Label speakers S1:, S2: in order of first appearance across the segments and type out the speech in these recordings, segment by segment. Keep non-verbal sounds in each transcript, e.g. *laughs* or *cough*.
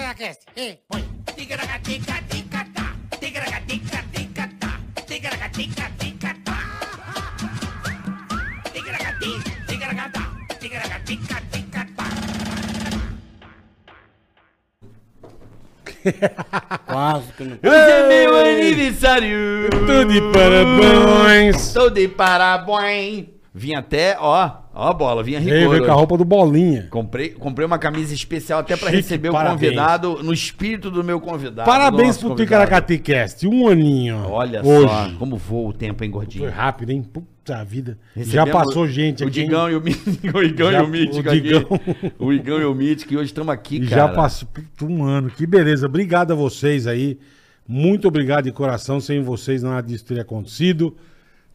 S1: Ticaracast, e põe. Ticaracatica-ticatá, ticaracatica-ticatá, ticaracatica-ticatá. Ticaracati, ticaracatá, ticaracatica-ticatá.
S2: Quase que não.
S3: Hoje é meu aniversário!
S2: Tô de parabéns!
S3: Tô de parabéns! Vim até, ó, ó a bola, vim a
S2: Ele veio
S3: rigor.
S2: com
S3: hoje.
S2: a roupa do Bolinha.
S3: Comprei, comprei uma camisa especial até pra
S2: Chique,
S3: receber
S2: parabéns.
S3: o convidado, no espírito do meu convidado. do
S2: Parabéns
S3: nosso
S2: pro
S3: Tá, convidado.
S2: Ticaracaticast, um aninho. ó,
S3: Olha
S2: hoje.
S3: só, como voa o tempo, hein,
S2: Foi
S3: gordinho?
S2: rápido, hein? Puta vida. Já
S3: Recebemos
S2: passou gente
S3: o
S2: aqui. hein?
S3: Digão e o, Mi- o Igão
S2: Já-
S3: e o Mítico
S2: o Digão.
S3: aqui. O Igão e o Mítico, e hoje estamos aqui,
S2: E
S3: cara.
S2: já passou puta, um ano. Que beleza. Obrigado a vocês aí. Muito obrigado de coração. Sem vocês nada disso teria acontecido.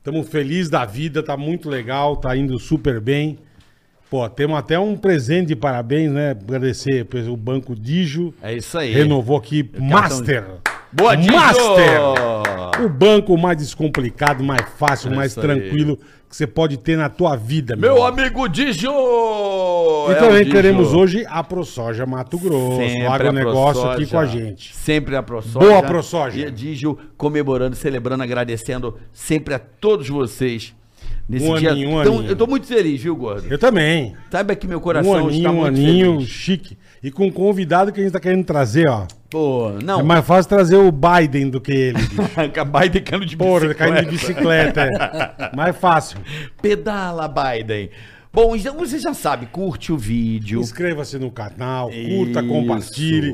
S2: Estamos felizes da vida, tá muito legal, tá indo super bem. Pô, temos até um presente de parabéns, né? Agradecer o Banco Dijo.
S3: É isso aí.
S2: Renovou aqui Master.
S3: Boa, Dijo!
S2: Master! O banco mais descomplicado, mais fácil,
S3: É
S2: mais
S3: isso aí.
S2: tranquilo que você pode ter na tua vida,
S3: Meu
S2: amigo.
S3: amigo
S2: E
S3: Dijo! É o
S2: também
S3: Dijo.
S2: teremos hoje a ProSoja Mato Grosso,
S3: Sempre
S2: o agronegócio
S3: ProSoja.
S2: aqui com a gente.
S3: Sempre a ProSoja.
S2: Boa, ProSoja.
S3: E a Digio comemorando, celebrando, agradecendo sempre a todos vocês. Nesse
S2: Um
S3: dia.
S2: aninho, um
S3: tão-
S2: aninho.
S3: Eu tô muito feliz, viu, Gordo?
S2: Eu também.
S3: Saiba que meu
S2: Um
S3: coração
S2: aninho,
S3: está
S2: um
S3: muito
S2: aninho,
S3: feliz.
S2: chique. E com um convidado que a gente tá querendo trazer, ó.
S3: Pô, não.
S2: É mais fácil trazer o Biden do que ele.
S3: *laughs*
S2: bicho.
S3: Acabar de cano de
S2: Porra, ele caindo de
S3: bicicleta.
S2: bicicleta. é.
S3: *laughs*
S2: Mais fácil.
S3: Pedala, Biden. Bom, então você já sabe, curte o vídeo.
S2: Inscreva-se no canal, curta,
S3: Isso,
S2: compartilhe,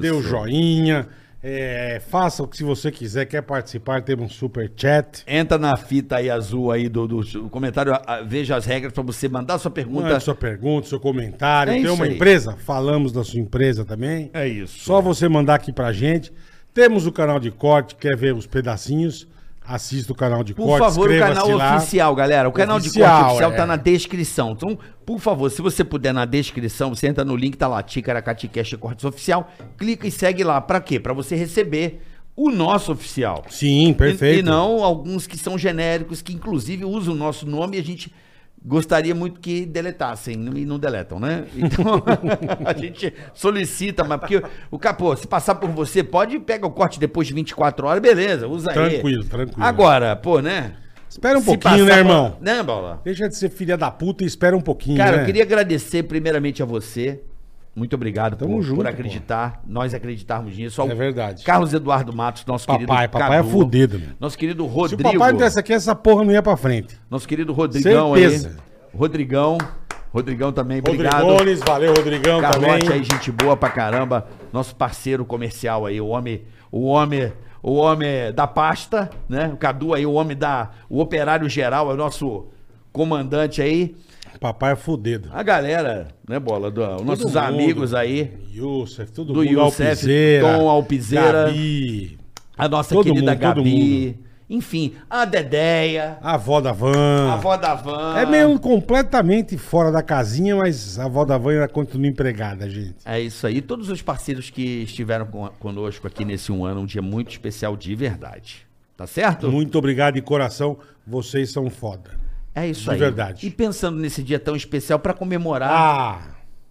S2: dê o
S3: isso.
S2: joinha, é, faça o que se você quiser, quer participar, temos um super chat.
S3: Entra na fita aí azul aí do, do comentário, a- a- veja as regras pra você mandar sua pergunta.
S2: Mande sua pergunta, seu comentário.
S3: É
S2: Tem
S3: isso
S2: uma
S3: aí.
S2: empresa? Falamos da sua empresa também. É isso. Só você mandar aqui pra gente. Temos o canal de corte, quer ver os pedacinhos? Assista o canal de
S3: Por
S2: corte,
S3: favor, o canal
S2: lá.
S3: oficial, galera. O canal de
S2: Oficial,
S3: corte oficial tá
S2: é.
S3: na descrição. Então, por favor, se você puder na descrição, você entra no link, tá lá, Ticaracatecast Cortes Oficial, clica e segue lá. Pra quê? Pra você receber o nosso oficial.
S2: Sim, perfeito.
S3: E, e não alguns que são genéricos, que inclusive usam o nosso nome e a gente gostaria muito que deletassem e não deletam, né? Então *laughs* a gente solicita, mas porque o capô, se passar por você, pode pega o corte depois de 24 horas, beleza, usa aí.
S2: Tranquilo, tranquilo.
S3: Agora, pô, né?
S2: Espera um
S3: Se
S2: pouquinho,
S3: passar
S2: né,
S3: por-
S2: irmão?
S3: Né, Bola?
S2: Deixa de ser filha da puta e espera um pouquinho,
S3: Cara,
S2: né?
S3: eu queria agradecer primeiramente a você. Muito obrigado
S2: Tamo
S3: por,
S2: junto,
S3: por
S2: pô.
S3: acreditar, nós acreditarmos nisso. Ao
S2: É verdade.
S3: Carlos Eduardo Matos, nosso querido
S2: Papai, papai é fudido, meu.
S3: Nosso querido
S2: Se
S3: Rodrigo.
S2: o papai não desse aqui, essa porra não ia pra frente.
S3: Nosso querido Rodrigão
S2: Certeza.
S3: aí. Rodrigão. Rodrigão também, obrigado.
S2: Rodrigones, valeu, Rodrigão
S3: Carlote
S2: também.
S3: aí, gente boa pra caramba. Nosso parceiro comercial aí, o homem, o homem, o homem da pasta, né? O Cadu aí, o homem da, o operário geral, é o nosso comandante aí.
S2: Papai é fudido.
S3: A galera, né, bola, do, os nossos
S2: Todo mundo.
S3: amigos aí,
S2: Youssef, todo
S3: Do
S2: mundo.
S3: Youssef, Tom Alpizeira.
S2: Gabi,
S3: a nossa
S2: Todo
S3: querida
S2: mundo, todo
S3: Gabi, enfim, a Dedéia,
S2: a avó da Van.
S3: a avó da Van.
S2: É meio completamente fora da casinha, mas a avó da Van ainda continua empregada, gente.
S3: É isso aí. Todos os parceiros que estiveram com- conosco aqui nesse um ano, um dia muito especial de verdade. Tá certo?
S2: Muito obrigado de coração, vocês são foda.
S3: É isso
S2: de
S3: aí.
S2: verdade.
S3: E pensando nesse dia tão especial, pra comemorar,
S2: Ah,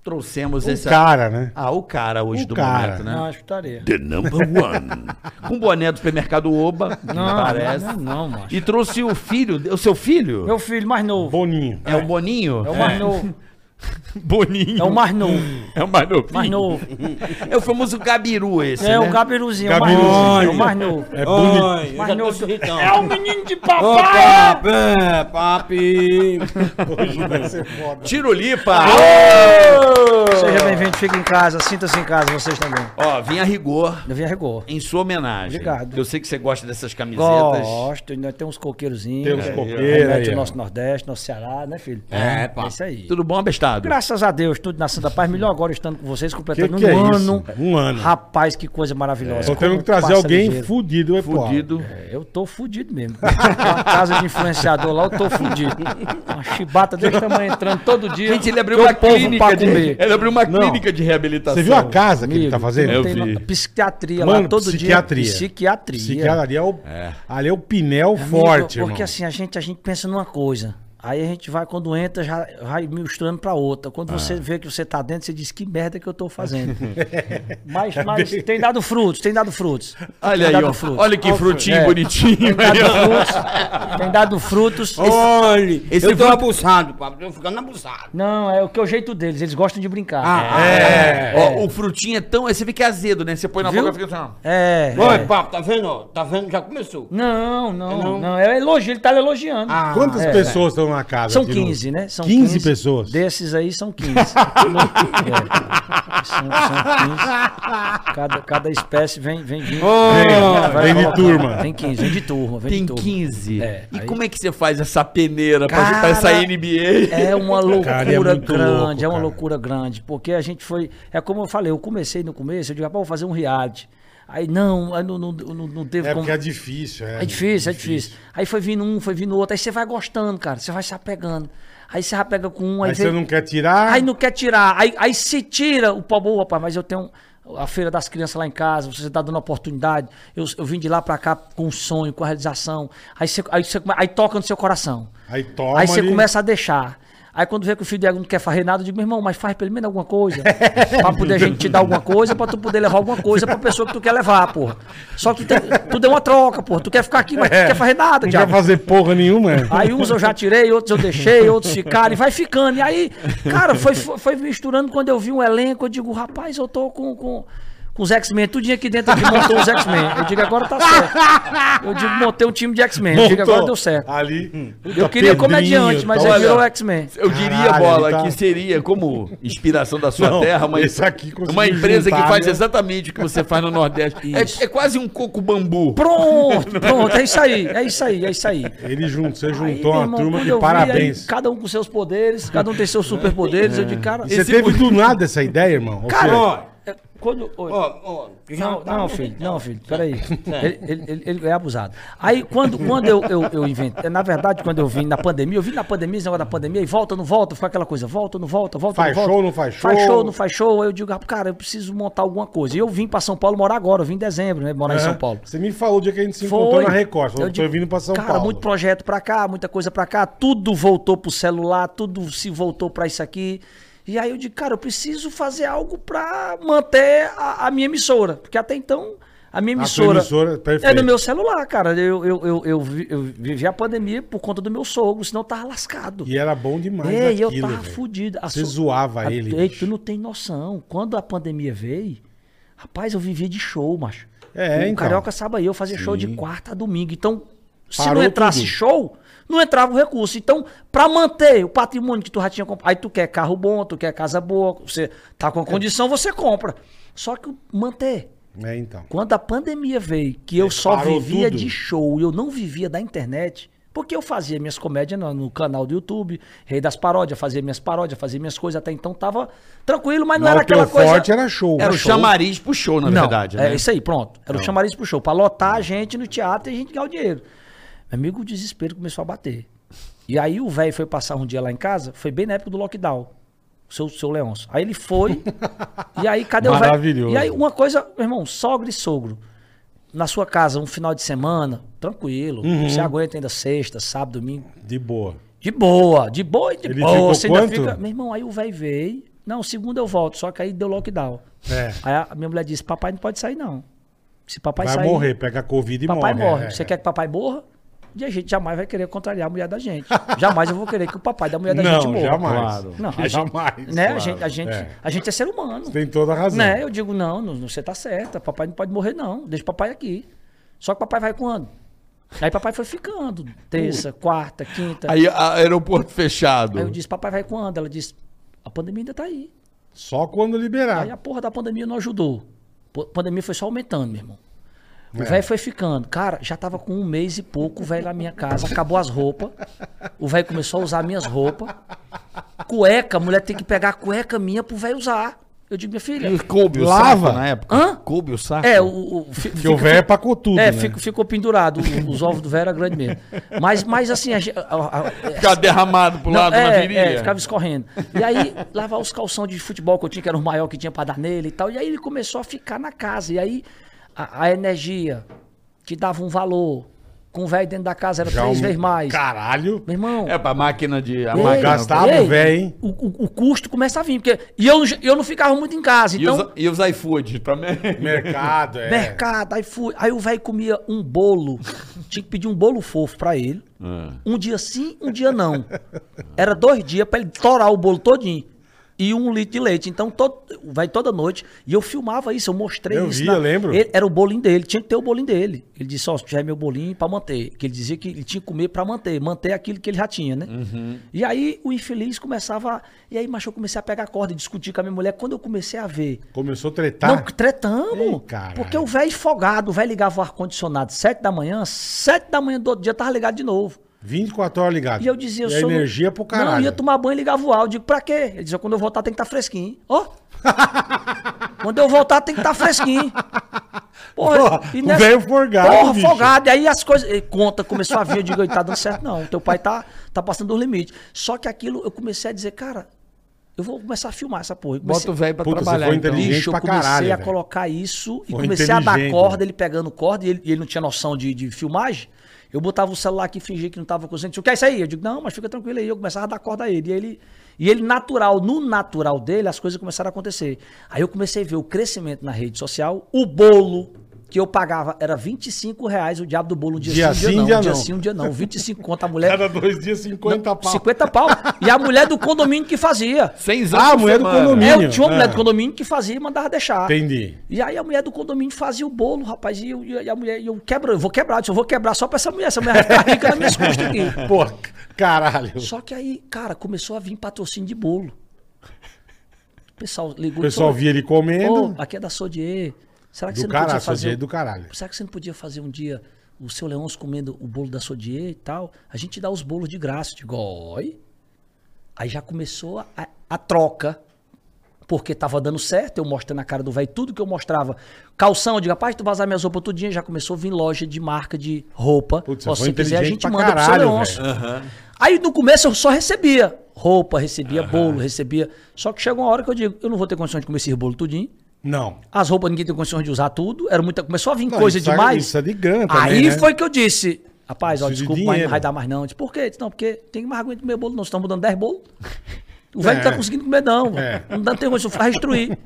S3: trouxemos
S2: o
S3: esse.
S2: cara, né?
S3: Ah, o cara hoje
S2: O
S3: do
S2: cara.
S3: momento, né?
S4: Não, acho que estaria.
S3: The number one. Com boné do supermercado Oba,
S4: Não,
S3: não, parece.
S4: não, é não, macho.
S3: E trouxe o filho, o seu filho?
S4: Meu filho mais novo.
S2: Boninho.
S3: É o Boninho?
S4: É o mais novo.
S3: Boninho.
S4: É o mais novo.
S3: É o mais novinho.
S4: Mais novo.
S3: É o famoso Gabiru esse,
S4: É
S3: né?
S4: o Gabiruzinho, é o mais
S2: Gabiruzinho.
S4: novo. É o mais novo.
S2: É Então. bonito.
S4: Mais novo. É
S5: É
S4: o menino de papai!
S5: papi!
S2: Hoje vai ser foda.
S3: Tirolipa.
S4: Seja bem-vindo, fique em casa, sinta-se em casa, vocês também.
S3: Ó, vim a rigor
S4: Eu vim a rigor.
S3: em sua homenagem.
S4: Obrigado.
S3: Eu sei que você gosta dessas camisetas.
S4: Gosto, ainda tem uns coqueirozinhos.
S2: Tem uns
S4: né?
S2: coqueiros aí,
S4: Remete
S2: ó.
S4: o nosso Nordeste, nosso Ceará, né, filho?
S5: É, pá.
S4: É isso aí.
S3: Tudo bom, abestado?
S4: Graças a Deus, tudo na Santa Paz. Melhor agora estando com vocês, completando
S2: Que que é
S4: um
S2: isso?
S4: ano.
S2: Um ano. É.
S4: Rapaz, que coisa maravilhosa.
S2: Tô tendo
S4: Como
S2: que trazer
S4: passa
S2: alguém
S4: ligeiro.
S2: fudido, é pô.
S3: Fudido.
S4: É, Eu tô fudido mesmo. *laughs* Uma casa de influenciador lá, eu tô fudido. Uma chibata desse tamanho entrando todo dia.
S3: Gente, ele abriu
S4: que
S3: uma
S4: o povo
S3: clínica
S4: pra
S3: de...
S4: comer.
S3: Ele abriu uma
S2: Não.
S3: clínica de reabilitação.
S2: Você viu a É casa que ele tá
S4: Amigo,
S2: fazendo?
S3: Eu
S4: tem
S3: vi.
S4: uma psiquiatria
S2: Mano,
S4: lá todo
S2: psiquiatria.
S4: dia. Psiquiatria.
S2: Psiquiatria é o, ali é o pinel
S4: Amigo,
S2: forte,
S4: Porque
S2: irmão.
S4: assim, a gente, a gente pensa numa coisa. Aí a gente vai, quando entra, já vai misturando pra outra. Quando
S2: Ah.
S4: você vê que você tá dentro, você diz que merda que eu tô fazendo.
S2: *laughs*
S4: mas mas tem dado frutos, tem dado frutos.
S3: Olha
S4: tem
S3: aí,
S4: dado
S3: ó.
S4: frutos.
S3: olha que frutinho
S4: É.
S3: bonitinho.
S4: Tem dado frutos. Tem dado frutos.
S5: Olha,
S3: esse
S5: eu tô
S3: fruto-
S5: abusado, papo, tô ficando abusado.
S4: Não, é o que é o jeito deles, eles gostam de brincar.
S2: Ah,
S5: é.
S3: Ó, o frutinho é tão. Você vê que é azedo, né? Você põe na
S4: Viu?
S3: boca e fica assim. ó.
S4: É. é.
S5: Olha, papo, tá vendo? ó? Tá vendo? Já começou.
S4: Não, não,
S5: não?
S4: não, É elogio, ele tá elogiando.
S2: Quantas
S4: é,
S2: pessoas estão na casa?
S4: São
S2: aqui no-
S4: 15, né? São
S2: 15, pessoas.
S4: Desses aí são 15.
S2: *laughs*
S4: É. São, são 15. Cada, cada espécie vem, vem de.
S2: Vem,
S4: vai
S2: vem de
S4: colocando.
S2: turma.
S4: Tem 15, vem de turma. Vem de
S3: Tem
S4: turma.
S3: 15.
S4: É,
S3: e
S4: aí-
S3: como é que você faz essa peneira pra- pra,
S4: Cara,
S3: essa NBA?
S4: É uma loucura
S2: Cara, é muito
S4: grande,
S2: louco,
S4: é uma
S2: cara.
S4: loucura grande, porque a gente foi, é como eu falei, eu comecei no começo, eu digo, rapaz, vou fazer um reality. Aí não, aí não, não, não, não teve
S2: É
S4: como.
S2: porque é difícil, é.
S4: É difícil, é difícil. Aí foi vindo um, foi vindo outro. Aí você vai gostando, cara. Você vai se apegando. Aí você já pega com um, aí,
S2: Aí
S4: vem-
S2: você não quer tirar.
S4: aí não quer tirar. Aí, aí se tira o pau, "Ô, rapaz, mas eu tenho a feira das crianças lá em casa, você tá dando oportunidade. Eu, eu vim de lá pra cá com um sonho, com a realização. Aí, você, aí, você, come- aí toca no seu coração.
S2: Aí toma
S4: Aí você
S2: ali.
S4: começa a deixar. Aí quando vê que o filho dele não quer fazer nada, eu digo, meu irmão, mas faz pelo menos alguma
S2: *laughs*
S4: coisa. pra poder a gente te dar alguma coisa, pra tu poder levar alguma coisa pra pessoa que tu quer levar, porra. Só que tu, tem, tu deu uma troca, porra. Tu quer ficar aqui, mas tu não quer fazer
S2: É.
S4: nada,
S2: Não
S4: diabo. Ah,
S2: quer fazer porra nenhuma. é.
S4: Aí uns eu já tirei, outros eu deixei, outros ficaram, e vai ficando. E aí, cara, foi, foi foi misturando. Quando eu vi um elenco, eu digo, rapaz, eu tô com. com com os X-Men, tudinho aqui dentro que montou os X-Men. Eu digo, agora tá certo. Eu digo, montei um time de X-Men. Eu digo, agora
S2: Montou
S4: deu certo.
S2: Ali. Puta,
S4: Eu queria
S2: Pedrinho, tá
S4: comediante, mas
S2: tal.
S4: aí virou X-Men.
S3: Eu diria,
S2: Caralho,
S3: Bola,
S2: ele tá-
S3: que seria como inspiração da sua
S2: Não,
S3: terra, mas
S2: esse aqui conseguiu
S3: uma empresa
S2: juntar,
S3: que faz
S2: né?
S3: exatamente o que você faz no Nordeste. É, é quase um coco bambu.
S2: *laughs*
S4: Pronto, pronto, é isso aí, é isso aí, é isso aí.
S2: Ele juntou, você
S4: Aí,
S2: juntou
S4: meu
S2: uma
S4: irmão,
S2: turma
S4: quando
S2: de
S4: eu vi,
S2: parabéns.
S4: aí cada um com seus poderes, cada um tem seus superpoderes. Eu de cara.
S2: E Você
S3: Esse
S2: teve do nada essa ideia, irmão? Ou
S4: Cara,
S2: seja,
S5: Ó,
S4: é, Quando, oi.
S5: ó, ó. já
S4: Não,
S5: tá-
S4: não, filho, não, filho,
S5: *laughs*
S4: peraí. Ele, ele- ele- ele é abusado. Aí, quando, quando eu, eu, eu inventei, na verdade, quando eu vim na pandemia, eu vim na pandemia, esse negócio da pandemia, e volta, não volta, fica aquela coisa, volta, não volta, volta,
S2: Faz
S4: não volta.
S2: show, não faz
S4: Faz
S2: show.
S4: show, não faz show. Aí eu digo, ah, cara, eu preciso montar alguma coisa. E eu vim pra São Paulo morar agora, eu vim em dezembro, né, morar em
S2: né?
S4: São Paulo.
S2: Você me falou o dia que a gente se encontrou
S4: Foi.
S2: na Record. Falou,
S4: Eu
S2: tô
S4: digo,
S2: vindo pra São
S4: cara,
S2: Paulo.
S4: muito projeto pra cá, muita coisa pra cá, tudo voltou pro celular, tudo se voltou pra isso aqui. E aí eu digo, cara, eu preciso fazer algo pra manter a, a minha emissora, porque até então a minha
S2: A sua
S4: emissora,
S2: emissora,
S4: é
S2: perfeito.
S4: no meu celular, cara. Eu, eu, eu, eu, vi- eu vivi a pandemia por conta do meu sogro, senão eu tava lascado.
S2: E era bom demais
S4: É, e eu
S2: aquilo,
S4: tava
S2: velho.
S4: fudido. A
S2: Você
S4: so-
S2: zoava
S4: a-
S2: ele,
S4: Ei,
S2: bicho.
S4: tu não tem noção. Quando a pandemia veio, rapaz, eu vivia de show, macho.
S2: É,
S4: o
S2: então.
S4: Carioca sabe aí, eu fazia show de quarta a domingo. Então, se
S2: Parou
S4: não entrasse
S2: tudo.
S4: show, não entrava o recurso. Então, pra manter o patrimônio que tu já tinha comprado, aí tu quer carro bom, tu quer casa boa, você tá com a condição, você compra. Só que manter.
S2: É, então.
S4: Quando a pandemia veio, que eu só
S2: Parou
S4: vivia
S2: tudo.
S4: de show, eu não vivia da internet, porque eu fazia minhas comédias no, no canal do YouTube, Rei das Paródias, fazia minhas paródias, fazia minhas coisas, até então tava tranquilo, mas não
S2: Mas
S4: era
S2: o teu
S4: aquela coisa...
S2: forte era show. né?
S3: Era o
S4: show.
S3: chamariz pro show, na
S4: não,
S3: verdade.
S4: é
S3: né?
S4: isso aí, pronto. Era o chamariz pro show, pra lotar a gente no teatro e a gente ganhar o dinheiro. Meu amigo, o desespero começou a bater. E aí o velho foi passar um dia lá em casa, foi bem na época do lockdown. O seu, seu Leôncio. Aí
S3: *laughs*
S4: ele foi. e aí, cadê o velho?
S2: Maravilhoso.
S4: E aí, uma coisa, meu irmão, sogra e sogro. Na sua casa, um final de semana, tranquilo.
S3: Uhum.
S4: Você aguenta ainda sexta, sábado, domingo.
S2: De boa.
S4: De boa, de boa e de
S2: Ele
S4: boa.
S2: ficou
S4: Você ainda
S2: quanto?
S4: fica. Meu irmão, aí o velho veio. Não, segunda eu volto, só que aí deu lockdown.
S2: É.
S4: Aí a minha mulher disse: Papai não pode sair, não. Se papai
S2: Vai
S4: sair.
S2: morrer, pega a Covid e
S4: Papai morre.
S2: morre. é,
S4: Você
S2: é.
S4: quer que papai morra? E a gente jamais vai querer contrariar a mulher da gente. jamais eu vou querer que o papai da mulher da gente
S2: Não,
S4: morra.
S2: jamais.
S3: Claro.
S4: Não, a
S2: jamais.
S4: gente, né?
S2: claro.
S4: a, gente, a, gente,
S2: É.
S4: a gente é ser humano.
S2: Tem toda a razão.
S4: Né? Eu digo, não, não, não, você tá certa. Papai não pode morrer, não. Deixa o papai aqui. Só que papai vai quando? Aí papai foi ficando. Terça, quarta, quinta.
S3: Aí
S4: Aí
S3: a- aeroporto fechado.
S4: eu disse, papai vai quando? Ela disse, a pandemia ainda tá aí.
S2: Só quando
S4: Aí a
S2: liberar.
S4: porra da pandemia não ajudou. A pandemia foi só aumentando, meu irmão. O
S2: É.
S4: velho foi ficando. Cara, já tava com um mês e pouco o velho na minha casa. Acabou as roupas. O velho começou a usar minhas roupas. Cueca, a mulher tem que pegar a cueca minha pro velho usar. Eu digo, minha filha.
S3: E coube
S2: Lava.
S3: o saco na época?
S4: Hã?
S3: Coube o saco?
S4: É, o. o fi-
S2: Porque o
S4: fica-
S2: velho é pacotudo, né?
S4: é, fico- ficou pendurado. O- Os ovos do velho era grande mesmo. Mas, mas assim, a, gen- a- a- a-
S3: Ficava derramado pro
S4: não,
S3: lado na
S4: é,
S3: virilha.
S4: é, ficava escorrendo. E aí, *laughs* lavar os calção de futebol que eu tinha, que era o maior que tinha pra dar nele e tal. E aí ele começou a ficar na casa. E aí, a, a energia que dava um valor Com o velho dentro da casa era
S2: Já
S4: três
S2: um-
S4: vezes mais.
S2: Caralho.
S4: Meu irmão.
S3: É pra máquina de. A
S4: um- ei,
S3: máquina-
S2: gastar. gastava,
S4: ei,
S2: velho, hein?
S4: O, o- o custo começa a vir. Porque, e eu, eu não ficava muito em casa.
S3: E,
S4: Então,
S3: os, e os iFood também.
S2: Mercado, é.
S4: mercado, aí fui. Aí o velho comia
S2: *laughs*
S4: um bolo. Tinha que pedir um bolo fofo pra ele.
S2: É.
S4: Um dia sim, um dia não. Era dois dias pra ele torar o bolo todinho. E um litro de leite. Então, todo, vai toda noite. E eu filmava isso, eu mostrei
S2: Eu
S4: isso.
S2: vi, eu lembro.
S4: Ele- era o bolinho dele, tinha que ter o bolinho dele. Ele disse, ó, já é meu bolinho pra manter. Que ele dizia que ele tinha que comer pra manter, manter aquilo que ele já tinha, né?
S2: Uhum.
S4: E aí o infeliz começava. a- E aí, macho, eu comecei a pegar corda e discutir com a minha mulher. Quando eu comecei a ver
S2: Começou a
S4: não,
S2: tretar. Ih,
S4: tretamos.
S2: Tá. caralho.
S4: porque o velho folgado, o velho ligava o ar-condicionado 7 da manhã, 7 da manhã do outro dia tava ligado de novo.
S2: 24 horas ligado.
S4: E eu dizia, eu
S2: E a
S4: sou.
S2: energia é pro caralho.
S4: Não, eu ia tomar banho e ligava o áudio. Digo, pra quê? Ele dizia, quando eu voltar tem que estar fresquinho.
S2: *laughs*
S4: Ó! quando eu voltar tem que
S2: *laughs*
S4: estar fresquinho.
S2: Porra, o velho folgado,
S4: Porra,
S2: bicho.
S4: folgado. E aí as coisas. e Conta começou a vir. Eu digo, "Ei, tá dando certo, não. Teu pai tá, tá passando dos limites. Só que aquilo eu comecei a dizer, cara, eu vou começar a filmar essa porra. Eu comecei-
S3: *laughs* Bota o velho pra
S2: Puta, você
S3: trabalhar.
S2: foi
S3: então.
S2: inteligente.
S4: Bicho, eu
S2: um pra
S4: comecei
S2: caralho,
S4: a
S2: velho.
S4: colocar isso e
S2: Foi
S4: comecei a dar
S2: inteligente,
S4: corda,
S2: né?
S4: ele pegando corda e ele, e ele não tinha noção de, de filmagem. Eu botava o celular aqui, fingia que não tava consciente. O que é isso aí? Eu digo, não, mas fica tranquilo aí. Eu começava a dar corda a ele. E ele, e ele natural, no natural dele, as coisas começaram a acontecer. Aí eu comecei a ver o crescimento na rede social, o bolo que eu pagava era 25 reais o diabo do bolo um dia,
S2: Dia
S4: sim, um
S2: sim, dia
S4: dia, não. Um dia
S2: não.
S4: sim, um dia não. 25 conto
S2: *laughs*
S4: a mulher.
S2: Cada dois dias, 50 pau.
S4: 50 pau. E a mulher do condomínio que fazia.
S3: Sem
S2: Ah,
S3: exame por
S2: mulher do
S3: semana.
S2: condomínio.
S4: É, eu tinha uma mulher
S2: é.
S4: do condomínio que fazia e mandava deixar.
S2: Entendi.
S4: E aí a mulher do condomínio fazia o bolo, rapaz, e, eu, e a mulher, e eu quebro, eu vou quebrar, eu disse, eu vou quebrar só pra essa mulher, essa mulher vai ficar rica nas minhas custas aqui.
S2: *laughs* Pô, caralho.
S4: Só que aí, cara, começou a vir patrocínio de bolo. O pessoal ligou.
S2: O pessoal
S4: disse,
S2: via ele comendo.
S4: "Ô, aqui é da Sodier. Será que
S2: do
S4: você não podia
S2: caralho,
S4: fazer?
S2: fazer...
S4: um-
S2: é do caralho.
S4: Será que você não podia fazer um dia o seu Leôncio comendo o bolo da Sodier e tal? A gente dá os bolos de graça. Eu Digo, oi. Aí já começou a, a troca. Porque tava dando certo, eu mostrando na cara do velho tudo que eu mostrava. Calção, eu digo, rapaz, tu vazar minhas roupas todo dia, já começou a vir loja de marca de roupa.
S2: Putz,
S4: Ó,
S2: você
S4: se
S2: foi
S4: você quiser, a
S2: inteligente
S4: gente
S2: pra
S4: manda pro
S2: caralho,
S4: seu Leôncio. Aí no começo eu só recebia roupa, recebia bolo, recebia. Só que chegou uma hora que eu digo, eu não vou ter condição de comer esse bolo tudinho.
S2: Não.
S4: As roupas ninguém tem condições de usar tudo. Era muita, começou a vir
S2: Não,
S4: coisa
S2: isso é-
S4: demais.
S2: isso é de grana também,
S4: Aí
S2: né?
S4: foi que eu disse. Rapaz, ó,
S2: Isso de
S4: desculpa, mas não
S2: dinheiro.
S4: vai dar mais não. Eu disse, por quê? Eu Disse, não, porque tem mais aguento comer bolo, não. Vocês estão mudando 10 bolos. O velho
S2: É.
S4: não tá conseguindo comer, não.
S2: É.
S4: Não dá tempo, isso vai restruir.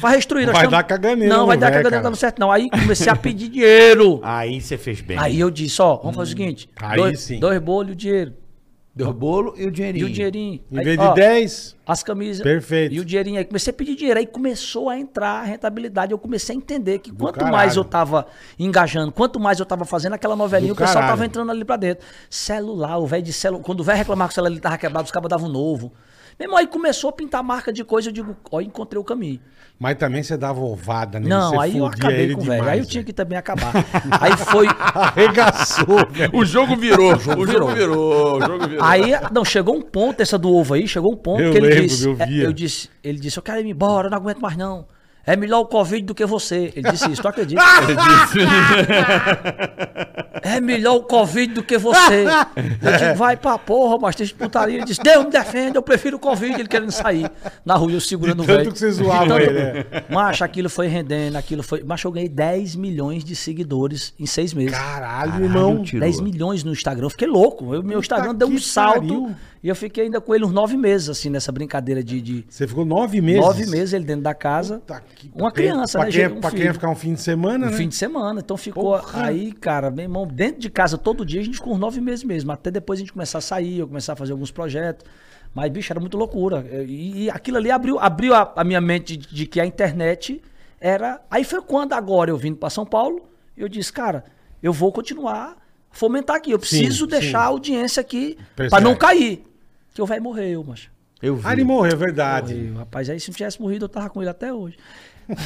S4: Vai restruir. nós
S2: Vai dar
S4: estamos-
S2: caganeira
S4: Não, vai
S2: no
S4: dar
S2: velho,
S4: caganeira, não
S2: cara.
S4: dá certo, não. Aí comecei a pedir dinheiro.
S3: Aí você fez bem.
S4: Aí eu disse, ó, vamos fazer o seguinte.
S2: Hum, Aí
S4: dois,
S2: sim.
S4: dois bolos e o dinheiro.
S3: Deu o bolo e o dinheirinho.
S4: E o dinheirinho.
S2: Em
S4: Aí,
S2: vez
S4: ó,
S2: de 10,
S4: as camisas.
S2: Perfeito.
S4: E o dinheirinho aí. Comecei a pedir dinheiro. Aí começou a entrar a rentabilidade. Eu comecei a entender que quanto
S2: caralho.
S4: mais eu tava engajando, quanto mais eu tava fazendo aquela novelinha,
S2: Do
S4: o pessoal
S2: caralho.
S4: tava entrando ali pra dentro. Celular, o velho de celular. Quando o velho reclamava que o celular ele tava quebrado, os cabos davam um novo. Meu irmão, aí começou a pintar marca de coisa. Eu digo, ó, encontrei o caminho.
S2: mas também você dava ovada nele.
S4: Não,
S2: você
S4: aí eu
S2: fudia
S4: acabei
S2: ele
S4: com o velho.
S2: demais, né?
S4: Aí eu tinha que também acabar. aí
S2: *laughs*
S4: foi.
S2: Arregaçou, velho.
S3: *laughs* O jogo virou. o jogo
S4: virou.
S3: virou. O jogo virou.
S4: *laughs* Aí, não, chegou um ponto, essa do ovo aí, chegou um ponto
S2: Eu
S4: que ele
S2: lembro,
S4: disse.
S2: eu via.
S4: é, eu disse, ele disse, eu quero ir embora, eu não aguento mais não. É melhor o Covid do que você. Ele disse isso, tu
S2: *laughs*
S4: acredita? *laughs* é melhor o Covid do que você. Eu digo, vai pra porra, mas tem putaria. Ele disse, Deus me defenda, eu prefiro o Covid. Ele querendo sair na rua, eu
S2: De
S4: segurando o
S2: tanto
S4: velho.
S2: que você zoava
S4: De tanto-
S2: ele, é.
S4: Macho, aquilo foi rendendo, aquilo foi... Macho, eu ganhei 10 milhões de seguidores em seis meses.
S2: Caralho, irmão.
S3: tio. Tirou.
S4: 10 Hum, milhões no Instagram. Eu fiquei louco. Eu- meu Instagram deu um
S2: que
S4: salto.
S2: pariu.
S4: E eu fiquei ainda com ele uns nove meses, assim, nessa brincadeira de, de
S2: Você ficou nove meses.
S4: nove meses ele dentro da casa.
S2: Puta que- pra
S4: uma
S2: quem-
S4: criança,
S2: pra
S4: né?
S2: Quem,
S4: gente, um
S2: pra quem
S4: filho.
S2: ia ficar um fim de semana,
S4: Um
S2: né?
S4: fim de semana. Então ficou
S2: Porra.
S4: aí, cara, meu irmão, dentro de casa todo dia a gente ficou uns nove meses mesmo. Até depois a gente começar a sair, eu começar a fazer alguns projetos. Mas, bicho, era muito loucura. eh, E, e aquilo ali abriu, abriu a, a minha mente de, de que a internet era. Aí foi quando, agora, eu vindo pra São Paulo, eu disse, cara, eu vou continuar a fomentar aqui. Eu preciso
S2: sim. é.
S4: deixar a audiência aqui
S2: Percebe.
S4: pra não cair. Que o velho morreu, macho.
S3: Eu vi.
S2: Ah, ele morreu, é verdade.
S4: Morreu, rapaz. Aí se não tivesse morrido, eu tava com ele
S2: *laughs*
S4: até hoje.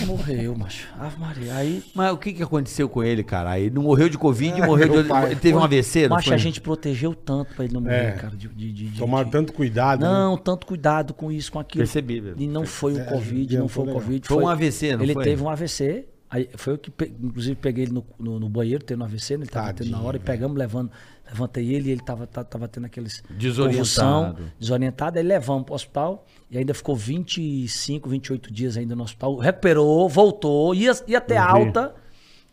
S4: Morreu, macho. Ave Maria. Aí
S3: Mas o que, que aconteceu com ele, cara? Ele não morreu de Covid,
S4: É,
S3: morreu de.
S2: pai.
S3: Ele teve um AVC, não
S4: Mas
S3: foi?
S4: a gente protegeu tanto pra ele não morrer,
S2: É.
S4: cara. De, de, de- de-
S2: Tomaram
S4: de-
S2: tanto cuidado. né? É,
S4: Não, tanto cuidado com isso, com aquilo.
S3: Percebi, velho.
S4: E não foi o Covid, não
S2: adiantou né?
S4: foi o
S2: legal.
S4: Covid.
S3: Foi um AVC, não
S4: Ele
S3: foi?
S4: teve um AVC. Aí foi eu que, pe- inclusive, peguei ele no, no, no banheiro, tendo um AVC, né? Ele tava tendo na hora, e pegamos, levando, levantei ele, e ele tava, ta- tava tendo aqueles
S3: Desorientado.
S4: convulsão, desorientado, aí levamos pro hospital, e ainda ficou 25, 28 dias ainda no hospital, recuperou, voltou, ia, ia ter alta,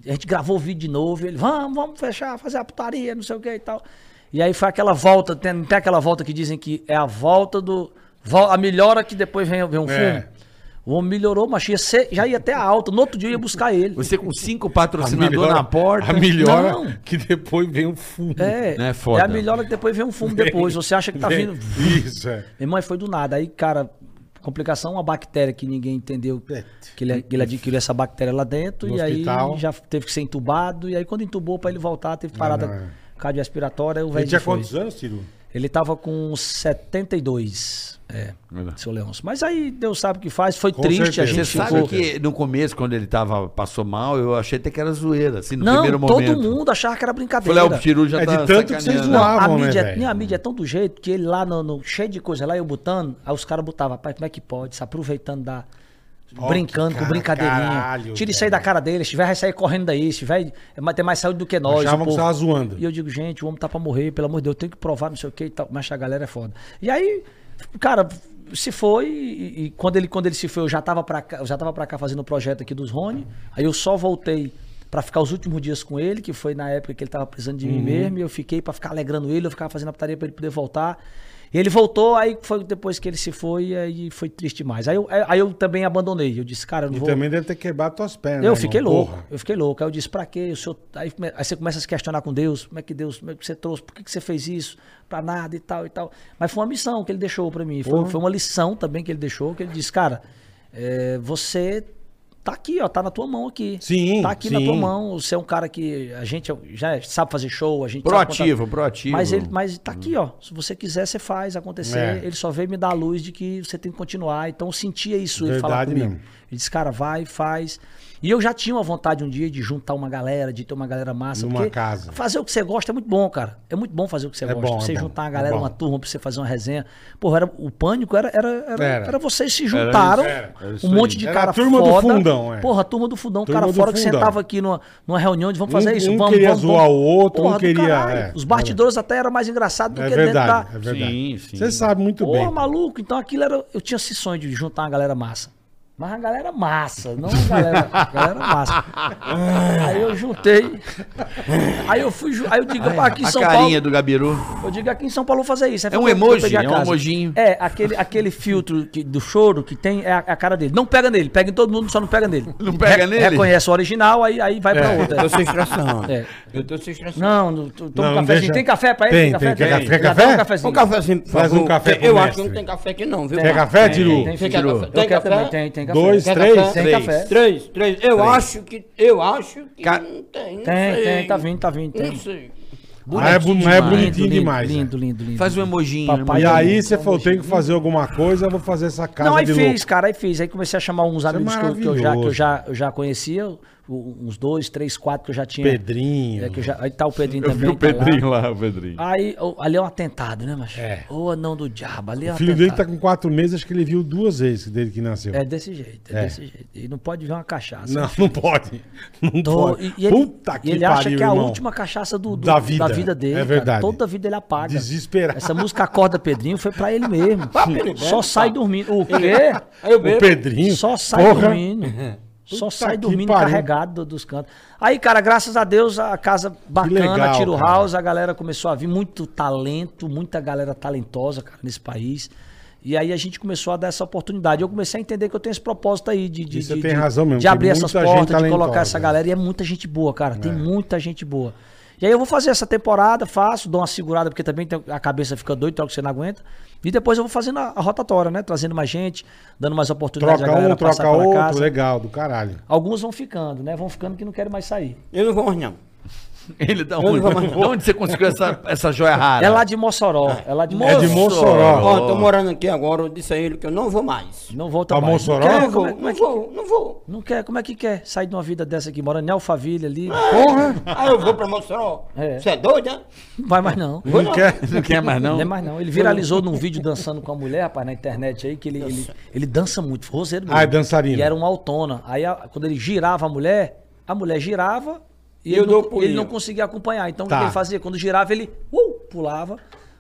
S4: A gente gravou o vídeo de novo, e ele, vamos, vamos fechar, fazer a putaria, não sei o que e tal. E aí foi aquela volta, tem, não tem aquela volta que dizem que é a volta do. vol- A melhora que depois vem, vem um fumo.
S2: É.
S4: O homem melhorou, mas ia ser- já ia até a alta. No outro dia eu ia buscar ele.
S3: Você com cinco
S2: A
S3: patrocinadores
S2: melhora-
S3: na porta.
S2: A melhora
S4: Não.
S2: que depois vem o fumo.
S4: É,
S3: Né,
S4: é,
S3: foda.
S4: a melhora que depois vem um
S2: *laughs*
S4: fumo depois. Você acha que tá
S2: Vem-
S4: vindo.
S2: Isso, é.
S4: Minha mãe foi do nada. Aí, cara, complicação, uma bactéria que ninguém entendeu
S2: É.
S4: que ele, que ele adquiriu essa bactéria lá dentro.
S2: No
S4: e
S2: hospital.
S4: aí já teve que ser entubado. E aí, quando entubou pra ele voltar, teve
S2: Ah.
S4: parada cardiorrespiratória. O
S2: Ele
S4: velho
S2: tinha
S4: foi.
S2: quantos anos, Ciro?
S4: Ele tava com 72. É,
S3: Verdade.
S4: seu Leôncio. Mas aí Deus sabe o que faz. Foi
S2: Com
S4: triste.
S2: certeza.
S4: A
S3: Você
S4: gente
S3: sabe
S4: ficou.
S3: que no começo, quando ele tava, passou mal, eu achei até que era zoeira, assim, no
S4: Não,
S3: primeiro
S4: todo
S3: momento.
S4: mundo achava que era brincadeira.
S3: Falei, ah, o Tiru já
S2: É
S3: tá
S2: de tanto que vocês
S3: sacaneando.
S2: zoaram.
S4: a,
S2: Estavam, né,
S4: mídia,
S2: velho?
S4: minha mídia é tão do jeito que ele lá no, no- cheio de coisa lá, eu botando, aí os caras botavam, pai, como é que pode? Se aproveitando da.
S2: Ó,
S4: brincando
S2: que
S4: com
S2: cara,
S4: brincadeirinha.
S2: caralho,
S4: Tira isso aí
S2: velho.
S4: da cara dele, se tiver, vai sair correndo daí, se tiver, vai ter mais saúde do que nós.
S2: Achavam que
S4: o povo.
S2: tava zoando.
S4: E eu digo, gente, o homem tá pra morrer, pelo amor de Deus, eu tenho que provar, não sei o que e tal. Mas a galera é foda. E aí, cara, se foi, e, e quando, ele, quando ele se foi, eu já tava pra cá, eu já tava pra cá fazendo o projeto aqui dos Rony, aí eu só voltei pra ficar os últimos dias com ele, que foi na época que ele tava precisando de mim
S2: Uhum.
S4: mesmo, e eu fiquei pra ficar alegrando ele, eu ficava fazendo a putaria pra ele poder voltar. E ele voltou, aí foi depois que ele se foi, e aí foi triste demais. Aí eu, é, aí eu também abandonei, eu disse, cara, eu não
S2: E
S4: vou...
S2: também deve ter quebrado tuas pernas.
S4: Eu
S2: né,
S4: fiquei
S2: irmão?
S4: louco,
S2: Porra.
S4: eu fiquei louco. Aí eu disse, pra quê? O senhor... tá aí, come- aí você começa a se questionar com Deus, como é que Deus, como é que você trouxe, por que, que você fez isso? Pra nada e tal e tal. Mas foi uma missão que ele deixou pra mim, foi, foi uma lição também que ele deixou, que ele disse, cara, é, você tá aqui, ó, tá na tua mão aqui.
S2: Sim,
S4: Tá aqui na tua
S2: sim.
S4: mão, você é um cara que a gente já sabe fazer show, a gente sabe
S3: Proativo,
S4: contar-
S3: proativo.
S4: Mas ele, mas tá aqui, ó. Se você quiser, você faz acontecer.
S2: É.
S4: Ele só veio me dar a luz de que você tem que continuar. Então eu sentia isso, ele falar
S2: Verdade
S4: comigo.
S2: mesmo.
S4: Ele disse, cara, vai, faz. E eu já tinha uma vontade um dia de juntar uma galera, de ter uma galera massa.
S2: Numa
S4: porque
S2: casa.
S4: Fazer o que você gosta é muito bom, cara. É muito bom fazer o que você
S2: É
S4: gosta.
S2: bom, é
S4: você
S2: bom,
S4: juntar uma
S2: é
S4: galera,
S2: bom.
S4: uma turma, pra você fazer uma resenha. Porra, era, o pânico era, era, era,
S2: Era.
S4: era vocês se juntaram.
S2: era,
S3: era isso
S4: um monte
S3: aí.
S4: de
S2: Era a
S4: cara
S2: turma do
S4: foda.
S2: fundão, é.
S4: Porra, a turma do fundão.
S2: Turma
S4: cara
S2: do
S4: fora que
S2: fundão.
S4: sentava aqui numa, numa reunião de vamos fazer
S2: Um-
S4: isso,
S2: um
S4: vamos,
S2: queria
S4: vamos, vamos.
S2: zoar o outro, um
S4: do
S2: queria-
S4: caralho.
S2: é,
S4: Os bastidores até era mais engraçado do
S2: É
S4: que
S2: verdade,
S4: dentro
S2: é
S4: da.
S2: verdade.
S3: Sim, sim.
S2: Você sabe muito
S4: Porra,
S2: bem.
S4: maluco, então aquilo era. Eu tinha esse sonho de juntar uma galera massa. Mas uma galera massa, não uma galera, galera massa. aí eu juntei. Aí eu fui. ju- Aí eu digo, "Pá, aqui em
S3: a
S4: São
S3: carinha
S4: Paulo.
S3: do Gabiru.
S4: Eu digo aqui em São Paulo eu vou fazer isso. Aí
S3: É um
S4: foi quando eu
S3: emoji,
S4: peguei a
S3: é um
S4: casa.
S3: emojinho.
S4: É, aquele, aquele filtro que- do choro que tem é a, a cara dele. Não pega nele, pega em todo mundo, só não pega nele.
S3: Não pega nele?
S4: Reconhece o original, aí, aí vai pra outra.
S5: Eu tô sem expressão.
S4: É.
S5: Eu tô sem expressão.
S4: Não, não, to- toma
S2: Não,
S4: um cafezinho.
S2: deixa.
S4: Tem café pra ele?
S2: Tem, tem. Quer
S4: Tem
S2: café?
S4: Já dá
S2: Café?
S4: um cafezinho.
S5: Um cafezinho, por
S2: Faz um
S5: favor.
S2: café pro
S5: Eu acho
S2: mestre.
S5: que não tem café aqui não, viu?
S2: Quer café, Tiru?
S4: é, Tem,
S5: Tem
S4: filho.
S5: café?
S4: Eu
S5: Tem
S4: quero
S5: café?
S4: também, tem, tem café.
S2: Dois,
S5: Quer
S2: três?
S5: café?
S4: Tem
S3: três.
S4: café.
S5: Três, três. Eu acho que. Eu acho que.
S3: Ca-
S5: Não tem, não
S4: Tem,
S5: sei.
S4: tem, tá vindo, tá vindo, tem.
S5: Não sei.
S2: Ah, é bu- mas é bonitinho
S4: lindo,
S2: demais. né?
S4: Lindo, lindo, lindo.
S3: Faz um emojinho.
S4: Papai-
S2: E
S3: irmão.
S2: aí você falou, tem que fazer alguma coisa, eu vou fazer essa casa
S4: Não, aí
S2: de
S4: fiz,
S2: louco.
S4: cara, aí fiz. Aí comecei a chamar uns
S2: é
S4: amigos que eu- que eu já, que eu
S2: maravilhoso.
S4: já, eu já conhecia, o- uns dois, três, quatro que eu já tinha.
S2: Pedrinho.
S4: É, que eu já, aí tá o Pedrinho
S3: Eu vi
S4: também.
S3: o
S4: tá lá.
S3: Pedrinho lá, o Pedrinho.
S4: Aí, ó, ali é um atentado, né, macho?
S2: É.
S4: Ô, anão do diabo, ali é um
S2: O filho dele tá
S4: atentado.
S2: com quatro meses, acho que ele viu duas vezes desde que nasceu.
S4: É desse jeito, é,
S2: É.
S4: desse jeito. E não pode ver uma cachaça.
S2: Não, não pode. Não
S4: Tô-
S2: pode.
S4: e, e ele,
S2: Puta
S4: e
S2: que
S4: ele
S2: pariu,
S4: acha que é a
S2: irmão.
S4: última cachaça do, do-
S2: Da vida.
S4: dele.
S2: É
S4: cara.
S2: verdade.
S4: Toda vida ele apaga.
S2: Desesperado. *laughs*
S4: *laughs* Essa música Acorda Pedrinho foi pra ele mesmo. Só sai
S2: tá.
S4: dormindo. O quê?
S5: Aí eu
S2: O
S5: bebo.
S2: Pedrinho.
S4: Só sai
S2: é
S4: né?
S2: porra.
S4: dormindo. Só
S2: *laughs* Puta
S4: sai
S2: que
S4: dormindo
S2: pariu.
S4: carregado do- dos cantos. Aí, cara, graças a Deus, a casa bacana,
S2: legal,
S4: Tiro
S2: cara.
S4: House, a galera começou a vir. Muito talento, muita galera talentosa, cara, nesse país. E aí a gente começou a dar essa oportunidade. Eu comecei a entender que eu tenho esse propósito aí de, de,
S2: E você
S4: de-
S2: tem
S4: de-
S2: razão mesmo,
S4: de
S2: tem
S4: abrir essas
S2: muita gente
S4: portas, de
S2: talentosa. né?
S4: colocar essa galera. E é muita gente boa, cara.
S2: É.
S4: Tem muita gente boa. E aí eu vou fazer essa temporada, faço, dou uma segurada, porque também tem- a cabeça fica doida, troca que você não aguenta. E depois eu vou fazendo a, a rotatória, né? Trazendo mais gente, dando mais oportunidade
S2: Troca um,
S4: passar
S2: troca
S4: pela
S2: outro.
S4: casa.
S2: Legal, do caralho.
S4: Alguns vão ficando, né? Vão ficando que não querem mais sair.
S5: Eu não vou mais, não.
S3: Ele dá onde? De onde você conseguiu essa, essa joia rara?
S4: É lá de Mossoró. É lá de
S2: É de
S4: Ah.
S2: Mossoró.
S5: Ó, tô morando aqui agora, eu disse a ele que eu não vou mais.
S4: Não volta
S2: Pra
S4: mais.
S5: Eu
S2: Mossoró?
S4: Não
S5: não
S4: quer,
S5: vou,
S4: como é, como é
S5: não
S4: que,
S5: vou, não vou.
S4: não quer? Como é que quer sair de uma vida dessa aqui? Morando em Alphaville ali.
S2: Porra.
S5: Aí eu vou pra Mossoró.
S4: É.
S5: Você é doido, né?
S4: Não vai mais não.
S2: Não quer?
S3: Não quer mais não?
S4: Não é mais não. Ele viralizou num vídeo dançando com a mulher, rapaz, na internet aí, que ele, ele, ele dança muito, forrozeiro mesmo.
S2: Ah, é dançarino.
S4: E era uma autona. Aí a- quando ele girava a mulher, a mulher girava e
S5: Eu
S4: ele, não,
S5: dou pulinho.
S4: ele não conseguia acompanhar. Então o
S2: Tá.
S4: que ele fazia? Quando girava, ele uh, pulava.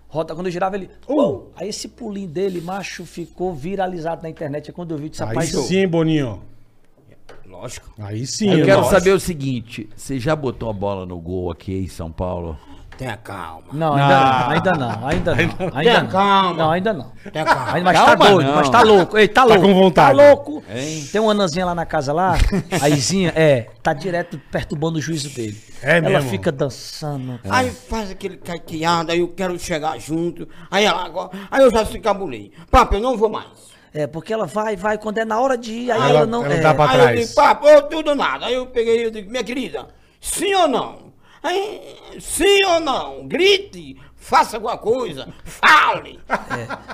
S4: Rota, quando girava, ele. Uh. Aí esse pulinho dele, macho, ficou viralizado na internet. É quando eu vi, eu disse,
S2: Aí
S4: rapaz, eu-
S2: sim, hein, Boninho.
S5: Lógico.
S2: Aí sim,
S3: Eu
S2: eu
S3: quero
S2: gosto.
S3: saber o seguinte: você já botou a bola no gol aqui em São Paulo?
S5: Tenha calma.
S4: Não,
S2: Ah.
S4: ainda não, ainda não, ainda não. Ainda não.
S5: Calma.
S4: Não, ainda não.
S5: Tenha calma.
S4: Mas tá
S3: Ah, Calma,
S4: doido,
S3: não.
S4: mas tá louco. Ei, tá louco.
S2: com vontade.
S4: Tá louco. Tem uma anãzinha lá na casa lá, a Izinha, é, tá direto perturbando o juízo dele.
S2: É
S4: Ela
S2: mesmo?
S4: fica dançando.
S5: Aí faz aquele caqueado, aí eu quero chegar junto. Aí ela agora. Aí eu já se cabulei. Papo, eu não vou mais.
S4: É, porque ela vai, vai, quando é na hora de ir, aí
S2: Ela-
S4: ela, não.
S2: ela
S4: é.
S2: dá pra-
S5: aí eu
S2: trás.
S5: disse, papo, ou tudo ou nada. Aí eu peguei e disse, minha querida, sim ou não? Aí, sim ou não? Grite, faça alguma coisa,
S4: *laughs*
S5: fale.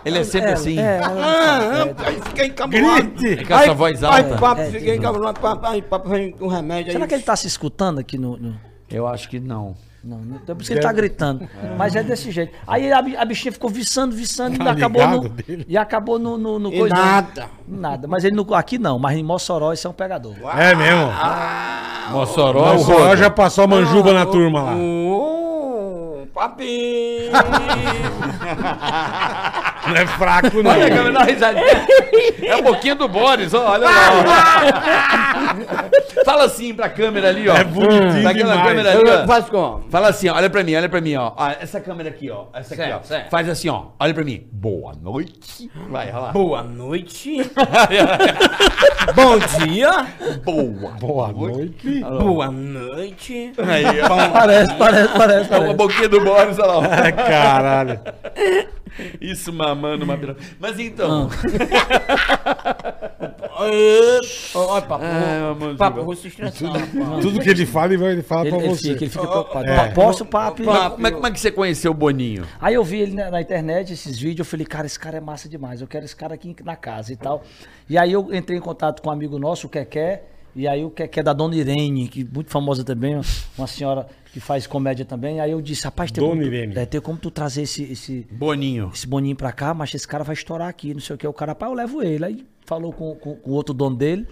S3: Ele é sempre
S4: É,
S3: assim.
S4: é,
S5: Ah,
S4: ela-
S5: ah, aí fiquei encabulado.
S2: Grite!
S3: Com essa voz alta.
S5: Aí, papo,
S4: É,
S5: fiquei encabulado. Papo, aí, papo, vem o remédio.
S4: será
S5: aí,
S4: que ele tá se escutando aqui no. no-
S3: Eu acho que não.
S4: Não, não, é por isso que ele tá gritando. Mas é desse jeito. Aí a, bi- a bichinha ficou viçando, viçando
S2: Tá
S4: e acabou
S2: ligado
S4: no.
S2: dele?
S4: E acabou no. no, no
S5: E
S4: coisa.
S5: nada.
S4: Nada. Mas ele não, aqui não, mas em Mossoró isso é um pegador.
S2: É mesmo.
S3: Ah, Mossoró, é
S2: Nossa, o Roy já passou a manjuba na turma lá.
S5: Ô, papi!
S2: Não é fraco, não.
S3: Olha, câmera, dá
S5: *laughs*
S3: uma risadinha. É a boquinha do Boris, ó, olha lá. ó. Fala assim pra câmera ali, ó.
S2: É bonitinho
S3: Pra aquela
S2: demais.
S3: câmera
S5: Eu- eu
S3: ali, ó.
S5: faço como?
S3: Fala assim, ó, olha pra mim, olha pra mim, ó. Ah, Essa câmera aqui, ó. Essa aqui, ó.
S5: Certo, certo.
S3: Faz assim, ó. Olha pra mim. Boa *laughs* noite. Vai, olha lá.
S5: Boa noite. Bom dia.
S3: Boa.
S2: Boa noite.
S5: Boa noite.
S3: Aí, ó.
S4: Parece, parece, parece.
S3: É uma boquinha do Boris, olha lá. ó.
S2: É, caralho.
S3: Isso mamando uma piroca. Mas *laughs* então.
S5: Ê, Ó, ó, papo.
S3: Ah, mano,
S5: papo, vou se estressar. papo.
S2: Tudo que ele fala, ele vai ele fala
S4: Ele,
S2: pra
S4: ele
S2: você.
S4: fica, ele fica preocupado.
S2: É.
S4: Pô, Posso, papo?
S5: Papo.
S3: Como é, como é que você conheceu o Boninho?
S4: Aí eu vi ele na, na internet, esses vídeos, eu falei, cara, esse cara é massa demais, eu quero esse cara aqui na casa e tal. E aí eu entrei em contato com um amigo nosso, o Keké, e aí o Keké da Dona Irene, que é muito famosa também, uma senhora que faz comédia também. Aí eu disse, rapaz, tem,
S2: Dona
S4: como,
S2: Irene.
S4: Tu, é, tem como tu trazer esse, esse,
S3: Boninho.
S4: esse boninho pra cá, mas esse cara vai estourar aqui, não sei o que. O cara, rapaz, eu levo ele. Aí falou com, com, com o outro dono dele.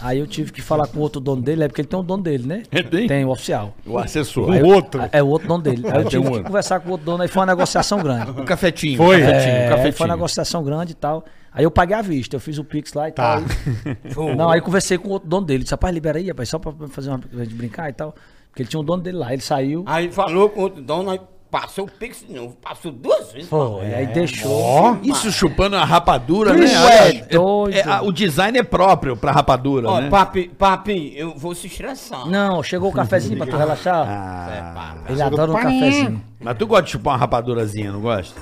S4: Aí eu tive que falar com o outro dono dele, é porque ele tem um dono dele, né?
S3: É, tem?
S4: Tem, o oficial.
S3: O assessor.
S2: O outro.
S4: É o outro
S3: *laughs*
S4: dono dele. Aí
S3: Tem
S4: eu
S3: um
S4: tive que
S3: outro.
S4: conversar com o outro dono, aí foi uma negociação
S3: *laughs*
S4: grande.
S3: Um cafetinho.
S2: Foi.
S3: Um cafetinho,
S4: É,
S3: um
S4: aí
S3: cafetinho.
S4: foi uma negociação grande e tal. Aí eu paguei à vista, eu fiz o Pix lá e
S2: Tá.
S3: *laughs*
S4: tal. Aí- Não, aí eu conversei com o outro dono dele. Disse, rapaz, libera aí, rapaz, só pra fazer uma pra gente brincar e tal. Porque ele tinha um dono dele lá. Ele saiu.
S5: *laughs*
S3: Ah,
S5: Aí falou com outro dono, aí passou o pix de novo. Passou duas vezes.
S4: Foi,
S3: é,
S4: aí deixou.
S2: Ó.
S3: Isso chupando a rapadura, né?
S4: Isso
S3: Olha,
S4: é doido.
S3: a- o design é próprio pra rapadura,
S5: Ó,
S3: né?
S5: papi, papi, eu vou se estressar.
S4: Não, chegou o
S3: *laughs*
S4: cafezinho pra tu relaxar.
S3: Ah,
S4: ele adora um cafezinho.
S3: Mas tu gosta de chupar uma rapadurazinha, não gosta?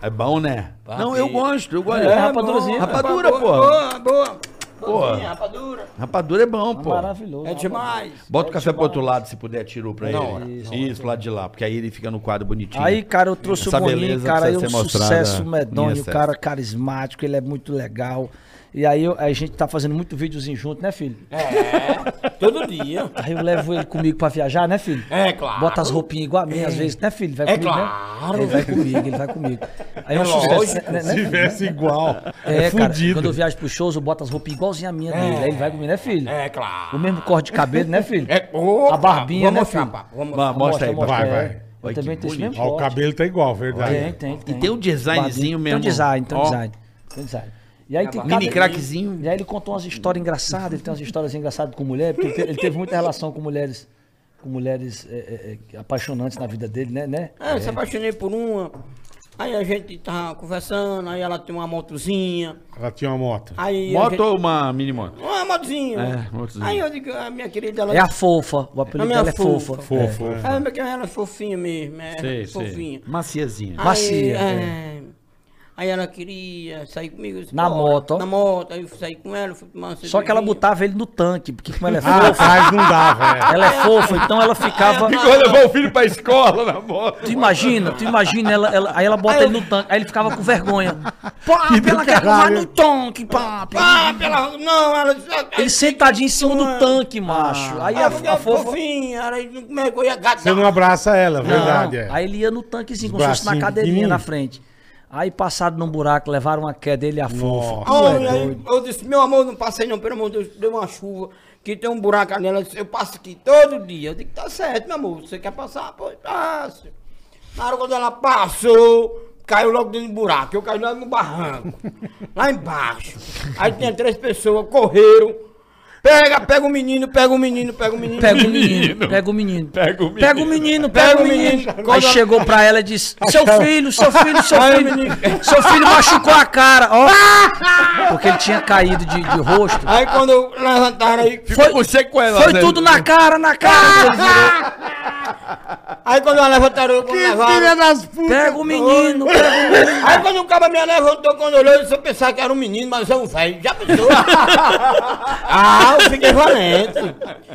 S3: É bom, né? Não, eu gosto, eu gosto.
S4: É, rapadurazinha.
S3: Rapadura, pô.
S5: Boa, boa.
S3: Boa.
S5: Sim, rapadura.
S3: Rapadura é bom, pô.
S4: Maravilhoso.
S5: É demais.
S3: Bota o café pro outro lado, se puder, tirou pra ele. Isso, pro lado de lá, porque aí ele fica no quadro bonitinho.
S4: Aí, cara, eu trouxe
S3: Essa
S4: o Boninho,
S3: beleza
S4: cara, aí
S3: precisa
S4: um
S3: ser mostrada
S4: sucesso
S3: em
S4: medonho, o
S3: excesso.
S4: cara carismático, ele é muito legal. E aí eu- a gente tá fazendo muito videozinho junto, né, filho?
S5: É, todo dia.
S4: Aí eu levo ele comigo pra viajar, né, filho?
S5: É, claro.
S4: Bota as roupinhas igual a minha, às vezes, né, filho? Vai
S5: É
S4: comigo,
S5: claro.
S4: né? Ele vai comigo, ele vai comigo. Aí é um
S5: lógico.
S4: sucesso, né, né,
S2: Se
S4: filho?
S2: tivesse igual. É,
S4: É, cara, quando eu
S2: fudido.
S4: viajo pros shows, eu boto as roupinhas igualzinha a minha dele. Aí ele vai comigo, né, filho?
S5: É,
S4: O
S5: claro.
S4: mesmo corte de cabelo, né, filho?
S5: É, opa,
S4: a barbinha,
S5: vamos
S4: né,
S5: mostrar,
S4: filho?
S5: papo, vamos
S3: Vamos. Ah, Mostra aí,
S2: vai, vai.
S4: é. Eu
S3: Olha que
S4: também tenho esse mesmo
S3: bonito.
S2: Ó, o
S4: corte.
S2: cabelo tá igual, verdade.
S4: É, Tem, tem, tem.
S3: E tem um designzinho
S4: Barbinha.
S3: mesmo.
S4: Tem um design, tem um
S3: Ó.
S4: design. Tem um design. E aí tem
S5: Mini
S4: cada-
S3: craquezinho.
S4: E aí ele contou umas histórias engraçadas, ele tem umas histórias engraçadas com mulher, porque ele te- ele teve muita relação com mulheres, com mulheres é, é, é, apaixonantes na vida dele, né? né?
S5: É, eu se apaixonei por uma. Aí a gente tava conversando, aí ela tem uma motozinha.
S2: Ela tinha uma moto.
S5: Aí a
S3: Moto
S5: gente-
S3: ou uma mini moto?
S5: Uma motozinha.
S3: É, motozinha.
S5: Aí eu digo, a minha querida, ela.
S4: É a fofa, o apelido
S5: A minha
S4: dela é fofa.
S5: fofa.
S2: Fofo. é.
S5: Ah, mas ela é fofinha mesmo, é fofinha.
S3: Maciazinha.
S5: Aí,
S4: Macia,
S5: é. Aí ela queria sair comigo. eu disse,
S4: Na
S5: "Bora."
S4: moto, ó.
S5: Na moto, aí eu saí com ela, fui tomar uma
S4: Só que ela
S5: cervejinha.
S4: botava ele no tanque, porque como ela é
S2: Ah,
S4: fofa,
S2: atrás não dava, é.
S4: ela é fofa, então ela ficava...
S3: Igual Ah, levar o filho pra escola na moto.
S4: Tu imagina, tu imagina, ela, ela- aí ela bota ele no tanque, aí ele ficava com vergonha. Pá, ela quer levar no tanque, pá, pá.
S5: Ah, pela. Não, ela.
S4: Ele sentadinho em cima do tanque, macho. Aí a,
S5: Ah, porque
S4: a
S5: ela é
S4: fofa.
S5: fofinha, ela não como é que eu ia gatar?
S2: Você não abraça ela,
S4: Não,
S2: verdade, é.
S4: Aí ele ia no tanquezinho, como se fosse na
S2: bracinhos
S4: cadeirinha na
S2: pequenininhos.
S4: frente. Aí passado num buraco, levaram uma queda, ele e a fofa.
S2: Nossa.
S5: Olha, aí eu disse, meu amor, não passei não, pelo amor de Deus, deu uma chuva, que tem um buraco ali, ela disse, eu passo aqui todo dia. Eu digo, tá certo, meu amor, você quer passar? Pois passe. Na hora quando ela passou, caiu logo dentro do buraco, eu caí lá no barranco, lá embaixo. Aí tinha três pessoas, correram, Pega, pega o menino, pega o menino, pega o menino.
S4: Pega o menino, pega o menino.
S3: Pega o
S4: Pega o menino, pega o menino. Aí chegou pra ela e disse: Seu filho, seu filho, seu filho. Seu filho machucou a cara, ó. Porque ele tinha caído de, de rosto.
S5: Aí quando eu levantaram aí.
S3: Ficou com sequela.
S4: Foi
S3: né?
S4: tudo na cara, na cara.
S5: Aí quando eu levantaram, eu quando levaram.
S2: das putas!
S4: Pega o menino, pega o menino.
S5: Aí quando o cara me levantou, quando olhou, eu disse, eu pensava que era um menino, mas é um velho. Já
S4: *laughs*
S5: pensou? ah, eu fiquei valente.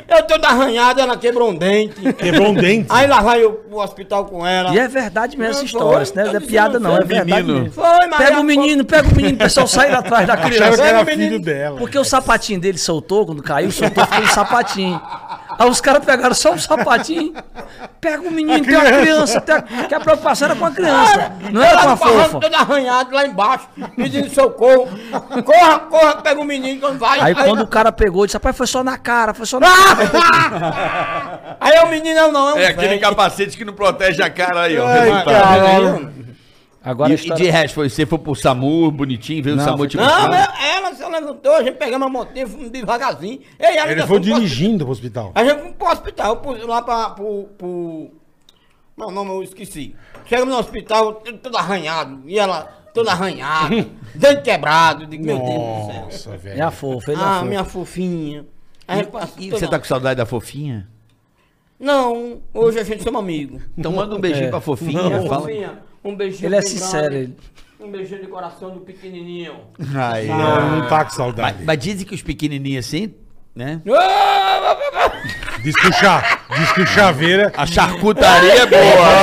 S5: Eu toda arranhada, ela quebrou um dente.
S2: Quebrou um dente.
S5: Aí lá vai eu pro hospital com ela.
S4: E é verdade mesmo essa
S5: Não
S4: história,
S5: foi,
S4: isso não é-
S5: eu
S4: não é
S5: disse,
S4: piada
S5: não
S4: não, é
S3: foi
S4: verdade
S3: menino.
S4: mesmo.
S5: Foi, mas
S4: Pega
S5: a-
S4: o menino, pega o menino, o pessoal sai lá atrás da
S2: Achava que
S4: criança.
S2: era
S5: Pega o
S2: filho
S5: menino.
S2: dela.
S4: Porque o sapatinho dele soltou, quando caiu, soltou, ficou um sapatinho. Aí os caras pegaram só um sapatinho. Pega o menino, tem uma criança, tem a, que a preocupação era com a criança, não era
S5: É, Ela
S4: com a
S5: no barranco,
S4: fofa.
S5: toda arranhada lá embaixo, pedindo socorro. Corra, corra, pega o menino quando vai.
S4: Aí quando o cara pegou, disse, rapaz, foi só na cara, foi só na cara.
S5: Ah! Aí é o menino, não, não, é um
S3: É aquele
S5: velho.
S3: capacete que não protege a cara aí, ó.
S2: Ai,
S3: Tá.
S5: Caralho.
S4: Agora
S3: E,
S4: a
S3: e de
S4: história... é
S3: resto, foi, você foi pro SAMU, bonitinho, veio o
S4: Não, é-
S3: SAMU
S4: foi-
S3: te
S5: Não,
S3: buscar.
S5: eu- ela se levantou, a gente pegamos a motinha, fomos devagarzinho. Ei, ela
S2: Ele
S5: ainda
S2: foi
S5: fomos pro-
S2: dirigindo pro hospital.
S5: A gente foi pro hospital, pro- lá pra, pro, pro... Meu nome eu esqueci. Chegamos no hospital, t- todo arranhado, e ela toda
S4: *laughs*
S5: arranhada, dente quebrado. Digo, meu Deus do céu.
S2: Nossa, velho.
S4: É a fofa, ele é a
S5: Ah,
S4: fofa.
S5: minha fofinha. A gente passou
S3: E você tá com saudade da fofinha?
S5: Não, hoje a gente somos
S4: *laughs*
S5: amigos.
S3: Então manda um beijinho
S4: É.
S3: pra fofinha.
S2: Não.
S3: fala.
S5: Fofinha, um beijinho.
S4: Ele é
S5: bem
S4: sincero, ele.
S5: Um beijinho de coração do
S4: *laughs*
S5: pequenininho.
S3: Ai,
S4: Ah,
S2: Não, não tá com
S3: mas,
S2: saudade.
S3: mas dizem que os pequenininhos assim, né?
S5: Ah,
S2: Diz que o, chá, diz que o chaveira.
S3: A charcutaria é boa.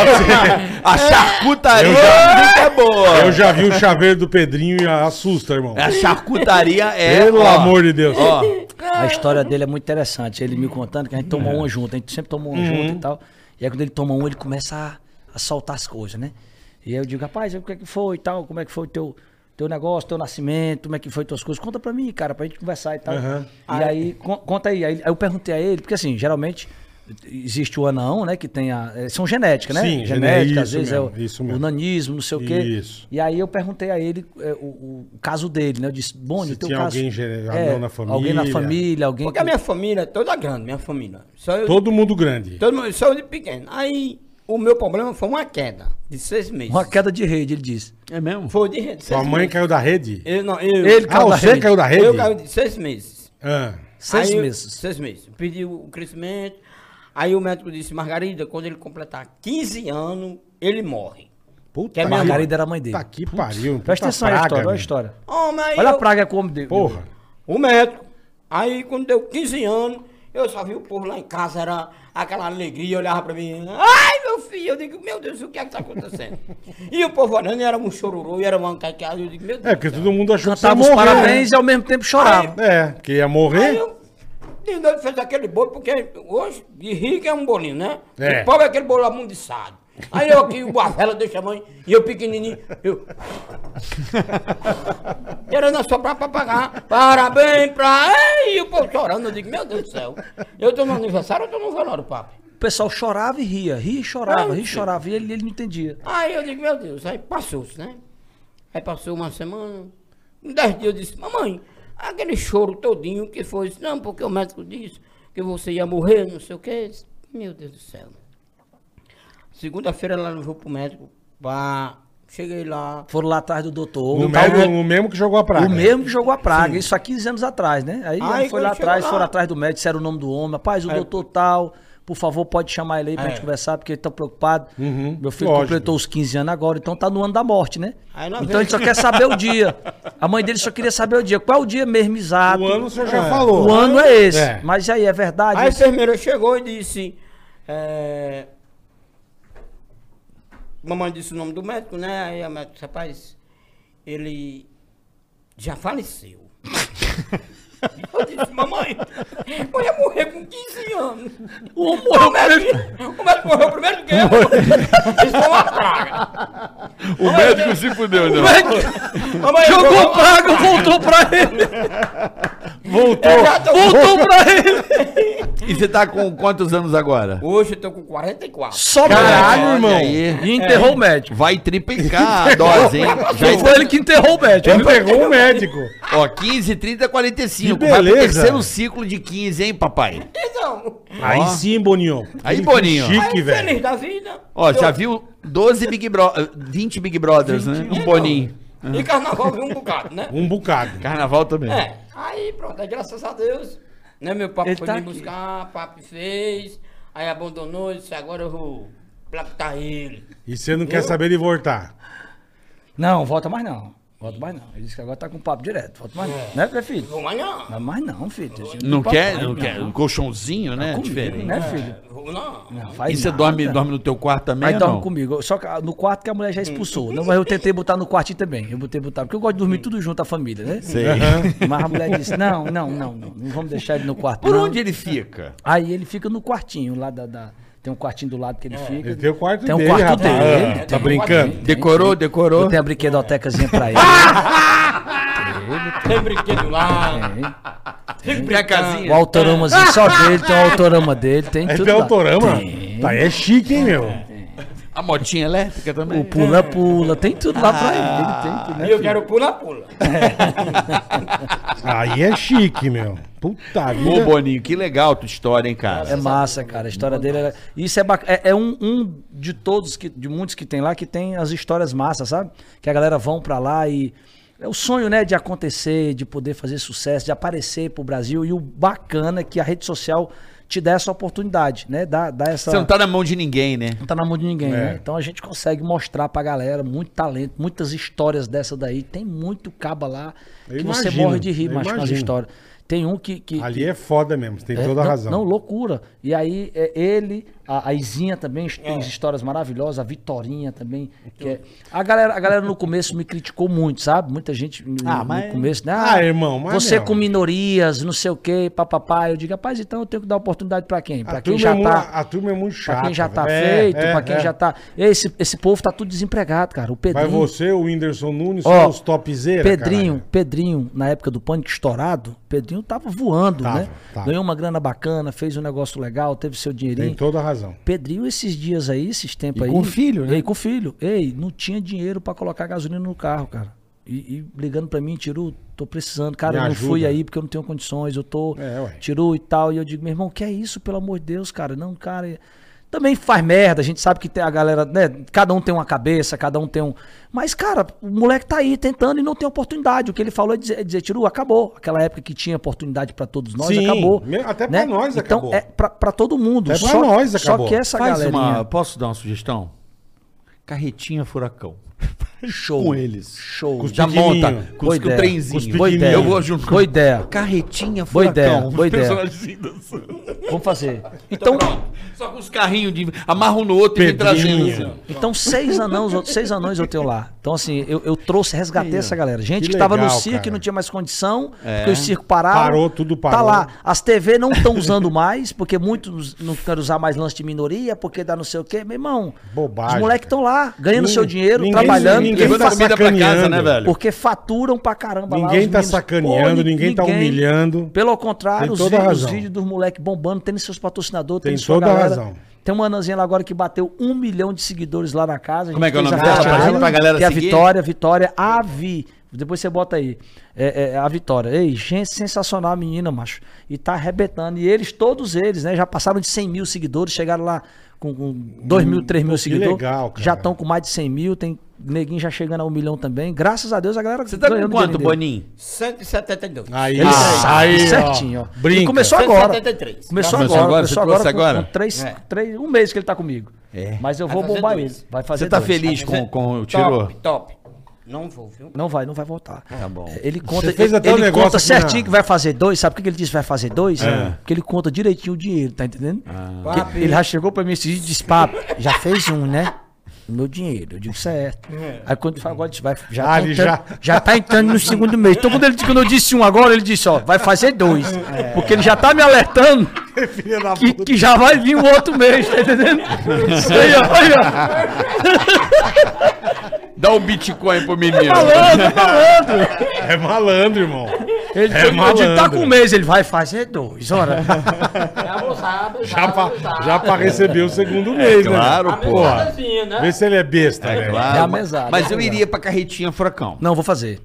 S3: *laughs* a charcutaria
S2: Eu já-
S3: dizem que é boa.
S2: Eu já vi o chaveiro do Pedrinho e assusta, irmão.
S3: A charcutaria é.
S2: Pelo
S3: ó,
S2: amor de Deus.
S3: Ó,
S4: A história dele é muito interessante. Ele me contando que a gente tomou
S2: É.
S4: uma junto, a gente sempre tomou uma junto
S2: Uhum.
S4: e tal. E aí quando ele toma um, ele começa a, a soltar as coisas, né? E aí eu digo, rapaz, o que é que foi e tal? Como é que foi o teu, teu negócio, teu nascimento, como é que foi tuas coisas? Conta pra mim, cara, pra gente conversar e tal.
S2: Aham.
S4: E aí, con- conta aí. Aí eu perguntei a ele, porque assim, geralmente existe o anão, né? Que tem a. eh, São genéticas, né?
S2: Sim,
S4: genética,
S2: gené-
S4: às
S2: isso
S4: vezes
S2: mesmo,
S4: é o,
S2: isso
S4: o
S2: mesmo.
S4: nanismo, não sei o quê.
S2: Isso.
S4: E aí eu perguntei a ele eh, o, o- o caso dele, né? Eu disse, Boni,
S2: Se
S4: o teu
S2: tinha
S4: caso.
S2: alguém gene-
S4: É,
S2: anão na
S4: Alguém na
S2: família.
S4: família, alguém.
S5: Porque a minha família é toda grande, minha família. Só eu,
S2: Todo mundo grande.
S5: todo mundo, só eu de pequeno. Aí, o meu problema foi uma queda de seis meses.
S4: Uma queda de rede, ele disse.
S3: é mesmo?
S5: Foi de rede.
S2: Sua
S5: seis
S2: mãe
S5: meses.
S2: caiu da rede?
S5: Eu não, eu.
S4: Ele
S2: Ah,
S4: caiu da
S2: você
S4: rede.
S2: caiu da
S5: Eu
S2: rede?
S5: caí de seis meses.
S2: Ah.
S4: Seis
S5: Aí eu-
S4: meses.
S5: Seis meses. Pedi o crescimento. Aí o médico disse, Margarida, quando ele completar 15 anos, ele morre.
S2: Puta
S5: Que a
S2: que-
S4: Margarida é era a mãe dele.
S2: Puta que pariu. puta
S4: Presta atenção aí a
S2: praga,
S4: história, olha a
S2: meu.
S4: história.
S5: Oh, mas
S4: Olha a
S5: eu-
S4: praga como deu.
S2: Porra.
S5: O médico. Aí quando deu 15 anos, eu só vi o povo lá em casa, era aquela alegria, olhava pra mim, ai meu filho, eu digo, meu Deus, o que é que tá acontecendo? *laughs* e o povo olhando, e era um chororô, e era uma caqueada, eu digo, meu Deus.
S2: É, porque todo mundo achou que você né? ia
S4: Cantava os
S2: morrer.
S4: parabéns e ao mesmo tempo chorava.
S2: É, que ia
S5: Aí
S2: *laughs* morrer.
S5: eu, de noite fez aquele bolo, porque hoje, de rico é um bolinho, né?
S2: É.
S5: De pobre é aquele bolo amundiçado. Aí eu aqui, o Barvela deixa a mãe, e eu pequenininho, eu... Querendo assoprar pra pagar. Parabéns pra... E o povo chorando, eu digo, meu Deus do céu. Eu tô no aniversário, eu tô no velório, papo.
S4: O pessoal chorava e ria, ria e chorava,
S5: Ah,
S4: ria e
S5: sim.
S4: chorava. E ele, ele não entendia.
S5: Aí eu digo, meu Deus, aí passou-se, né? Aí passou uma semana, em dez dias eu disse, mamãe, aquele choro todinho que foi, disse, não, porque o médico disse que você ia morrer, não sei o quê. Eu disse, Meu Deus do céu. Segunda-feira ela levou pro médico, pá, cheguei lá.
S4: Foram lá atrás do doutor.
S2: O
S4: o, tal
S2: mesmo,
S4: do-
S2: o mesmo que jogou a praga.
S4: o mesmo que jogou a praga, isso há 15 anos atrás, né? Aí
S5: Aí,
S4: foi
S5: quando chegou
S4: lá atrás,
S5: lá-
S4: foram atrás do médico, disseram o nome do homem. Rapaz, o
S5: Aí-
S4: doutor tal, por favor, pode chamar ele aí pra
S5: É.
S4: gente conversar, porque ele tá preocupado.
S2: Uhum,
S4: Meu filho
S2: lógico.
S4: completou os 15 anos agora, então tá no ano da morte, né?
S5: Aí nós
S4: Então
S5: vemos
S4: ele só quer saber o dia. A mãe dele só queria saber o dia. Qual é o dia mesmo exato?
S2: O ano o senhor já
S4: É.
S2: falou.
S4: O ano é esse.
S2: É.
S4: Mas e aí, é verdade?
S5: Aí a
S4: isso?
S5: enfermeira chegou e disse, é, mamãe disse o nome do médico, né? Aí a médica disse, rapaz, ele já *laughs* faleceu. Eu disse, mamãe, eu ia morrer com 15 anos. Então, O médico, *laughs* o médico morreu primeiro que eu. Isso foi uma praga.
S3: O médico se fudeu,
S2: né?
S3: não.
S5: Mamãe,
S4: Jogou praga, voltou pra ele.
S2: Voltou.
S5: Eu já tô-
S4: Voltou pra ele.
S3: E você tá com quantos anos agora?
S5: *laughs* Hoje eu tô com 44.
S4: Só
S2: Caralho,
S4: médico.
S2: irmão.
S4: E enterrou
S3: É.
S4: o médico.
S3: Vai triplicar a dose, hein? Já
S4: Já foi ele que enterrou o médico.
S2: Ele pegou o médico.
S3: Ó, 15, 30, 45.
S2: Que
S3: Vai pro
S2: beleza.
S3: terceiro ciclo de 15, hein, papai?
S5: Então,
S2: Aí sim, Boninho.
S3: Aí,
S2: Que
S3: Boninho.
S2: Chique,
S5: aí,
S2: velho.
S5: feliz da vida.
S3: Ó, já
S5: Eu-
S3: viu 12 Big Brothers, 20 Big Brothers, né? Um
S5: Então,
S3: boninho.
S5: E carnaval viu um bocado, *laughs* né?
S2: Um bocado.
S3: Carnaval também.
S5: É, aí pronto, aí, graças a Deus, né, meu papo
S4: Ele
S5: foi
S4: tá
S5: me
S4: aqui.
S5: buscar, papo fez, aí abandonou, disse, agora eu vou placar ele.
S2: E você não quer saber de voltar.
S4: Não, volta mais não. Volta mais não. Ele disse que agora tá com papo direto. Volta mais não. Né,
S5: Vou
S4: filho?
S5: mais não,
S4: Não, mais não, filho. Esse
S3: Não
S4: papo
S3: quer?
S4: mais
S3: Não quer? Um colchãozinho, né?
S4: Comigo,
S3: Diferente.
S4: Né, filho?
S5: vou não.
S4: Não,
S3: E
S4: faz
S3: você
S4: nada.
S3: dorme, dorme no teu quarto também?
S4: Aí
S3: ou
S4: dorme
S3: não?
S4: comigo. Só que ah, no quarto que a mulher já expulsou. Não, mas eu tentei botar no quartinho também. Eu botei botar, porque eu gosto de dormir tudo junto, a família, né?
S3: Sei.
S4: Mas a mulher disse: não, não, não, não. Não vamos deixar ele no quarto.
S3: Por
S4: não.
S3: onde ele fica?
S4: Aí ele fica no quartinho lá da. da- Tem um quartinho do lado que ele fica.
S2: Ele tem o quarto
S4: Tem um
S2: dele,
S4: quarto
S2: rapaz.
S4: dele,
S2: Ah, tá
S4: tem.
S2: brincando?
S3: Decorou,
S4: Eu
S3: decorou.
S4: tenho a
S3: *laughs*
S4: brinquedotecazinha pra ele.
S5: Tem brinquedo lá,
S4: né? É,
S3: Tem a
S4: o
S3: casinha.
S4: autoramazinho só dele, tem o autorama dele, tem
S2: Ele
S4: tudo.
S2: tem
S4: lá.
S2: É autorama?
S4: Tem.
S2: Tá, é chique, hein, meu?
S3: A motinha elétrica também.
S4: O pula-pula, tem tudo lá pra
S2: Ah,
S4: ele. Ele tem tudo, né?
S5: e eu quero pula-pula.
S2: Aí é chique, meu. Puta
S3: Ô,
S2: vida.
S3: Boninho, que legal tua história, hein, cara?
S4: É massa, cara. A história dele era. Isso é bacana. É, é um, um de todos, que, de muitos que tem lá, que tem as histórias massas, sabe? Que a galera vão pra lá e. É o sonho, né, de acontecer, de poder fazer sucesso, de aparecer pro Brasil. E o bacana é que a rede social te dá essa oportunidade, né? Dá, dá essa.
S3: Você não tá na mão de ninguém, né?
S4: Não tá na mão de ninguém,
S2: É.
S4: né? Então a gente consegue mostrar pra galera muito talento, muitas histórias dessa daí. Tem muito caba lá
S2: Eu
S4: que você
S2: imagino,
S4: morre de rir,
S2: eu
S4: mas com as
S2: imagino.
S4: histórias. Tem um que. que
S2: Ali
S4: que-
S2: é foda mesmo, você tem
S4: é,
S2: toda a
S4: não,
S2: razão.
S4: Não, loucura. E aí, é, ele, a, a Izinha
S2: É.
S4: também tem histórias maravilhosas, a Vitorinha também.
S2: Então.
S4: que é- a, galera, a galera no começo me criticou muito, sabe? Muita gente no,
S3: Ah,
S4: no
S3: mas-
S4: começo, né?
S2: Ah, irmão, mas
S4: Você
S2: não.
S4: com minorias, não sei o quê, papapá. Eu digo, rapaz, então eu tenho que dar oportunidade pra quem?
S2: a,
S4: Pra quem
S2: turma
S4: já
S2: é mu-
S4: tá.
S2: a turma é muito chata.
S4: Pra quem já tá
S2: velho. É,
S4: feito,
S2: é,
S4: pra quem
S2: é.
S4: já tá. Esse, esse povo tá tudo desempregado, cara. O
S2: Vai
S4: Pedrinho.
S2: você, né, o Whindersson Nunes,
S4: Ó,
S2: só os topzera,
S4: Pedrinho,
S2: caralho.
S4: Pedrinho, na época do pânico estourado, Pedrinho tava voando,
S2: Tava,
S4: né?
S2: tava.
S4: Ganhou uma grana bacana, fez um negócio legal, teve seu dinheirinho.
S2: Tem toda a razão.
S4: Pedrinho, esses dias aí, esses tempos
S3: E
S4: aí.
S3: com filho, né?
S4: Ei, com filho. Ei, não tinha dinheiro pra colocar gasolina no carro, cara. E, e ligando pra mim, Tiru, tô precisando. Cara,
S2: Me
S4: eu não
S2: ajuda.
S4: fui aí porque eu não tenho condições. Eu tô.
S2: É, ué.
S4: Tiru e tal. E eu digo, meu irmão, que é isso, pelo amor de Deus, cara? Não, cara. é- Também faz merda, a gente sabe que tem a galera, né? Cada um tem uma cabeça, cada um tem um. Mas, cara, o moleque tá aí tentando e não tem oportunidade. O que ele falou é dizer, é dizer Tiru, acabou. Aquela época que tinha oportunidade pra todos nós,
S2: Sim,
S4: acabou.
S2: me- até pra nós
S4: então,
S2: acabou.
S4: É pra, pra todo mundo.
S2: Até É pra
S4: só,
S2: nós
S4: só
S2: acabou.
S4: que essa
S3: Faz
S4: galerinha...
S3: uma. Posso dar uma sugestão? Carretinha furacão.
S4: *laughs* Show.
S3: Com eles.
S4: Show.
S2: Com os
S3: Já
S2: pequenininho.
S3: monta. Com,
S4: Boa
S3: os- com o
S4: ideia.
S2: Com os
S3: trenzinho.
S2: Boa ideia.
S3: Eu vou junto.
S4: Boa ideia.
S3: Carretinha
S4: Boa ideia,
S3: furacão.
S4: boa ideia.
S3: personagens dançando.
S4: Vamos fazer. Então,
S3: Só com os carrinhos de. Amarra um no outro e vem
S2: Pedrinho.
S3: trazendo.
S4: então seis anãos, *laughs* outros seis anões eu tenho lá. Então, assim, eu, eu trouxe, resgatei essa galera. Gente
S2: Que
S4: que, estava no
S2: legal,
S4: circo
S2: cara.
S4: e não tinha mais condição, porque o circo pararam.
S2: Parou, tudo parou.
S4: Tá lá. As TV não estão usando mais, porque muitos não querem usar mais lance de minoria, porque dá não sei o quê. Meu irmão,
S2: Bobagem,
S4: os moleques estão lá, ganhando
S2: Ninguém-
S4: seu dinheiro,
S2: ninguém-
S4: trabalhando.
S2: ninguém
S4: porque
S3: Levando
S2: tá
S3: a comida pra casa,
S2: sacaneando.
S3: né, velho?
S4: Porque faturam pra caramba lá,
S2: Ninguém
S4: os
S2: tá
S4: meninos.
S2: sacaneando,
S4: Pô,
S2: ninguém tá humilhando.
S4: Pelo contrário,
S2: Tem
S4: os
S2: toda a
S4: vídeos, os
S2: razão.
S4: vídeos dos moleques bombando, tendo seus patrocinadores,
S2: Tem
S4: tendo sua
S2: toda a
S4: galera.
S2: razão.
S4: Tem uma anãzinha lá agora que bateu um milhão de seguidores lá na casa. A gente
S3: Como é que é o
S4: fez
S3: nome
S4: a
S3: dela?
S4: festa
S3: Pra-
S4: dela,
S3: pra galera
S4: que é a
S3: seguir?
S4: Vitória, Vitória, a Vi. Depois você bota aí. É, é, a Vitória. Ei, gente, sensacional a menina, macho. E tá arrebentando. E eles, todos eles, né? Já passaram de 100 mil seguidores, chegaram lá com, com 2 mil, 3 mil seguidores.
S2: legal, cara.
S4: Já estão com mais de 100 mil. Tem neguinho já chegando a um milhão também. Graças a Deus a galera
S3: Você tá com
S4: ganhando
S3: quanto,
S4: dinheiro dele.
S3: Boninho?
S5: 172.
S2: Aí,
S4: Ele
S2: ó,
S4: sabe
S2: aí, ó.
S4: certinho, ó.
S2: Brinca.
S4: E começou Ah, agora.
S5: 173.
S4: Começou
S3: Começou
S4: agora,
S3: agora?
S4: começou
S3: Você
S4: agora,
S3: trouxe
S4: com,
S3: agora?
S4: com três,
S5: É.
S4: três, um mês que ele tá comigo.
S3: É.
S4: Mas eu
S5: Vai
S4: vou
S5: fazer
S4: bombar
S5: dois.
S4: ele. Vai fazer
S3: Você tá
S4: dois.
S3: feliz com, com o
S5: Top,
S3: tiro?
S5: top. Não vou,
S4: *laughs*
S5: viu?
S4: Não vai, não vai voltar.
S3: Tá bom.
S4: Ele conta,
S2: Você fez até um
S4: ele
S2: negócio
S4: conta
S2: aqui na-
S4: certinho que vai fazer dois. Sabe por que que ele disse que vai fazer dois?
S2: É. Ah.
S4: Porque ele conta direitinho o dinheiro, tá entendendo? Porque
S5: Papi.
S4: Ele já chegou pra mim esse dia e disse, papo, já fez um, né? O Meu dinheiro, eu digo certo. Aí quando fala agora, ele disse, vai, já,
S2: É. Ah,
S4: tá
S2: ele
S4: entrando,
S2: já-
S4: já... tá entrando no segundo mês. Então quando ele quando eu disse um agora, ele disse, ó, vai fazer dois.
S2: É.
S4: Porque ele já tá me
S2: *laughs*
S4: alertando
S2: Filha da
S4: que,
S2: puta.
S4: que já vai vir um o outro mês, tá entendendo? Isso aí, ó, aí, ó.
S3: Dá o Bitcoin pro menino.
S4: Malandro, malandro.
S2: É malandro, irmão.
S4: Ele
S2: É
S4: foi
S2: malandro.
S4: malandro. tá com um mês, ele vai fazer dois, ora.
S5: É abusado,
S2: Já pra, já pra receber o segundo
S3: É
S2: mês, né?
S3: claro, pô.
S2: porra.
S5: né?
S2: Vê se ele é besta, velho.
S3: Claro,
S4: É a
S3: ma-
S4: mesada,
S3: mas
S4: é
S3: eu
S4: a mesada.
S3: iria pra carretinha furacão.
S4: Não, vou fazer.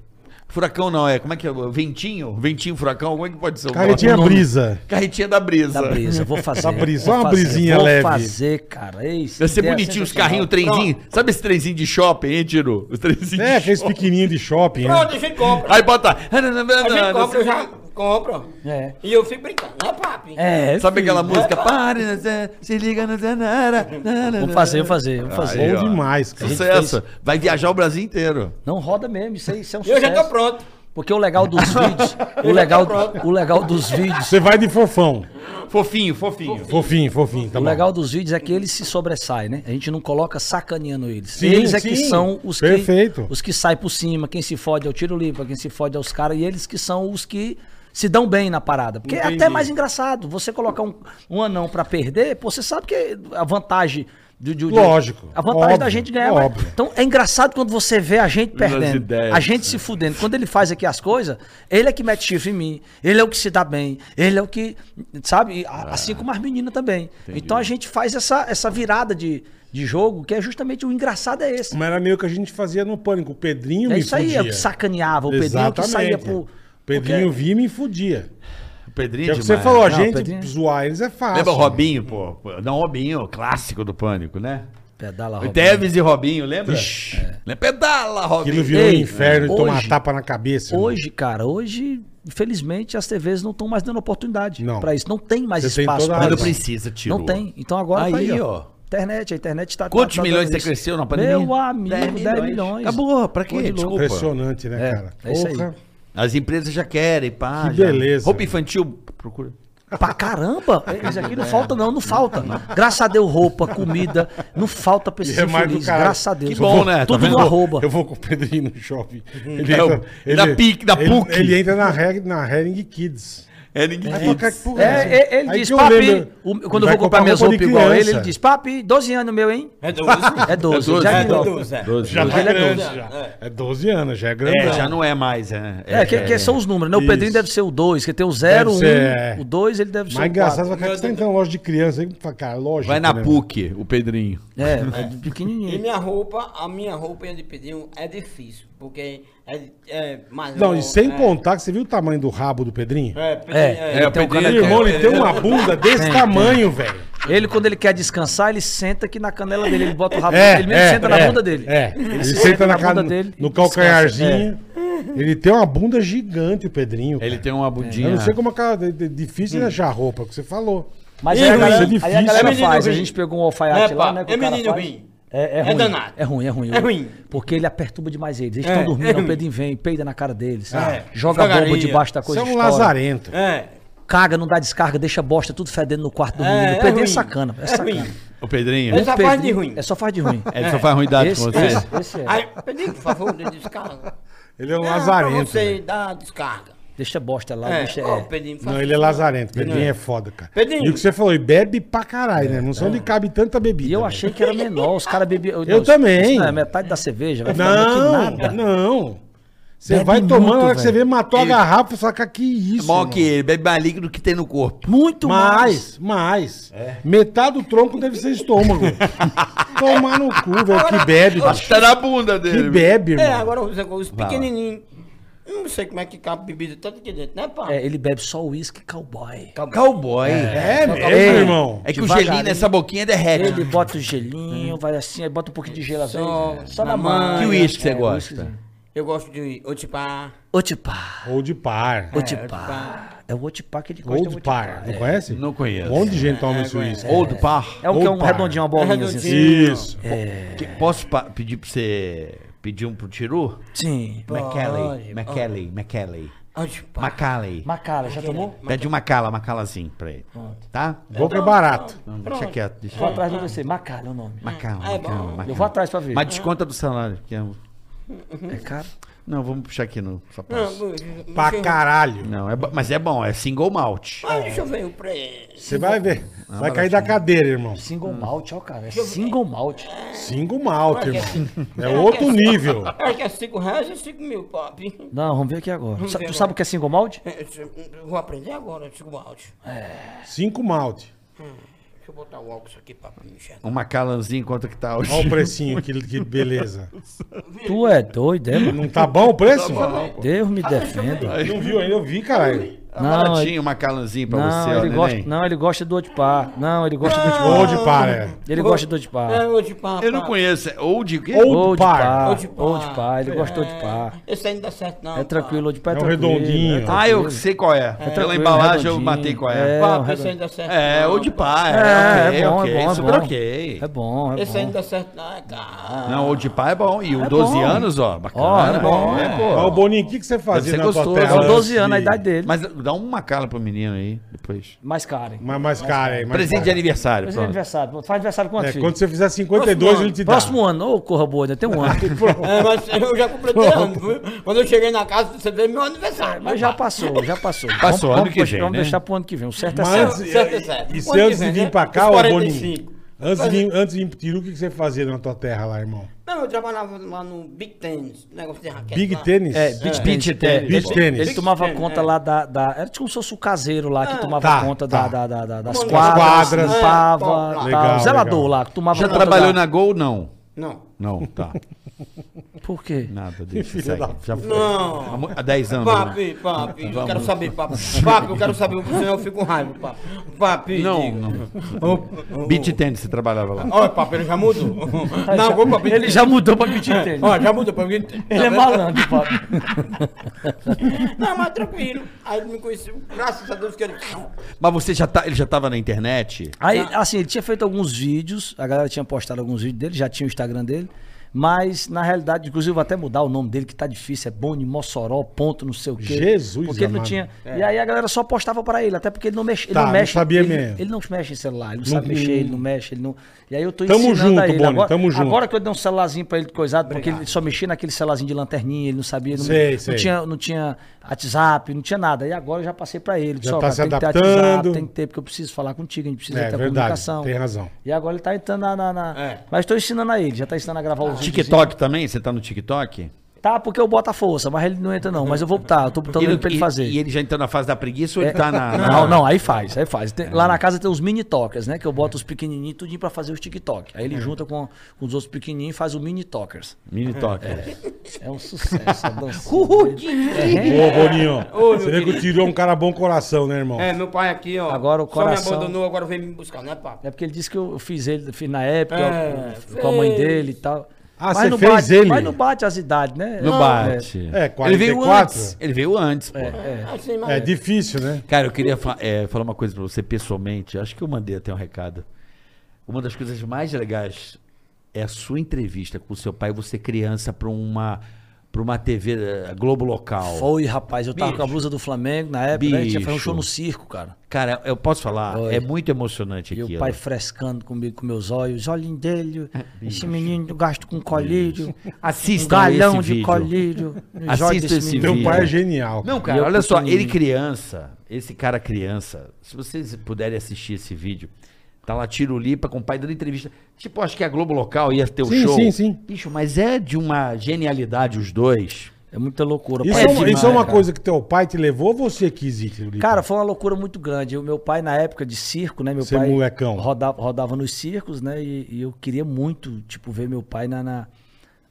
S3: Furacão não, é. Como é que é? Ventinho? Ventinho, furacão? Como é que pode ser o nome?
S2: Carretinha brisa.
S3: Carretinha da brisa.
S4: Da brisa, vou fazer.
S2: brisa,
S4: vou
S2: uma
S4: fazer,
S2: brisinha
S4: vou
S2: leve.
S4: fazer, cara. Ei,
S3: Vai ser
S4: ideia
S3: bonitinho os carrinhos,
S4: sensacional.
S3: o trenzinho. Sabe esse trenzinho de shopping, hein, Tiro? Os trenzinhos
S2: É,
S3: de
S2: aqueles pequenininhos de shopping, né?
S5: Pronto, a gente compra.
S3: Aí bota.
S5: A gente compra, eu já compro.
S4: É.
S5: E eu fico brincando, né, papi?
S4: É,
S3: Sabe
S4: filho.
S3: aquela música? Pare, né, Zé, se liga na Zanara.
S4: Vou fazer, vou fazer, vou fazer.
S2: Bom
S3: ó.
S2: demais, cara.
S3: Sucesso. Vai viajar o Brasil inteiro.
S4: Não roda mesmo, isso aí isso é um
S5: E eu
S4: sucesso.
S5: já tô pronto.
S4: Porque o legal dos
S3: *laughs*
S4: vídeos, o
S5: já
S4: legal,
S5: tô pronto.
S4: o legal dos vídeos,
S2: Você vai de fofão.
S3: Fofinho, fofinho.
S2: Fofinho, fofinho, tá
S4: o
S2: bom.
S4: legal dos vídeos é que eles se sobressaem, né? A gente não coloca sacaneando eles.
S2: Sim,
S4: eles é
S2: sim.
S4: que são os que
S2: Perfeito.
S4: os que saem por cima, quem se fode é o tiro limpa, quem se fode é os caras e eles que são os que se dão bem na parada. Porque é
S2: Entendi.
S4: até mais engraçado. Você colocar um, um anão pra perder, pô, você sabe que a vantagem do, do- do-
S2: Lógico.
S4: A vantagem
S2: Óbvio,
S4: da gente ganhar. mas-
S2: óbvio.
S4: Então é engraçado quando você vê a gente
S3: Nas
S4: perdendo.
S3: ideias.
S4: A gente se fudendo. Quando ele faz aqui as coisas, ele é que mete chifre em mim, ele é o que se dá bem, ele é o que. Sabe? E a- Assim como as meninas também. Então a gente faz essa, essa virada de, de jogo, que é justamente o engraçado é esse.
S2: Mas era meio que a gente fazia no pânico. O Pedrinho
S4: é
S2: me
S4: isso aí, é o que sacaneava, o Pedrinho é o que saía
S2: Exatamente.
S4: pro.
S2: O Pedrinho
S4: porque-
S2: vinha e me fudia.
S3: O
S2: Que
S3: Pedrinho
S2: é o
S3: é
S2: que você falou, a
S4: Não,
S2: gente
S4: Pedrinho-
S2: zoar eles é fácil.
S3: Lembra o Robinho, pô? Não, Robinho, clássico do Pânico, né?
S4: Pedala,
S3: O
S4: Robinho.
S2: é
S3: Teves e Robinho, lembra?
S2: Ixi.
S3: É. Pedala, Robinho.
S2: Aquilo virou um
S4: Ei,
S2: inferno de
S4: hoje-
S2: tomar tapa na cabeça. irmão.
S4: Hoje, cara, hoje, infelizmente, as TVs não estão mais dando oportunidade
S2: Não.
S4: pra isso. Não tem mais
S2: Você tem
S4: espaço
S2: toda a
S4: pra
S2: razão.
S3: Quando
S4: isso.
S3: precisa, tirou.
S4: Não tem. Então agora tá
S3: Aí,
S4: aí,
S3: ó.
S4: ó. Internet, a internet tá.
S3: Quantos
S4: tá- tá
S3: milhões
S4: dando
S3: você
S4: isso.
S3: cresceu na pandemia?
S4: Meu amigo, 10
S3: 10
S4: milhões.
S3: milhões. Acabou, pra quê?
S4: Pô, de
S3: Desculpa.
S2: Impressionante, né,
S4: É,
S2: cara?
S4: é isso aí.
S2: Porra.
S3: As empresas já querem, pá.
S2: Que
S3: já.
S2: beleza.
S3: Roupa infantil, procura.
S4: Pra
S3: *laughs*
S4: caramba! Isso aqui
S3: É.
S4: não falta, não, não falta. Graças a Deus, roupa, comida, não falta pra esse
S2: E é mais do
S4: feliz.
S2: caralho.
S4: Graças a Deus.
S3: Que bom, né? Tá
S4: Tudo
S3: vendo?
S4: no arroba.
S2: Eu vou com o Pedrinho no shopping.
S4: Uhum.
S2: Ele
S3: É, o- da PIC, da
S2: ele-
S3: PUC.
S2: Ele entra na, Hering- na Hering Kids.
S3: É, ninguém
S2: Aí
S3: quis.
S2: fala, que porra
S4: É,
S2: essa?
S4: ele, ele
S2: Aí
S4: diz,
S2: que
S3: um
S2: eu
S4: papi,
S2: lembro-
S4: o- quando eu
S2: vai
S4: vou comprar minhas
S2: roupa
S4: roupas
S2: de
S4: igual a ele,
S2: criança.
S4: ele diz, papi, 12 anos meu, hein?
S5: É 12.
S4: É 12,
S3: É 12,
S4: já
S3: é
S4: é 12.
S5: 12, é.
S3: 12,
S2: Já tá
S4: Ele é
S2: grande,
S5: 12,
S2: já.
S5: é.
S2: É 12 anos, já é grande.
S3: É, já não é mais, né?
S4: É, que, que são os números, né? O
S2: Isso.
S4: Pedrinho deve ser o 2, que tem o 0,
S2: Deve
S4: 1,
S2: ser, é.
S4: o 2, ele deve ser
S2: Mas
S4: o 4.
S2: engraçado, cara, que você tá entrando na loja de criança. Aí, fala, cara, lógico.
S3: Vai na
S2: né?
S3: PUC, o Pedrinho.
S4: É, é
S5: E
S4: pequenininho.
S5: minha roupa, a minha roupa de pediu é difícil, porque é, é mais
S2: Não, e sem
S5: é,
S2: contar que você viu o tamanho do rabo do Pedrinho?
S5: É, pedi-
S4: É,
S5: é.
S4: ele
S3: É, o
S4: tem um
S3: Pedrinho,
S2: Meu
S4: canecão.
S2: irmão, ele tem uma bunda desse
S4: Tem,
S2: tamanho, velho.
S4: Ele, quando ele quer descansar, ele senta aqui na canela dele, ele bota o rabo
S2: É,
S4: ele mesmo
S2: é,
S4: senta
S2: é,
S4: na bunda dele.
S2: É, ele, senta na, bunda dele. No
S4: e É.
S2: calcanharzinho. É. Ele tem uma bunda gigante, o Pedrinho.
S3: Ele
S2: cara.
S3: tem uma
S2: Eu
S3: bundinha.
S2: não sei como é que é é difícil de achar roupa, que você falou.
S4: Mas
S2: Ih,
S4: aí, a
S2: isso
S4: galera,
S2: é
S4: aí
S2: difícil.
S4: a galera
S5: É menino
S4: faz, a
S5: ruim.
S4: gente pegou um alfaiate
S5: É,
S4: lá,
S5: pá,
S4: né? que
S5: é
S4: o cara
S5: menino
S4: faz.
S5: ruim.
S4: É, é ruim.
S5: danado.
S4: É ruim, é ruim.
S5: É ruim.
S4: Porque ele aperta tudo demais eles. Eles
S5: É,
S4: estão
S5: é
S4: dormindo,
S5: ruim.
S4: o Pedrinho vem, peida na cara deles,
S5: É,
S4: joga a
S5: esfregaria.
S4: bomba debaixo da coisa.
S2: Você é um
S4: estoura.
S2: lazarento.
S5: É.
S4: Caga, não dá descarga, deixa bosta tudo fedendo no quarto do
S5: É,
S4: menino.
S5: é
S4: o Pedrinho é
S5: ruim.
S4: sacana. É
S5: É
S4: sacana.
S5: ruim.
S3: O Pedrinho.
S5: Ele
S4: O
S5: só faz de ruim.
S4: É só faz
S5: *laughs*
S4: de ruim.
S3: Ele só faz ruindade com
S4: Esse,
S3: você.
S4: esse, esse é.
S5: Aí, pedi, por favor, dê descarga.
S2: Ele é *laughs* um
S5: Não, pra
S2: lazarento.
S5: você
S2: velho.
S5: dá a descarga.
S4: Deixa bosta lá,
S5: É,
S4: deixa.
S5: ó,
S4: é.
S5: Pedrinho, faz-
S2: Não, ele é lazarento. Pedrinho é. foda, cara.
S5: Pedrinho.
S2: E o que você falou, e bebe pra caralho, né? Não sei onde cabe tanta bebida. né?
S4: E eu
S2: velho.
S4: achei que era menor, os caras bebiam.
S2: Eu
S4: os-
S2: também.
S4: isso não é metade da cerveja, vai ficar meio que nada.
S2: Não, não. Você
S4: Bebe
S2: vai tomando, a hora
S4: muito,
S2: que você vê,
S4: velho.
S2: matou
S3: Ele-
S2: a garrafa, fala, cara, que isso.
S3: Mó
S2: irmão.
S3: que ele bebe mais líquido que tem no corpo.
S4: Muito mais.
S2: Mais, mais. Metade do tronco deve ser estômago. Tomar no cu, velho. Que bebe, bicho.
S3: Tá na bunda dele.
S2: Que bebe, um irmão.
S5: É, agora os, os pequenininhos. Não sei como é que cabe bebida tanto aqui dentro, né, pá?
S4: É, ele bebe só uísque cowboy. né?
S3: Cowboy. É,
S2: É, mesmo, irmão.
S3: é que o
S4: Devagarinho.
S3: gelinho nessa boquinha derrete.
S4: Ele bota o gelinho, vai assim, aí bota um pouquinho de gelo às
S5: Só-
S4: vezes. Só
S5: na
S4: na É, mão.
S5: manga.
S3: Que uísque você gosta?
S5: Eu gosto de otipá.
S4: Otipá.
S2: Ou de par.
S5: É,
S4: Otipá. É o Otipá que ele gosta.
S2: Ou de
S4: é o Otipar.
S2: par. Não conhece?
S3: Não conheço.
S2: Um monte de gente toma isso. isso.
S3: Old Par.
S4: É um que é um
S2: Opa.
S4: redondinho, uma bolinha. assim.
S5: Redondinho.
S2: Isso.
S3: Que- Posso pa- pedir pra você pedir um pro Tiru?
S4: Sim.
S3: McKelly. McKelly. McKelly.
S5: Otipá.
S3: Macalay.
S4: Macala, já tomou?
S3: Pede uma cala, uma calazinha pra ele. Tá?
S2: Boca é barato.
S3: Não, deixa quieto. Deixa
S4: Vou atrás de você. Macala é o nome.
S3: Macala,
S5: É bom.
S3: macala,
S4: Eu vou
S3: macala.
S4: atrás pra ver.
S3: Mas desconta do salário. porque é um-
S4: É caro.
S3: Não, vamos puxar aqui no
S5: Não,
S3: sapato.
S5: bu- bu-
S2: Pra
S5: bu-
S2: caralho.
S3: Não, é, bo- mas é bom, é single
S4: Ah.
S3: malt.
S5: Mas deixa eu ver o preço.
S2: Você vai ver. Vai cair da cadeira, irmão.
S4: Single
S5: Hum.
S4: malt, ó, cara. É single malt.
S2: Cinco malte, irmão. É outro nível.
S5: Acho que é 5 reais e 5 mil, papi.
S4: Não, vamos ver aqui agora. Sa-
S5: ver
S4: Tu
S5: agora.
S4: sabe o que é single malt?
S5: É, isso- eu Vou aprender agora, desculpa, áudio.
S2: Cinco malte.
S5: Deixa eu botar o óculos aqui, papi, me enxergar.
S3: Uma calanzinha enquanto que tá hoje.
S2: Olha o precinho, que, que beleza.
S4: Tu é doido, é, mano?
S2: Não tá bom o preço? Não,
S4: Deus me defenda.
S2: viu ainda, eu vi, caralho.
S3: Tá
S4: Não,
S3: baratinho uma calanzinha pra
S4: Não,
S3: você, ó,
S4: ele
S3: neném.
S4: gosta, não, ele gosta do Odipá. Não, ele gosta do Odipá.
S2: Ou de par, é.
S4: Ele gosta do Odipá.
S5: É, hoje, papai.
S3: Eu não conheço. é Old o quê?
S2: Old-
S4: Odipá.
S5: Hoje, pá.
S4: Odipá, ele gosta do Odipá.
S5: É, Esse aí não dá certo, não.
S4: É tranquilo, Odipá é
S2: É um
S4: tranquilo.
S2: redondinho.
S4: é
S3: Ah, eu sei qual é. Pela
S4: tranquilo,
S3: embalagem eu
S4: redondinho.
S3: matei qual é.
S4: É, um
S5: Papi, esse aí
S4: redondo.
S5: não dá certo.
S3: É,
S5: não,
S3: ou de
S5: papi.
S3: pá,
S4: É,
S3: é, ok,
S4: é bom,
S3: ok,
S4: é bom,
S3: super
S4: é bom.
S3: ok.
S4: É bom, é
S5: Esse aí não
S4: bom.
S5: dá certo, não, é cara.
S3: Não, o de pá é bom, e o
S4: É
S3: 12
S4: bom.
S3: anos, ó, bacana.
S4: Ó, é bom,
S3: é,
S4: é.
S3: pô.
S2: Mas o Boninho, o que, que você fazia
S3: Deve ser
S2: na tua
S3: gostoso.
S2: terra?
S4: São
S3: São
S4: 12
S2: antes
S4: É anos a
S2: de-
S4: idade dele.
S3: Mas dá uma cala pro menino aí, depois.
S4: Mais caro. hein?
S2: Mas mais cara, hein? mais
S3: Presente de
S2: cara.
S3: aniversário,
S4: Mas é
S3: pronto.
S4: aniversário. Faz aniversário quanto,
S2: É,
S4: filho?
S2: quando você fizer 52, ele te dá.
S4: Próximo ano. Ô, corra boa, ainda tem um ano.
S5: É, mas eu já
S4: *laughs*
S5: completei ano, viu? Quando eu cheguei na casa, você fez meu aniversário.
S4: Mas já passou, já passou.
S3: Passou, ano que
S4: deixar-
S3: vem,
S4: Vamos
S3: né?
S4: deixar pro ano que vem. O certo é
S2: Mas
S4: certo.
S2: antes,
S5: certo, é certo.
S2: e se
S5: Quando
S2: antes de
S5: tiver,
S2: vir
S5: né?
S2: pra cá,
S5: Os
S2: ô
S5: 45.
S2: Boninho, antes de, vir- antes de vir pro Tiru, o que que você fazia na tua terra lá, irmão?
S5: Não, eu trabalhava lá no Big Tennis, negócio de raquete.
S2: Big
S5: lá.
S2: tênis?
S4: É, beach
S3: Beach
S4: tennis.
S3: tennis.
S4: Ele-
S2: Beach tennis.
S4: Ele tomava
S5: Beach
S4: conta
S5: tennis,
S4: lá da, da- Era tipo como se fosse o caseiro lá que tomava
S2: tá,
S4: conta
S2: tá.
S4: da- da- da- da- das
S5: Das
S4: quadras,
S2: quadras.
S4: limpava,
S5: É,
S4: tal.
S2: legal,
S4: zelador
S2: legal.
S4: lá, que tomava
S3: Já
S4: conta
S3: trabalhou
S4: da-
S3: na Gol? Não.
S5: Não.
S4: *laughs*
S3: Não, tá.
S4: Por quê?
S3: Nada disso.
S2: Filha da
S3: Já foi.
S5: Não.
S3: Há mu- Há 10 anos. né?
S5: Papi, papi, eu quero saber, papi. Papi, eu quero saber, porque senão é, eu fico com raiva, papi. Papi,
S3: Não,
S5: diga.
S3: não.
S5: Ô, ô,
S3: Beat tênis você trabalhava lá.
S5: Olha, papi, ele já mudou. Não, vou, papi.
S4: Ele já mudou pra beach tennis.
S5: Olha, já mudou, papi. Tá
S4: Ele é malandro, papo.
S5: Não, mas tranquilo. Aí ele me conheceu, graças a Deus que ele...
S3: Mas você já tá, ele já tava na internet?
S4: Aí,
S2: Ah.
S4: assim, ele tinha feito alguns vídeos, a galera tinha postado alguns vídeos dele, já tinha o Instagram dele, mas na realidade, inclusive, vou até mudar o nome dele, que tá difícil, é Boni Mossoró, ponto, não sei o quê.
S2: Jesus
S4: Porque ele não
S2: amado. É.
S4: tinha. E aí a galera só postava pra ele, até porque ele não mexe. Ele
S2: Tá,
S4: não
S2: não
S4: mexe.
S2: sabia
S4: ele,
S2: mesmo.
S4: ele não mexe em celular, ele não,
S2: Não- hum.
S4: sabe mexer, ele não mexe, ele não. E aí eu tô
S2: Tamo
S4: ensinando
S2: junto,
S4: a ele.
S2: Boni,
S4: agora,
S2: tamo junto.
S4: agora que eu dei um celularzinho pra ele coisado, porque ele só mexia naquele celularzinho de lanterninha, ele não sabia, não,
S2: Sei,
S4: não
S2: sei.
S4: tinha, não tinha WhatsApp, não tinha nada. E agora eu já passei pra ele.
S2: Já
S4: só,
S2: tá se
S4: tem que ter
S2: adaptando.
S4: WhatsApp, tem que ter, porque eu preciso falar contigo, a gente precisa
S2: É,
S4: ter a
S2: verdade,
S4: comunicação.
S2: tem razão.
S4: E agora ele tá entrando na. na- na-
S5: É.
S4: Mas tô ensinando a ele, já tá ensinando a gravar os vídeos.
S3: TikTok também? Você tá no TikTok?
S4: Tá, porque eu boto a força, mas ele não entra não. Mas eu vou botar, eu tô botando ele pra ele fazer.
S3: E ele já entrou na fase da preguiça ou ele
S4: É.
S3: tá na. na-
S4: *laughs* Não, não, aí faz, aí faz. Tem- Lá na casa tem os mini tokers, né? Que eu boto os pequenininhos tudinho pra fazer os TikTok. Aí
S2: É.
S4: ele junta com, com os outros pequenininhos e faz o mini tokers.
S3: Mini toque.
S4: É um sucesso, a dança.
S2: Ô, Boninho,
S5: Ô, meu
S2: você vê que o
S5: querido.
S2: Tiru é um cara bom coração, né, irmão?
S5: É, meu pai aqui, ó.
S4: Agora o coração-
S5: Só me abandonou, agora vem me buscar, né, papi?
S4: É porque ele disse que eu fiz ele fiz na época,
S5: É,
S4: eu- com a mãe
S5: fez.
S4: dele e tal.
S2: Ah, você fez
S4: bate,
S2: ele?
S4: Mas não bate as idades, né?
S3: Não bate.
S2: É,
S3: ele veio
S2: 44?
S3: antes. Ele veio antes, pô.
S5: Assim, mas...
S2: É difícil, né?
S3: Cara, eu queria fa- é, falar uma coisa pra você pessoalmente. Acho que eu mandei até um recado. Uma das coisas mais legais é a sua entrevista com o seu pai, você criança, pra uma, pra uma TV eh, Globo Local.
S4: Foi, rapaz. Eu tava com a blusa do Flamengo na época, né? A gente ia fazer um
S3: Bicho.
S4: show no circo, cara.
S3: Cara, eu posso falar?
S4: Foi.
S3: É muito emocionante
S4: E
S3: aquilo.
S4: o pai frescando comigo com meus olhos, os olhinhos dele,
S3: É,
S4: esse menino eu gasto com colírio, um
S3: Assistam
S4: galão
S3: esse
S4: de
S3: vídeo.
S4: colírio. nos
S3: Assista
S4: olhos desse
S3: esse
S4: menino.
S2: Teu
S3: Vira.
S2: pai é genial.
S3: Não,
S4: E
S3: cara,
S4: eu um
S3: olha só,
S4: pequenininho.
S3: ele criança, esse cara criança, se vocês puderem assistir esse vídeo, tá lá Tirulipa com o pai dando entrevista. Tipo, acho que a Globo Local ia ter o
S2: Sim,
S3: show.
S2: sim, sim.
S3: Bicho, mas é de uma genialidade os dois.
S4: É muita loucura.
S2: Isso
S4: pai,
S2: é, uma,
S4: demais,
S2: isso é uma
S4: cara.
S2: coisa que teu pai te levou ou você quis ir, Tiru?
S4: Cara, foi uma loucura muito grande. O meu pai, na época de circo, né? Meu
S2: Você é
S4: pai
S2: molecão.
S4: Rodava, rodava nos circos, né? E, e eu queria muito, tipo, ver meu pai na. na,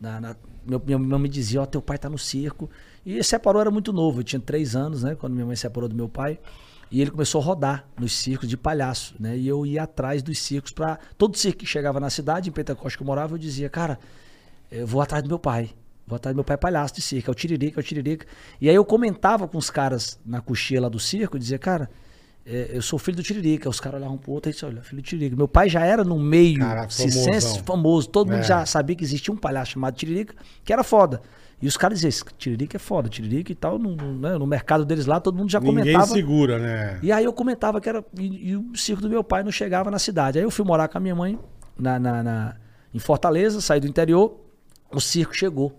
S4: na- na- meu- minha minha mãe me dizia, ó, teu pai tá no circo. E ele separou, era muito novo. Eu tinha três anos, né? Quando minha mãe separou do meu pai. E ele começou a rodar nos circos de palhaço, né? E eu ia atrás dos circos pra. Todo circo que chegava na cidade, em Pentecoste que eu morava, eu dizia, cara, eu vou atrás do meu pai. Vou atrás do meu pai palhaço de circo, é o Tiririca, é o Tiririca. E aí eu comentava com os caras na coxia lá do circo, eu dizia, cara, é, eu sou filho do Tiririca. Os caras olhavam pro outro e disseram, olha, filho do Tiririca. Meu pai já era no meio
S2: Cara,
S4: circense
S2: famosão.
S4: famoso, todo
S2: É.
S4: mundo já sabia que existia um palhaço chamado Tiririca, que era foda. E os caras diziam, "Esse Tiririca é foda, Tiririca e tal, no, no- né, no mercado deles lá, todo mundo já
S2: Ninguém
S4: comentava.
S2: segura, né?
S4: E aí eu comentava que era. E, e o circo do meu pai não chegava na cidade. Aí eu fui morar com a minha mãe na, na- na- em Fortaleza, saí do interior, o circo chegou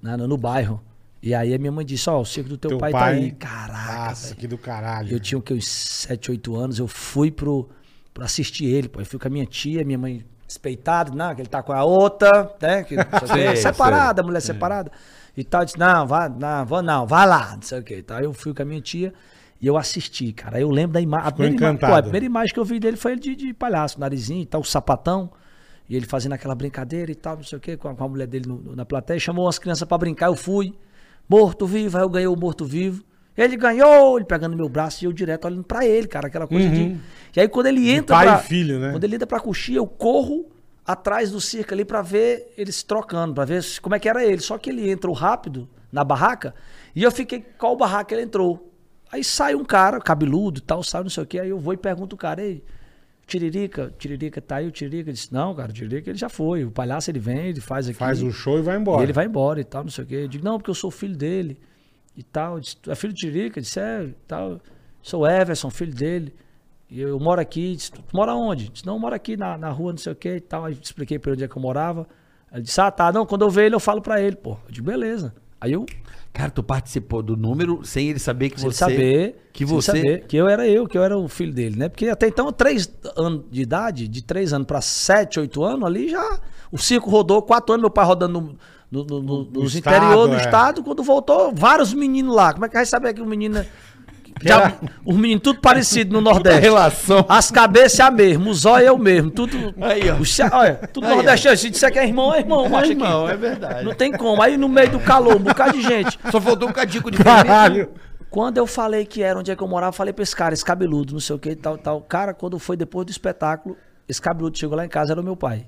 S4: na- né, no, no bairro. E aí a minha mãe disse, ó, o circo do teu,
S2: Teu
S4: pai, tá
S2: pai?
S4: aí. Caraca,
S2: Nossa,
S4: velho.
S2: que do caralho.
S4: Eu tinha o que, uns 7, 8 anos, eu fui pro, pra assistir ele, pô. Eu fui com a minha tia, minha mãe despeitada, não, que ele tá com a outra, né? Que,
S3: Sei,
S4: separada, mulher separada. E tal, eu disse, não, vá, não, vou não, vá lá, não sei o que. Tá? Eu fui com a minha tima e eu assisti, cara. Eu lembro da imagem. A, primeira ima-
S2: encantado.
S4: pô, a primeira imagem que eu vi dele foi ele de, de palhaço, narizinho e tal, o sapatão. E ele fazendo aquela brincadeira e tal, não sei o que, com a, com a mulher dele no- no- na plateia. Chamou as crianças pra brincar, eu fui. Morto-vivo, aí eu ganhei o morto-vivo. Ele ganhou, ele pegando meu braço e eu direto olhando pra ele, cara, aquela coisa de. E aí quando ele entra.
S2: Uhum. pai e
S4: pra-
S2: filho, né?
S4: Quando ele entra pra coxia, eu corro atrás do circo ali pra ver eles trocando, pra ver se- como é que era ele. Só que ele entrou rápido na barraca e eu fiquei qual barraca ele entrou. Aí sai um cara, cabeludo e tal, sai não sei o que, aí eu vou e pergunto o cara, ei, Tiririca, Tiririca tá aí, o Tiririca disse, não, cara, o Tiririca ele já foi, o palhaço ele vem, ele faz aqui.
S2: Faz o show e vai embora.
S4: E ele vai embora e tal, não sei o quê. Eu digo, não, porque eu sou filho dele e tal. Eu disse, tu é filho de Tirica? Eu Disse, é, e tal. Sou Everson, filho dele. E eu moro aqui. Eu Disse, tu mora onde? Eu Disse, não, eu moro aqui na, na rua, não sei o quê e tal. Aí expliquei pra ele onde é que eu morava. Ele disse, ah, tá, não, quando eu ver ele eu falo pra ele, pô. Eu digo, beleza. Aí eu,
S3: Cara, tu participou do número sem ele saber que
S4: sem ele
S3: você...
S4: saber,
S3: Que
S4: sem ele
S3: você... *laughs*
S4: saber que eu era eu, que eu era o filho dele, né? Porque até então, três anos de idade, de três anos pra sete, oito anos, ali já. O circo rodou quatro anos, meu pai rodando no, no, no- no- nos
S2: estado,
S4: interior do
S2: é.
S4: estado. Quando voltou, vários meninos lá. Como é que vai saber que o menino. é-
S2: era-
S4: Já, *laughs* os meninos tudo parecido no Nordeste.
S3: relação.
S4: As cabeças é a mesma, os olhos é o mesmo. Tudo.
S3: Aí, ó.
S4: Os cha- olha, tudo
S3: Aí, ó.
S4: nordestino. Se disser que é irmão, é irmão.
S3: É
S4: acha que-
S3: irmão, é verdade.
S4: Não tem como. Aí no meio do calor, um bocado de gente.
S3: Só faltou um cadico de
S2: *laughs* Caralho.
S4: Quando eu falei que era onde é que eu morava, eu falei pra esse cara, esse cabeludo, não sei o que e tal, tal. Cara, quando foi depois do espetáculo, esse cabeludo chegou lá em casa, era o meu pai.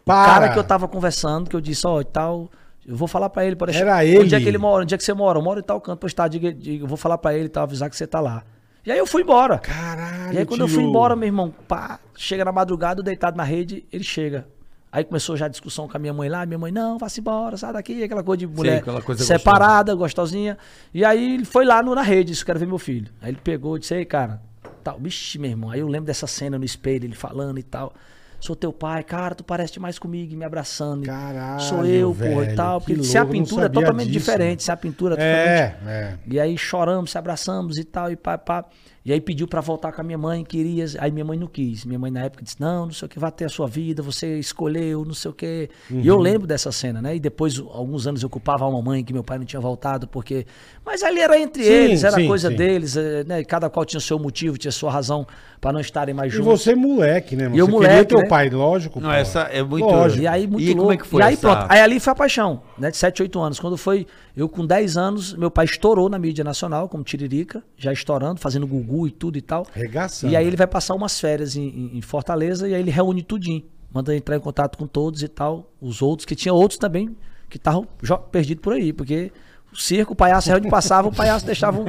S4: O
S2: Para.
S4: cara que eu tava conversando, que eu disse, ó, e tal, eu vou falar pra ele. Para
S2: Era
S4: Onde é
S2: ele.
S4: que ele mora? Onde é que você mora? Eu moro em tal canto, pois tá, diga, diga, eu vou falar pra ele e tal, avisar que você tá lá. E aí eu fui embora.
S2: Caralho,
S4: E aí quando eu
S2: tio.
S4: fui embora, meu irmão, pá, chega na madrugada, eu deitado na rede, ele chega. Aí começou já a discussão com a minha mãe lá, minha mãe, não, vá-se embora, sai daqui, aquela coisa de mulher
S3: aquela coisa
S4: separada, gostosinha. E aí ele foi lá no- na rede, isso, quero ver meu filho. Aí ele pegou, disse, ei, cara, tal, bicho, meu irmão. Aí eu lembro dessa cena no espelho, ele falando e tal. Sou teu pai, cara, tu parece demais comigo, me abraçando.
S2: Caralho,
S4: Sou eu, pô, e
S2: velho,
S4: tal.
S2: que
S4: Porque se a
S2: louco, eu não
S4: pintura é
S2: sabia
S4: totalmente
S2: disso,
S4: diferente, se a pintura é totalmente
S2: É, é.
S4: e aí choramos, se abraçamos e tal, e pá, pá. E aí pediu pra voltar com a minha mãe, queria. Aí minha mãe não quis. Minha mãe na época disse: não, não sei o que, vai ter a sua vida, você escolheu, não sei o que. E
S2: Uhum.
S4: eu lembro dessa cena, né? E depois, alguns anos, eu culpava a mamãe que meu pai não tinha voltado, porque. Mas ali era entre
S2: Sim,
S4: eles, era
S2: sim,
S4: coisa
S2: sim.
S4: deles, eh, né? E Cada qual tinha seu motivo, tinha sua razão pra não estarem mais
S2: E
S4: juntos.
S2: você moleque, né? mano?
S4: E eu
S2: você
S4: moleque,
S2: teu
S4: né?
S2: pai, lógico.
S3: Não,
S2: pô.
S3: essa é muito-
S2: Lógico.
S4: E aí, muito
S3: E como
S4: louco.
S3: é que foi
S4: E aí,
S3: essa-
S4: pronto. Aí ali foi a paixão, né? De 7, 8 anos. Quando foi, eu com 10 anos, meu pai estourou na mídia nacional, como Tiririca, já estourando, fazendo gugu e tudo e tal.
S2: Arregaçando.
S4: E aí ele vai passar umas férias em, em- em Fortaleza e aí ele reúne tudinho. Manda entrar em contato com todos e tal, os outros, que tinha outros também que estavam jo- perdidos por aí, porque o circo, o palhaço, era onde passava, o palhaço deixava um...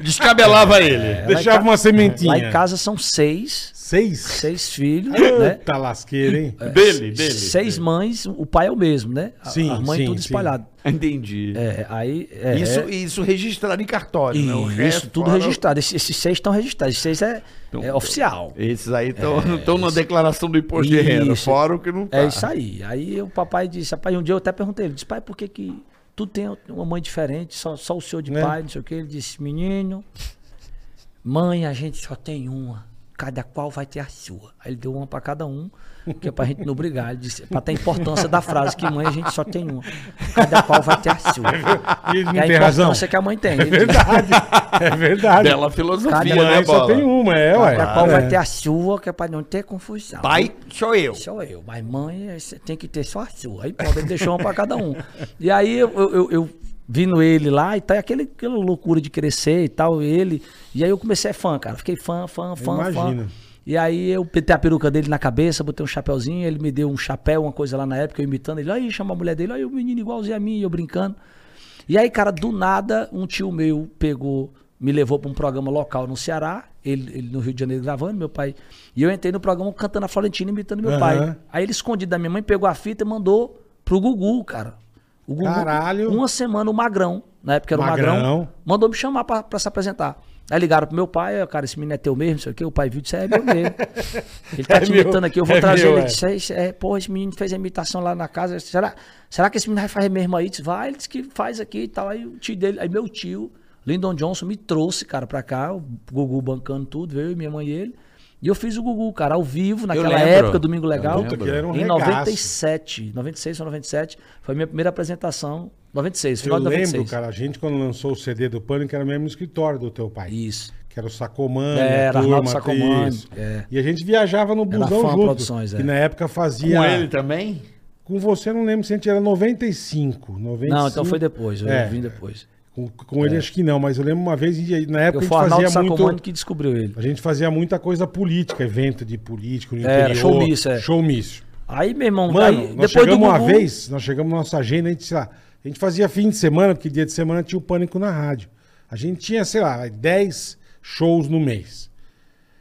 S3: Descabelava
S4: É.
S3: ele.
S2: Deixava uma sementinha.
S4: Lá em casa são seis,
S2: Seis? *laughs*
S4: seis filhos, né? É.
S2: Tá lasqueira, hein?
S3: Dele,
S4: Seis mães, o pai é o mesmo, né? A,
S2: Sim,
S4: a mãe
S2: sim,
S4: tudo
S2: sim.
S4: espalhado.
S3: Entendi.
S4: É, aí. é,
S3: isso,
S4: é,
S3: isso registrado em cartório, né? O
S4: isso,
S3: resto
S4: tudo
S3: fora- Então,
S4: registrado. Esses, esses seis estão registrados. Esses seis é, é oficial.
S3: Esses aí estão na declaração do imposto de renda.
S4: É, Isso.
S3: Fora o que não tá.
S4: É isso aí. Aí o papai disse, rapaz, um dia eu até perguntei, ele disse, pai, por que que tu tem uma mãe diferente, só, só o senhor de
S2: Né?
S4: pai, não sei o quê. Ele disse, menino, mãe, a gente só tem uma. Cada qual vai ter a sua. Aí ele deu uma pra cada um, que é pra gente não brigar. Ele disse, pra ter a importância da frase, que mãe a gente só tem uma. Cada qual vai ter a sua.
S2: E *laughs* ele
S4: E
S2: não
S4: a
S2: tem razão.
S4: importância que a mãe tem. Ele disse,
S2: Verdade. É verdade.
S3: Bela filosofia,
S4: Cada um
S3: né,
S2: Mãe só
S3: Bola?
S2: tem uma, é, ué.
S4: Cada qual vai
S2: É.
S4: ter a sua, que é pra não ter confusão.
S3: Pai, sou eu.
S4: Só eu, mas mãe, eh, cê tem que ter só a sua. Aí pronto, ele deixou uma pra cada um. E aí eu, eu, eu- eu vindo ele lá e tal, e aquele, aquela loucura de crescer e tal, ele. E aí eu comecei a ser fã, cara. Fiquei fã, fã, fã,
S2: imagino.
S4: fã. E aí eu pentei a peruca dele na cabeça, botei um chapéuzinho, ele me deu um chapéu, uma coisa lá na época, eu imitando ele. Aí chama a mulher dele, aí o menino igualzinho a mim, eu brincando. E aí, cara, do nada, um tio meu pegou, me levou pra um programa local no Ceará, ele, ele no Rio de Janeiro gravando, meu pai. E eu entrei no programa cantando a Florentina, imitando meu
S2: Aham.
S4: pai. Aí ele escondido da minha mãe, pegou a fita e mandou pro Gugu, cara. O Gugu,
S2: Caralho.
S4: Uma semana o Magrão, na época era o Magrão,
S2: Magrão.
S4: mandou me chamar pra, pra se apresentar. Aí ligaram pro meu pai, ó, cara, esse menino é teu mesmo, não sei o quê, o pai viu e disse, é
S2: *laughs*
S4: meu mesmo. Ele tá
S2: É
S4: te
S2: meu,
S4: imitando aqui, eu vou
S2: é
S4: trazer
S2: meu,
S4: ele.
S2: é.
S4: Disse, "É, isso é, porra, esse menino fez a imitação lá na casa, será, será que esse menino vai fazer mesmo aí? Disse, vai, ele disse que faz aqui e tal. Aí o tio dele, aí meu tio, Lyndon Johnson, me trouxe, cara, pra cá, o Gugu bancando tudo, veio minha mãe e ele. E eu fiz o Gugu, cara, ao vivo, naquela
S3: lembro.
S4: época, Domingo
S3: Eu
S4: Legal.
S3: lembro.
S2: Puta, que era um
S4: em
S2: regaço.
S4: 97, 96 ou 97, foi a minha primeira apresentação. 96,
S2: Eu
S4: final de
S2: lembro,
S4: 96.
S2: cara, a gente quando lançou o CD do Pânico era mesmo no escritório do teu pai.
S4: Isso.
S2: Que era o Sacomani,
S4: É, era
S2: a turma,
S4: Arnaldo Sacomani,
S2: isso.
S4: é.
S2: E a gente viajava no busão
S4: Fama
S2: junto.
S4: Produções, é.
S2: Que na época
S3: Com
S2: fazia...
S3: ele também?
S2: Com você eu não lembro se a gente era 95, 95.
S4: Não, então foi depois, eu
S2: É.
S4: vim depois.
S2: Com, com ele acho que não, mas eu lembro uma vez, e aí, na época
S4: Eu
S2: É a gente
S4: fui o Arnaldo
S2: fazia
S4: Sacomani
S2: muito...
S4: que descobriu ele.
S2: A gente fazia muita coisa política, evento de político no
S4: Era,
S2: interior.
S4: showmício, é.
S2: Showmício.
S4: Aí, meu irmão,
S2: Mano,
S4: aí,
S2: nós
S4: depois do
S2: chegamos uma
S4: Gugu-
S2: vez, nós chegamos na nossa agenda, a gente, sei lá, a gente fazia fim de semana, porque dia de semana tinha o pânico na rádio. A gente tinha, sei lá, 10 shows no mês.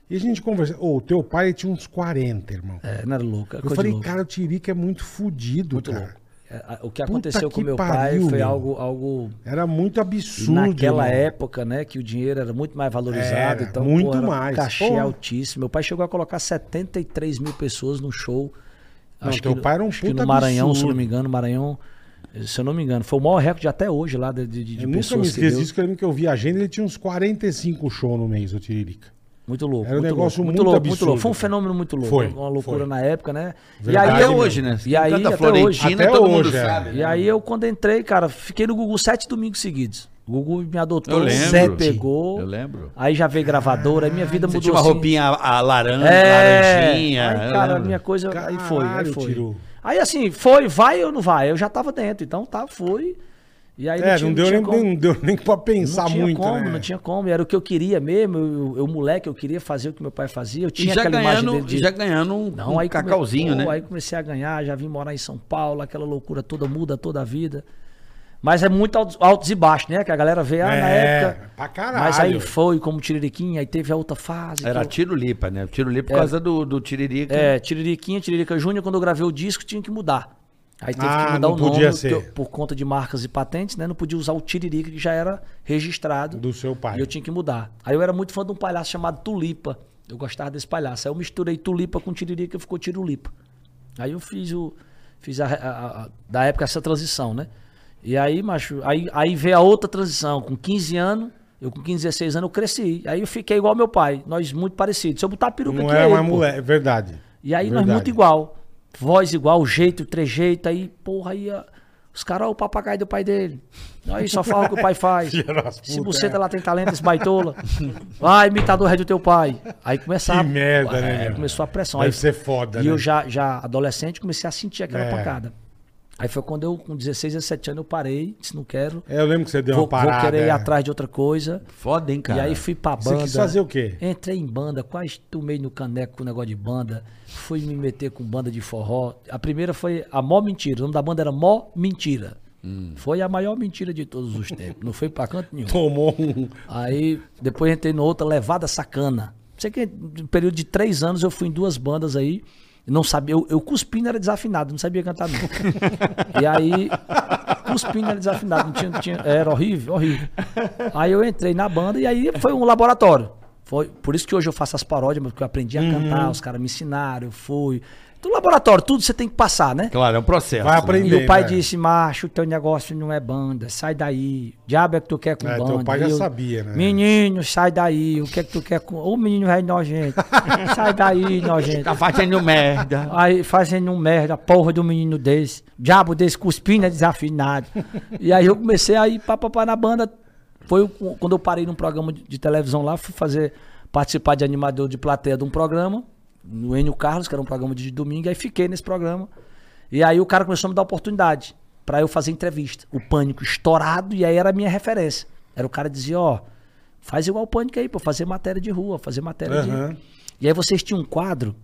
S2: E a gente conversava, ô, o teu pai tinha uns 40, irmão.
S4: É, não era louco. era
S2: Eu
S4: coisa de
S2: falei,
S4: louco.
S2: cara, o Tirica é muito fodido,
S4: muito
S2: cara.
S4: louco. É, a- O que aconteceu
S2: que
S4: com meu
S2: pariu,
S4: pai foi
S2: meu.
S4: algo, algo
S2: Era muito
S4: E
S2: absurdo.
S4: Naquela
S2: irmão.
S4: época, né, que o dinheiro era muito mais valorizado.
S2: Era,
S4: então,
S2: muito
S4: era um
S2: mais,
S4: Cachê
S2: porra.
S4: altíssimo. Meu pai chegou a colocar 73 mil pessoas no show.
S2: Não, teu pai era um
S4: acho que
S2: puta
S4: no Maranhão, se eu não
S2: absurdo.
S4: me engano, Maranhão, se eu não me engano, foi o maior recorde até hoje lá de, de, de
S2: Eu nunca me
S4: pessoas. que
S2: esqueço
S4: deu.
S2: disso, que eu lembro que eu vi a agenda, ele tinha uns 45 shows no mês, o Tiririca.
S4: Muito louco.
S2: Era um
S4: muito
S2: negócio
S4: louco,
S2: muito
S4: louco, muito
S2: absurdo,
S4: louco. Foi um
S2: cara.
S4: fenômeno muito louco.
S2: Foi,
S4: uma loucura
S2: foi.
S4: na época, né?
S2: Verdade
S4: e aí
S2: mesmo.
S4: eu
S3: hoje, né?
S4: E aí,
S3: Canta
S4: até
S3: Florentina,
S2: hoje.
S3: todo
S2: Até
S3: mundo
S2: hoje, é.
S3: sabe.
S4: E aí eu quando entrei, cara, fiquei no Gugu sete domingos seguidos. O Gugu me adotou,
S3: Eu
S4: o
S3: lembro.
S4: Zé pegou.
S3: Eu lembro.
S4: Aí já veio gravadora, aí minha vida
S3: Você
S4: mudou
S3: tinha uma
S4: assim.
S3: roupinha a, a laranja,
S4: É,
S3: laranjinha.
S4: Aí,
S3: eu
S4: cara, a
S3: lembro.
S4: minha coisa. aí foi, aí
S2: Caralho,
S4: foi.
S2: tirou.
S4: Aí assim, foi, vai ou não vai? Eu já tava dentro, então tá, foi. E aí
S2: É,
S4: tinha-
S2: não deu,
S4: tinha
S2: nem,
S4: como-
S2: não deu nem pra pensar
S4: não tinha
S2: muito,
S4: como,
S2: né?
S4: não tinha como. Era o que eu queria mesmo. Eu, eu moleque, eu queria fazer o que meu pai fazia. Eu
S3: E
S4: tinha
S3: já
S4: aquela imagem
S3: ganhando,
S4: dele de.
S3: já ganhando um,
S4: Não,
S3: um
S4: aí come-
S3: cacauzinho,
S4: pô,
S3: né?
S4: Aí comecei a ganhar, já vim morar em São Paulo, aquela loucura toda muda toda a vida. Mas é muito altos, altos e baixos, né? Que a galera vê ah, na
S2: É,
S4: época.
S2: pra caralho.
S4: Mas aí foi como tiririquinha, aí teve a outra fase. que
S3: Era
S4: eu-
S3: tirolipa, né? Tirolipa por causa do, do tiririca.
S4: É, Tiririquinha, Tiririca Júnior, quando eu gravei o disco, tinha que mudar. Aí teve
S2: Ah,
S4: que mudar
S2: não
S4: o nome,
S2: podia
S4: porque
S2: ser.
S4: eu- por conta de marcas e patentes, né? Não podia usar o Tiririca, que já era registrado.
S2: Do seu pai.
S4: E eu tinha que mudar. Aí eu era muito fã de um palhaço chamado Tulipa. Eu gostava desse palhaço. Aí eu misturei Tulipa com Tiririca e ficou Tirulipa. Aí eu fiz o. Fiz a, a- a- da época essa transição, né? E aí, macho, aí, aí veio a outra transição. Com 15 anos, eu com 15, 16 anos, eu cresci. Aí eu fiquei igual meu pai. Nós muito parecidos. Se eu botar a peruca
S2: Não
S4: aqui, é
S2: era
S4: ele,
S2: mais
S4: pô.
S2: mulher, é verdade.
S4: E aí nós
S2: Verdade.
S4: muito igual. Voz igual, jeito, trejeito, aí, porra, aí ó, os caras, ó, o papagaio do pai dele. Aí só fala o que o pai
S2: *laughs*
S4: faz.
S2: Filha das
S4: Se
S2: puta,
S4: buceta
S2: é.
S4: lá tem talento, esse baitola. Vai, imitador é do teu pai. Aí começava.
S2: Que merda, né,
S4: é,
S2: meu?
S4: Começou a pressão.
S2: Deve
S4: aí,
S2: ser foda,
S4: E
S2: né?
S4: eu já, já adolescente, comecei a sentir aquela
S2: É.
S4: pancada. Aí foi quando eu, com 16, 17 anos, eu parei, disse, não quero.
S2: É, eu lembro que você deu
S4: Vou,
S2: uma parada.
S4: vou querer
S2: é.
S4: ir atrás de outra coisa.
S3: Foda, hein, cara?
S4: E aí fui pra
S2: Você
S4: banda.
S2: quis fazer o quê?
S4: Entrei em banda, quase tomei no caneco com o negócio de banda. Fui me meter com banda de forró. A primeira foi a Mó Mentira. O nome da banda era Mó Mentira.
S2: Hum.
S4: Foi a maior mentira de todos os tempos. Não foi pra canto nenhum.
S2: Tomou um.
S4: Aí depois entrei no outra Levada Sacana. Sei que no período de três anos eu fui em duas bandas aí. Não sabia, eu, eu cuspindo era desafinado, não sabia cantar não. e aí, cuspindo era desafinado, não tinha, não tinha- era horrível, horrível. Aí eu entrei na banda e aí foi um laboratório. Foi, por isso que hoje eu faço as paródias, porque eu aprendi a cantar, os caras me ensinaram, eu fui. Então, laboratório, tudo você tem que passar, né?
S3: Claro, é um processo.
S2: Vai
S3: né?
S2: aprender.
S4: E o pai
S2: né?
S4: disse, macho, teu negócio não é banda, sai daí. Diabo é que tu quer com
S2: É, teu
S4: banda.
S2: pai já
S4: E eu,
S2: sabia, né?
S4: Menino, sai daí. O que é que tu quer com... Ô, menino velho nojento.
S2: *laughs*
S4: sai daí, nojento.
S3: Tá fazendo merda.
S4: Aí fazendo um merda, porra do menino desse. Diabo desse, cuspindo é desafinado. E aí eu comecei a ir papapá na banda. Foi o- quando eu parei num programa de- de televisão lá, fui fazer, participar de animador de plateia de um programa, no Enio Carlos, que era um programa de domingo, aí fiquei nesse programa. E aí o cara começou a me dar oportunidade pra eu fazer entrevista. O pânico estourado, e aí era a minha referência. Era o cara dizia, ó, faz igual o pânico aí, pô, fazer matéria de rua, fazer matéria
S2: Aham.
S4: de. E aí vocês tinham um quadro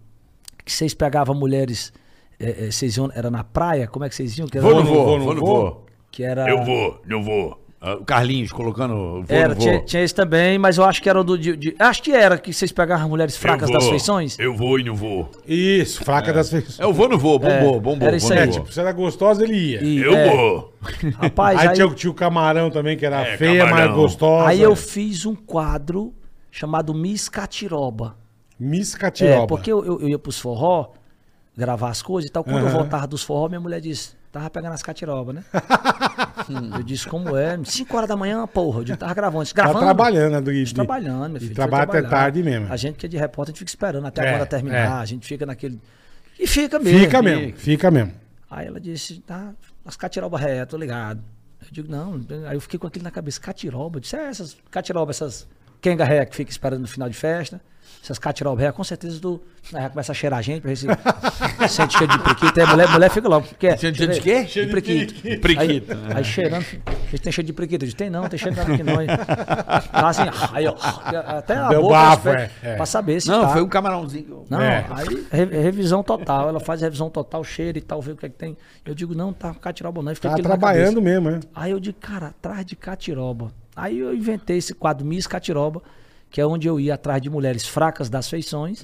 S4: que vocês pegavam mulheres, é, é, vocês iam, era na praia, como é que vocês iam? Que era,
S2: Vou, não vou, não vou.
S4: que era
S6: Eu vou, eu vou.
S3: ah, o Carlinhos colocando o vô
S4: Era,
S3: no vô.
S4: tinha, tinha esse também, mas eu acho que era do. De, de- acho que era que vocês pegavam as mulheres fracas das feições.
S3: Eu vou e não vou.
S2: Isso, fraca
S4: É.
S2: das feições.
S3: É, Eu vou no vou, bombou, bombou.
S4: era isso
S3: vou no
S4: aí.
S2: É,
S3: vô.
S2: tipo, se era gostosa, ele ia.
S4: E,
S3: Eu
S4: é,
S3: vou.
S4: Rapaz,
S2: Aí,
S4: aí,
S2: tinha, o- tinha o camarão também, que era
S3: É,
S2: feia, mas
S3: camarão.
S2: gostosa.
S4: aí eu fiz um quadro chamado Miss Catiroba.
S2: Miss Catiroba.
S4: É, porque eu, eu, eu ia pros forró, gravar as coisas e tal. Quando eu
S2: Aham.
S4: voltava dos forró, minha mulher disse, tava pegando as
S2: *laughs*
S4: catirobas, né? Hum, eu disse, como é? 5 horas da manhã, porra. Eu disse, tava gravando. Eu disse,
S2: Tá
S4: gravando?
S2: trabalhando, né? do-
S4: Eu disse,
S2: de-
S4: trabalhando, meu
S2: e
S4: filho. foi
S2: trabalha até
S4: trabalhar.
S2: tarde mesmo.
S4: A gente que é de repórter, a gente fica esperando até
S2: É,
S4: a hora terminar.
S2: é.
S4: A gente fica naquele... E fica mesmo.
S2: Fica mesmo, fica mesmo.
S4: Aí ela disse, tá, as catiroba ré, tô ligado. Eu digo, não. Aí eu fiquei com aquilo na cabeça, catiroba. Eu disse, é, essas catiroba, essas quenga ré que fica esperando no final de festa. Essas catiroba ré, com certeza do... Aí começa a cheirar a gente, pra ver se *laughs* sente cheiro de priquito. Aí a mulher, mulher fica logo. Porque,
S3: Sente cheiro de quê?
S4: De priquito.
S3: Priquito.
S4: Aí, aí cheirando, a gente tem cheiro de priquito. Eu disse, tem não, tem cheiro de nada aqui não. Aí, Tá assim, aí, ó, até a
S2: Deu
S4: boca
S2: bafo,
S4: pra,
S2: é, é.
S4: pra saber se
S3: Não,
S4: tá.
S3: foi um camarãozinho.
S4: Não,
S2: É.
S4: aí re- revisão total. Ela faz revisão total, cheira e tal, vê o que, é que tem. Eu digo, não, tá com catiroba não. e Fica
S2: Tá
S4: aquilo na
S2: trabalhando
S4: cabeça.
S2: mesmo, né?
S4: Aí eu digo, cara, atrás de catiroba. Aí eu inventei esse quadro Miss Catiroba, que é onde eu ia atrás de mulheres fracas das feições,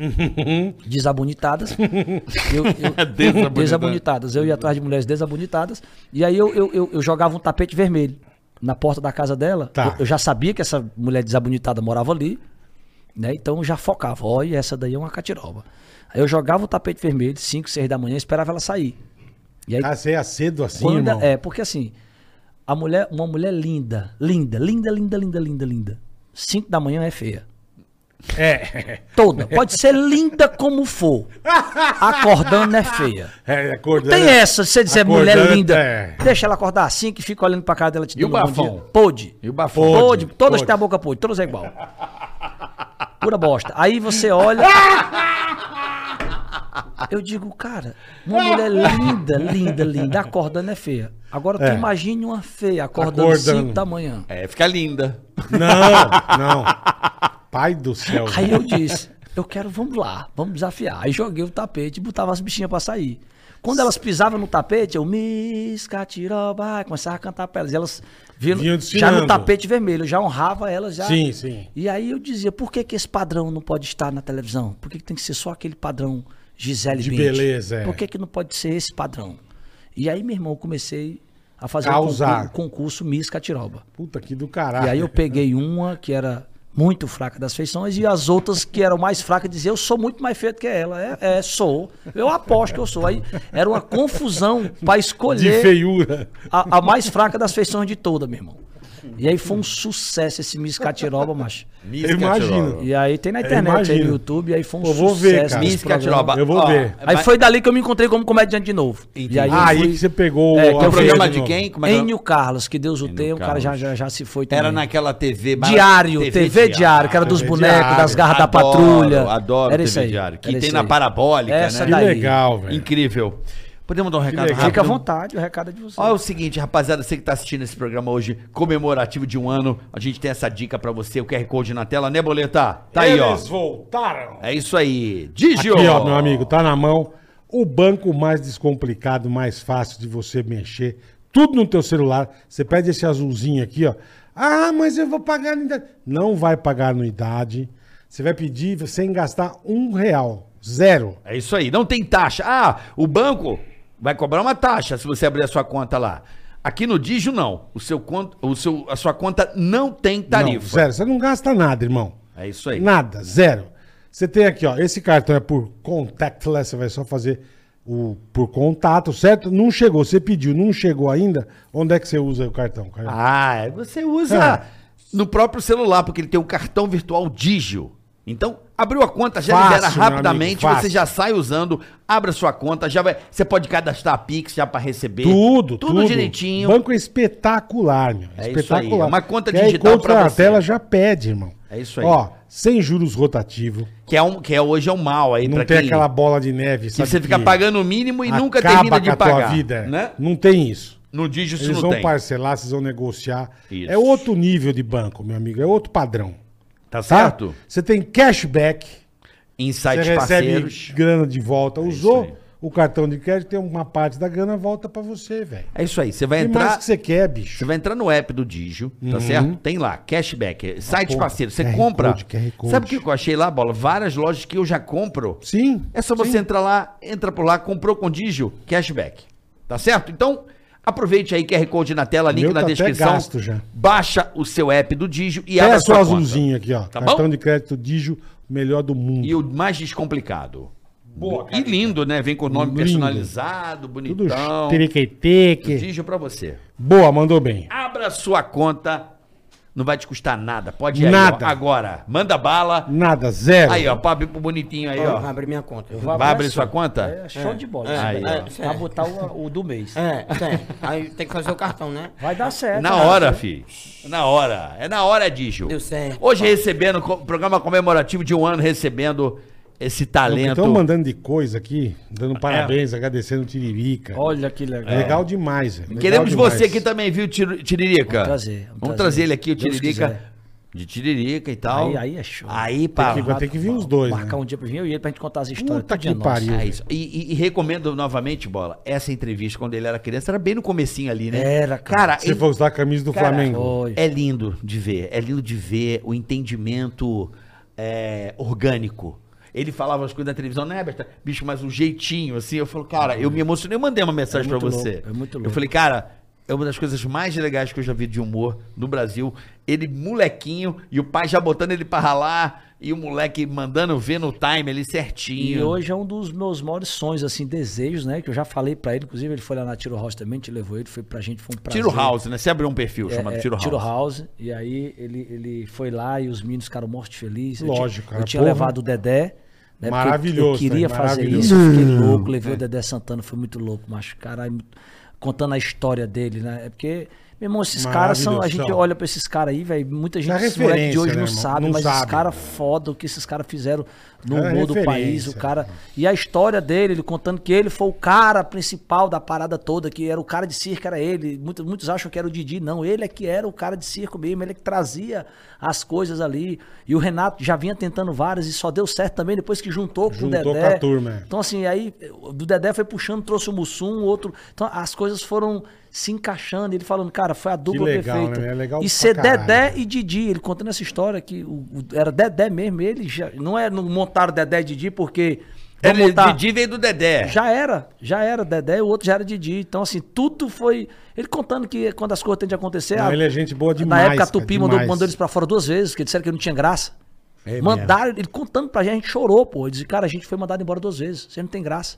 S4: desabonitadas. Eu-
S3: É,
S4: eu-
S3: Desabonitada.
S4: desabonitadas. Eu ia atrás de mulheres desabonitadas. E aí eu, eu, eu- eu jogava um tapete vermelho na porta da casa dela.
S2: Tá.
S4: Eu, eu já sabia que essa mulher desabonitada morava ali né? Então eu já focava, olha, essa daí é uma catiroba. Aí eu jogava o tapete vermelho, 5, 6 da manhã, esperava ela sair. E aí,
S2: Ah, você é cedo assim,
S4: quando-
S2: irmão?
S4: é, porque assim, a mulher, uma mulher linda, linda, linda, linda, linda, linda, linda. 5 da manhã é feia.
S2: É. *laughs*
S4: Toda. Pode ser linda como for. Acordando é feia.
S2: É, acordando.
S4: Tem essa, se você dizer mulher
S2: Acordando,
S4: linda.
S2: é.
S4: Deixa ela acordar assim que fica olhando pra cara dela te
S3: E o
S4: dando um bom
S3: bafão?
S4: dia. Pode.
S3: E o bafão?
S4: Pode.
S2: Pode,
S4: Todas
S2: pode.
S4: têm a boca pode, todas é igual. Pura bosta. Aí você olha. Eu digo, cara, uma mulher linda, linda, linda, acordando é feia. Agora tu
S2: É.
S4: imagine uma feia acordando
S2: Acordando.
S4: 5 da manhã.
S3: É, fica linda.
S2: Não, não. Pai do céu.
S4: Aí eu disse, eu quero, vamos lá, vamos desafiar. Aí joguei o tapete e botava as bichinhas pra sair. Quando elas pisavam no tapete, eu Miss Catiroba, começava a cantar pra elas. E elas viram
S2: Vinham
S4: já
S2: desfilando.
S4: no tapete vermelho, eu já honrava elas já.
S2: Sim, sim.
S4: E aí eu dizia, por que, que esse padrão não pode estar na televisão? Por que, que tem que ser só aquele padrão Gisele
S2: De
S4: Bündchen?
S2: beleza, é.
S4: Por que, que não pode ser esse padrão? E aí, meu irmão, eu comecei a fazer o
S2: Causar.
S4: concurso, concurso Miss Catiroba.
S2: Puta que do caralho.
S4: E aí eu peguei uma que era muito fraca das feições e as outras que eram mais fracas diziam, eu sou muito mais feio do que ela. É, é, sou. Eu aposto que eu sou. Aí era uma confusão pra
S2: De
S4: escolher
S2: feiura.
S4: a, a mais fraca das feições de toda, meu irmão. E aí foi um sucesso esse Miss Catiroba, macho.
S3: Miss
S2: Eu imagino.
S4: E aí tem na internet, aí
S2: imagino.
S4: no YouTube, aí foi um
S2: Eu vou ver, cara.
S4: esse
S3: Miss
S4: programa.
S3: Catiroba.
S2: Eu vou
S3: Ó, é
S2: ver.
S4: Aí
S3: mas-
S4: foi dali que eu me encontrei como comediante de novo.
S3: Entendi.
S4: E aí, eu
S2: Ah, aí
S4: fui-
S2: que você pegou
S4: É, que
S2: a
S4: eu
S3: O programa
S2: feira
S3: de
S2: novo.
S3: quem? Como é que é?
S4: Enio Carlos, que Deus o
S3: Enio
S4: tenha, o cara já,
S3: Carlos.
S4: já, já se foi
S3: Era
S4: também.
S3: naquela TV mara-
S4: Diário, TV, Diário, que era dos
S2: TV
S4: bonecos,
S2: Diário.
S4: das garras da
S3: Adoro,
S4: patrulha.
S3: Adoro
S4: era
S3: TV
S4: isso aí.
S3: Diário. Que
S4: era
S3: tem
S4: isso
S3: na
S4: aí. É,
S3: parabólica,
S4: Essa
S2: Que
S3: né?
S4: daí.
S2: legal, velho.
S3: Incrível. Podemos dar um recado
S2: legal.
S3: rápido?
S4: Fica à vontade, o recado é de você.
S3: Olha o seguinte, rapaziada, você que tá assistindo esse programa hoje, comemorativo de um ano, a gente tem essa dica pra você, o QR Code na tela, né, Boleta? Tá aí, ó.
S2: Eles voltaram.
S3: É isso aí. Digio!
S2: Aqui, ó, meu amigo, tá na mão. O banco mais descomplicado, mais fácil de você mexer. Tudo no teu celular. Você pede esse azulzinho aqui, ó. Ah, mas eu vou pagar anuidade. Não vai pagar anuidade. Você vai pedir sem gastar um real. Zero.
S3: É isso aí, não tem taxa. Ah, o banco vai cobrar uma taxa se você abrir a sua conta lá. Aqui no Digio, não. O seu conto, o seu, a sua conta não tem
S2: Não,
S3: tarifa.
S2: zero. Você não gasta nada, irmão.
S3: é isso aí.
S2: Nada, zero. Você tem aqui, ó. Esse cartão é por contactless, você vai só fazer o por contato, certo? Não chegou, você pediu, não chegou ainda. Onde é que você usa o cartão, cara?
S3: Ah, você
S2: É.
S3: usa no próprio celular, porque ele tem o cartão virtual Digio. Então, abriu a conta, já
S2: Fácil,
S3: libera
S2: meu amigo,
S3: rapidamente,
S2: fácil.
S3: você já sai usando, abre a sua conta, já vai, você pode cadastrar a Pix já pra receber.
S2: Tudo, tudo.
S3: tudo, direitinho.
S2: Banco é espetacular, meu.
S3: É isso
S2: espetacular.
S3: aí, é uma conta
S2: Quer
S3: digital
S2: encontrar
S3: pra
S2: na
S3: você.
S2: tela já pede, irmão.
S3: É isso aí.
S2: Ó, sem juros rotativo.
S3: Que é um que é hoje é um mal aí
S2: Não
S3: pra
S2: tem
S3: quem
S2: aquela bola de neve,
S3: que você fica pagando o mínimo e nunca
S2: acaba
S3: termina de
S2: com a tua
S3: pagar,
S2: vida.
S3: né?
S2: Não tem isso.
S3: No Digio isso
S2: Eles
S3: não
S2: vão
S3: tem. tá
S2: parcelar, vocês vão negociar.
S3: Isso.
S2: É outro nível de banco, meu amigo. É outro padrão. Tá?
S3: Tá certo?
S2: Você tem cashback.
S3: Insights
S2: Você recebe
S3: parceiros. É
S2: grana de volta. Usou?
S3: aí.
S2: O cartão de crédito tem uma parte da grana volta pra você, velho.
S3: É isso aí. Você vai
S2: Que mais
S3: entrar.
S2: que você quer,
S3: Você
S2: bicho?
S3: vai entrar no app do Digio, tá
S2: Uhum.
S3: certo? Tem lá, cashback, site
S2: porra,
S3: parceiro. Você
S2: QR
S3: compra.
S2: Code, QR Code.
S3: Sabe o que eu achei lá, Bola? Várias lojas que eu já compro.
S2: Sim.
S3: É só você
S2: sim.
S3: entrar lá, entra por lá, comprou com Digio, cashback. Tá certo? Então, aproveite aí, QR Code na tela, link
S2: meu
S3: na
S2: tá até
S3: descrição.
S2: gasto já.
S3: Baixa o seu app do Digio e abra
S2: Peça o
S3: sua conta.
S2: azulzinho aqui, ó.
S3: Tá
S2: cartão
S3: bom?
S2: de crédito Digio, melhor do mundo.
S3: E o mais descomplicado.
S2: Boa,
S3: e lindo, né? Vem com o nome
S2: Lindo.
S3: personalizado,
S2: Tudo
S3: bonitão.
S2: teriqueteque.
S3: Digio pra você.
S2: Boa, mandou bem.
S3: Abra sua conta. Não vai te custar nada. Pode ir aí,
S2: Nada.
S3: ó, agora. Manda bala.
S2: Nada, zero. Então,
S3: Aí, ó, Pablo bonitinho aí, ó.
S5: Abre minha conta.
S4: Eu vou
S3: Vai abrir
S4: essa.
S3: sua conta?
S4: É, show de bola.
S5: É,
S4: isso aí.
S5: é,
S4: Pra botar o, o do mês.
S5: É, tem. Aí tem que fazer o cartão, né?
S4: Vai dar certo.
S3: Na
S4: né?
S3: hora, filho. Na hora. É na hora, Digio.
S5: Deu certo.
S3: Hoje recebendo, co- programa comemorativo de um ano, recebendo esse talento. É.
S2: Estão então, mandando de coisa aqui, dando parabéns, agradecendo o Tiririca.
S4: Olha que legal.
S2: É. Legal demais, velho. Legal
S3: Queremos
S2: demais.
S3: você aqui também, viu, Tiro- Tiririca?
S4: Vamos trazer,
S3: Vamos,
S4: vamos
S3: trazer.
S4: trazer.
S3: ele aqui, o
S4: Deus
S3: Tiririca.
S4: quiser.
S3: De Tiririca e tal.
S4: Aí- aí é show.
S3: Aí,
S2: Tem
S3: pá.
S2: que- vai ter que vir os dois.
S4: Marcar
S2: né?
S4: um dia pra vir eu e ele pra gente contar as histórias.
S2: Puta
S4: todo
S2: que
S4: dia nossa.
S2: pariu.
S3: É isso. E, e- e recomendo novamente, Bola, essa entrevista quando ele era criança, era bem no comecinho ali, né?
S4: Era,
S3: cara.
S4: cara.
S2: Se
S3: ele-
S2: for usar a camisa do
S3: Cara,
S2: Flamengo.
S4: Foi.
S3: É lindo de ver, é lindo de ver o entendimento é, orgânico. Ele falava as coisas na televisão, né, Berta? Bicho, mas um jeitinho, assim. Eu falo, cara, eu me emocionei, eu mandei uma mensagem
S4: É
S3: pra
S4: muito
S3: você.
S4: louco, é muito
S3: Eu
S4: louco.
S3: falei, cara, é uma das coisas mais legais que eu já vi de humor no Brasil. Ele, molequinho, e o pai já botando ele pra ralar, e o moleque mandando ver no time ali certinho.
S4: E hoje é um dos meus maiores sonhos, assim, desejos, né? Que eu já falei pra ele. Inclusive, ele foi lá na Tiro House também, te levou ele, foi pra gente, foi um prazer.
S3: Tiro House, né? Você abriu um perfil
S4: É,
S3: chamado
S4: é,
S3: Tiro House.
S4: Tiro House. E aí ele, ele foi lá e os meninos ficaram mortos felizes.
S2: Lógico,
S4: eu tinha,
S2: cara,
S4: eu tinha
S2: porra.
S4: levado o Dedé. né, porque eu-
S2: Maravilhoso,
S4: Eu queria
S2: né?
S4: fazer
S2: Maravilhoso. Hum. É.
S4: isso, eu fiquei louco, levei o Dedé Santana, foi muito louco, macho. Caralho, muito- contando a história dele, né? É porque, meu irmão, esses caras são. A
S2: Maravilhoso,
S4: gente
S2: são.
S4: olha pra esses caras aí, velho. Muita gente
S2: É
S4: esse moleque de
S2: referência,
S4: hoje
S2: né,
S4: não
S2: irmão?
S4: sabe,
S2: Não
S4: mas esses
S2: sabe.
S4: caras foda o que esses caras fizeram no
S2: Cara, é
S4: humor do país.
S2: referência.
S4: O cara. E a história dele, ele contando que ele foi o cara principal da parada toda, que era o cara de circo, era ele. Muitos, muitos acham que era o Didi, não. Ele é que era o cara de circo mesmo, ele é que trazia as coisas ali. E o Renato já vinha tentando várias e só deu certo também depois que juntou, com o
S2: Juntou
S4: Dedé.
S2: com a turma, é.
S4: Então, assim, aí o Dedé foi puxando, trouxe o Mussum, o outro. Então, as coisas foram se encaixando. Ele falando, cara, foi a dupla
S2: legal,
S4: perfeita.
S2: né? É legal pra
S4: e ser
S2: caralho. né?
S4: Dedé e Didi, ele contando essa história que o- o- era Dedé mesmo, ele já, não é não montaram Dedé e Didi porque vamos
S2: é
S3: Ele,
S4: montar-
S3: Didi veio do Dedé.
S4: já era, já era Dedé e o outro já era Didi. Então assim, tudo foi ele contando que quando as coisas têm de acontecer,
S2: Não,
S4: a-
S2: ele é gente boa demais,
S4: Na época a
S2: cara,
S4: Tupi mandou,
S2: demais.
S4: mandou eles pra fora duas vezes, porque disseram que não tinha graça.
S2: É
S4: Mandaram, ele contando pra gente, a gente chorou, pô. Ele disse, cara, a gente foi mandado embora duas vezes, você não tem graça.